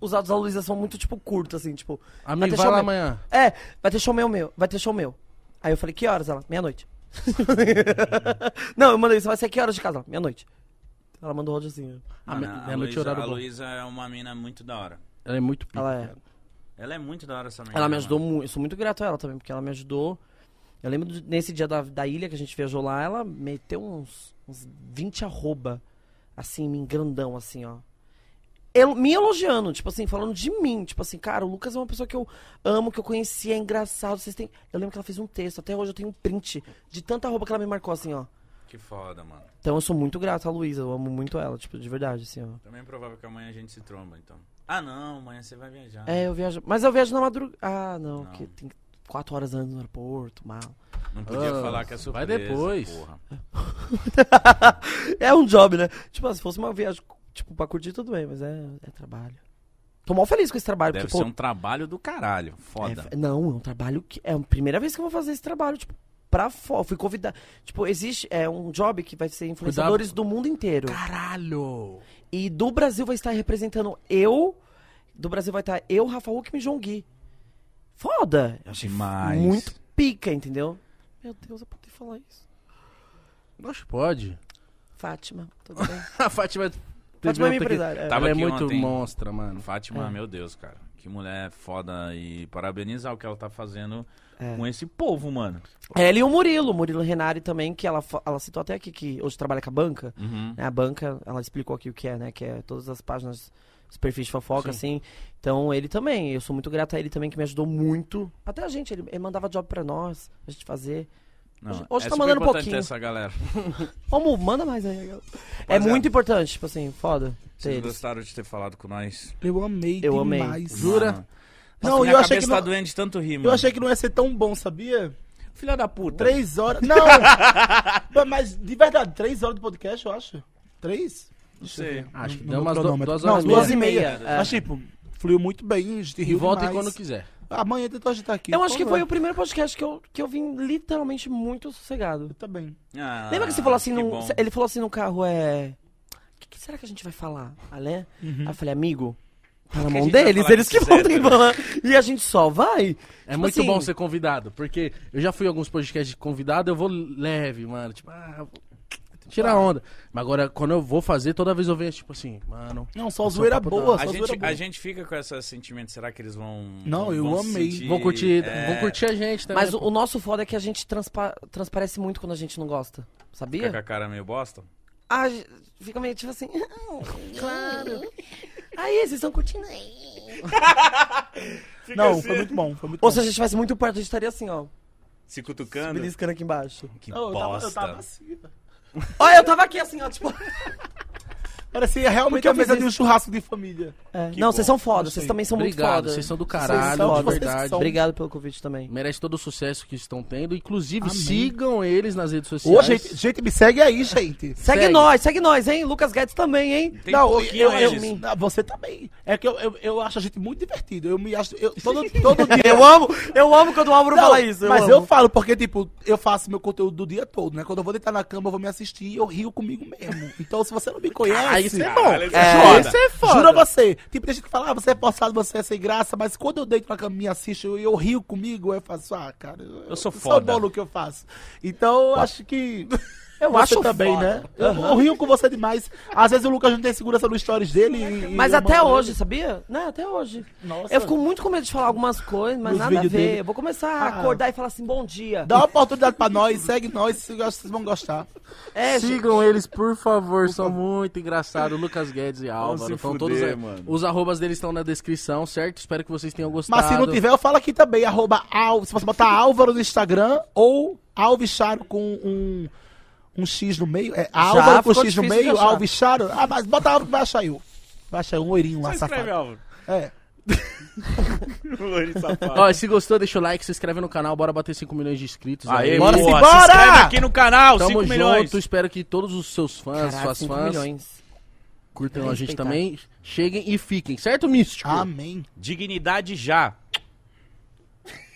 Os áudios da Luísa são muito, tipo, curtos, assim, tipo.
Amigo,
ter
vai
show
lá
meu.
amanhã.
É, vai ter show meu, meu. Vai ter show meu. Aí eu falei, que horas ela? Meia-noite. *laughs* não, eu mandei isso, vai ser que horas de casa? Ela, Meia-noite. Ela mandou áudio assim. ó.
Ah,
Mano,
minha-
a
minha noite é
Luísa-
horário
a
bom.
Luísa é uma mina muito da hora.
Ela é muito pica.
Ela, é-
Ela é muito da hora essa menina.
ela me ajudou
mano.
muito. Eu sou muito grato a ela também, porque ela me ajudou. Eu lembro de- nesse dia da, da ilha que a gente viajou lá, ela meteu uns, uns 20 arroba, assim, em mim, grandão, assim, ó. El- me elogiando, tipo assim, falando de mim. Tipo assim, cara, o Lucas é uma pessoa que eu amo, que eu conheci, é engraçado. Vocês têm... Eu lembro que ela fez um texto, até hoje eu tenho um print de tanta arroba que ela me marcou, assim, ó.
Que foda, mano.
Então eu sou muito grato à Luísa, eu amo muito ela, tipo, de verdade, assim, ó.
Também é provável que amanhã a gente se tromba, então. Ah, não, amanhã você vai viajar.
É, eu viajo. Mas eu viajo na madrugada. Ah, não,
Ah. Não.
que tem quatro horas antes no aeroporto, mal.
Não podia
Ah,
falar que é surpresa.
vai depois.
Porra.
é um job, né? Tipo, se fosse uma viagem, tipo, pra curtir, tudo bem, mas é, é trabalho. Tô mal feliz com esse trabalho,
Deve
porque,
ser
pô,
um trabalho do caralho. Foda.
é- não, é um trabalho que. É a primeira vez que eu vou fazer esse trabalho, tipo, pra fora. Fui convidado. Tipo, existe. É um job que vai ser influenciadores do mundo inteiro.
Caralho!
E do Brasil vai estar representando eu. Do Brasil vai estar eu, Rafa Huckman e João Gui. Foda! Eu achei
Demais.
muito pica, entendeu? Meu Deus, eu poder falar isso.
Acho que pode. *laughs*
Fátima, tudo *laughs* bem?
A Fátima.
Fátima é minha
tem que-
empresária. é.
Tá. Tava
ela é
aqui
muito
ontem.
monstra, mano.
Fátima, meu Deus, cara. Que mulher foda. E parabenizar o que ela tá fazendo
É.
com esse povo, mano.
Ela e o Murilo, o Murilo Renari também, que ela, fa- ela citou até aqui, que hoje trabalha com a banca.
Uhum.
né? A banca, ela explicou aqui o que é, né? Que é todas as páginas, os perfis de fofoca, assim. Então, ele também. Eu sou muito grata a ele também, que me ajudou muito. Até a gente, ele, ele mandava job pra nós, a gente fazer.
Não,
hoje
é
tá
super
mandando um
importante
pouquinho.
essa galera.
Ô, Mu, manda mais aí. É muito importante, tipo assim, foda. ter
Vocês
eles.
gostaram de ter falado com nós?
Eu amei
Eu amei.
demais.
Mano.
Não,
Minha
eu
cabeça
achei, que
tá
não,
doendo de tanto rir, mano.
eu achei que não ia ser tão bom, sabia?
Filha da puta.
Três horas.
*laughs*
Não! Mas, de verdade, três horas de podcast, eu acho. Três?
Não sei.
Acho que
No
deu
meu
umas do-
cronômetro.
duas
Não,
horas
duas
e meia.
e meia. É.
Mas, tipo, fluiu muito bem, a gente
E
riu
volta
demais.
quando quiser.
Amanhã tentou agitar aqui.
Eu acho
Por
que
favor.
foi o primeiro podcast que eu, que eu vim literalmente muito sossegado.
Tá bem.
Ah,
Lembra que você falou assim
que
num-
bom.
Ele falou assim no carro, é. O que, que será que a gente vai falar? Alé? Aí eu falei, amigo, tá na
que a
mão
gente vai
deles,
falar
eles que
disso,
vão
certo,
ter que falar. E a gente só vai.
É muito
assim-
bom ser convidado, porque eu já fui em alguns podcasts de convidado, eu vou leve, mano. Tipo, ah, eu vou- tira a onda. Mas agora, quando eu vou fazer, toda vez eu vejo, tipo assim, mano.
Não, só zoeira
papo
boa,
A
só zoeira
gente,
boa.
a gente fica com esse sentimento, será que eles vão.
Não, eu
vão se
amei.
sentir-
Vão curtir,
é,
vão curtir a gente também.
Mas o, o nosso foda é que a gente transpa- transparece muito quando a gente não gosta.
Fica com
Sabia?
a cara meio bosta?
Ah, j- fica meio tipo assim. *laughs* claro. Aí, vocês estão curtindo aí.
Não, foi muito bom, foi muito
Ou
bom.
se a gente estivesse muito perto, a gente estaria assim, ó.
Se cutucando?
Beliscando aqui embaixo.
Que
Oh, eu tava-
bosta.
Eu tava assim, velho.
Olha, eu tava aqui assim, ó, tipo.
Parecia assim, realmente
eu
a mesa
fiz
de um churrasco de família.
É, Não, vocês são foda, vocês
Sim.
também são muito
Obrigado,
foda.
vocês são do
Vocês
caralho,
são
de
foda.
verdade.
são-
Obrigado pelo convite também.
Merece todo o sucesso que estão tendo. Inclusive,
Amém.
sigam eles nas redes sociais.
Ô, gente, gente, me segue aí, gente.
Segue,
Segue.
nós, segue nós, hein? Lucas Guedes também, hein?
Tem
não,
pouquinho né,
eu, eu,
eles.
eu- não, você também. É que eu, eu, eu acho a gente muito divertido. Eu me acho. Eu, *laughs* todo, todo dia.
*laughs* Eu amo, eu amo quando o Álvaro
Não,
fala isso.
mas
amo.
eu falo, porque, tipo, eu faço meu conteúdo do dia todo, né? Quando eu vou deitar na cama, eu vou me assistir e eu rio comigo mesmo. Então, se você não me
Ah,
conhece.
Aí isso é bom.
Caralho, isso é
É.
foda.
Isso é foda.
Juro a você. Tipo, deixa eu falar, ah, você é forçado, você é sem graça, mas quando eu deito na cama e me assisto, eu, eu rio comigo, eu faço, ah, cara, eu,
Eu sou
sou
foda.
bom no que eu faço. Então, eu acho que. *laughs*
Eu
você
acho
também,
foda.
né? Eu, eu rio com você demais. Às vezes o Lucas não tem segurança nos stories dele. e- e
Mas
eu
até
mando
hoje, sabia? Né, até hoje.
ele. Nossa.
Eu fico muito com medo de falar algumas coisas, mas
Nos
nada a ver.
vídeos dele.
Eu vou começar a
Ah.
acordar e falar assim, bom dia.
Dá um uma oportunidade pra nós, segue nós, se vocês vocês vão gostar.
É, gente,
Sigam eles, por favor, são muito engraçados. Lucas Guedes e Álvaro.
se
Estão
fuder,
todos aí.
mano.
Os arrobas deles estão na descrição, certo? Espero que vocês tenham gostado.
Mas se não tiver, eu falo aqui também, arroba Al, se você botar Álvaro no Instagram ou Alves Charo com um, um X no meio, é Álvaro com
ficou
X
difícil
no
de
meio,
achar.
Alves Charo, ah, mas bota Álvaro que vai achar eu. Vai achar um loirinho lá,
Só escreve,
safado. *laughs*
Álvaro.
É.
Loirinho safado.
Ó, e se gostou, deixa o like, se inscreve no canal, bora bater 5 milhões de inscritos.
Aê, bora,
Bora, se
se
bora!
inscreve aqui no canal,
Tamo
5
junto,
milhões.
espero que todos os seus fãs,
Caraca,
suas
cinco
fãs,
milhões.
curtam a gente
Respeitar. Ah,
também, cheguem e fiquem, certo, Místico?
Amém.
Dignidade já.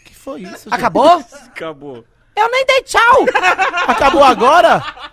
Que foi isso, gente?
*laughs* Acabou?
Acabou.
Eu nem dei tchau!
Acabou agora?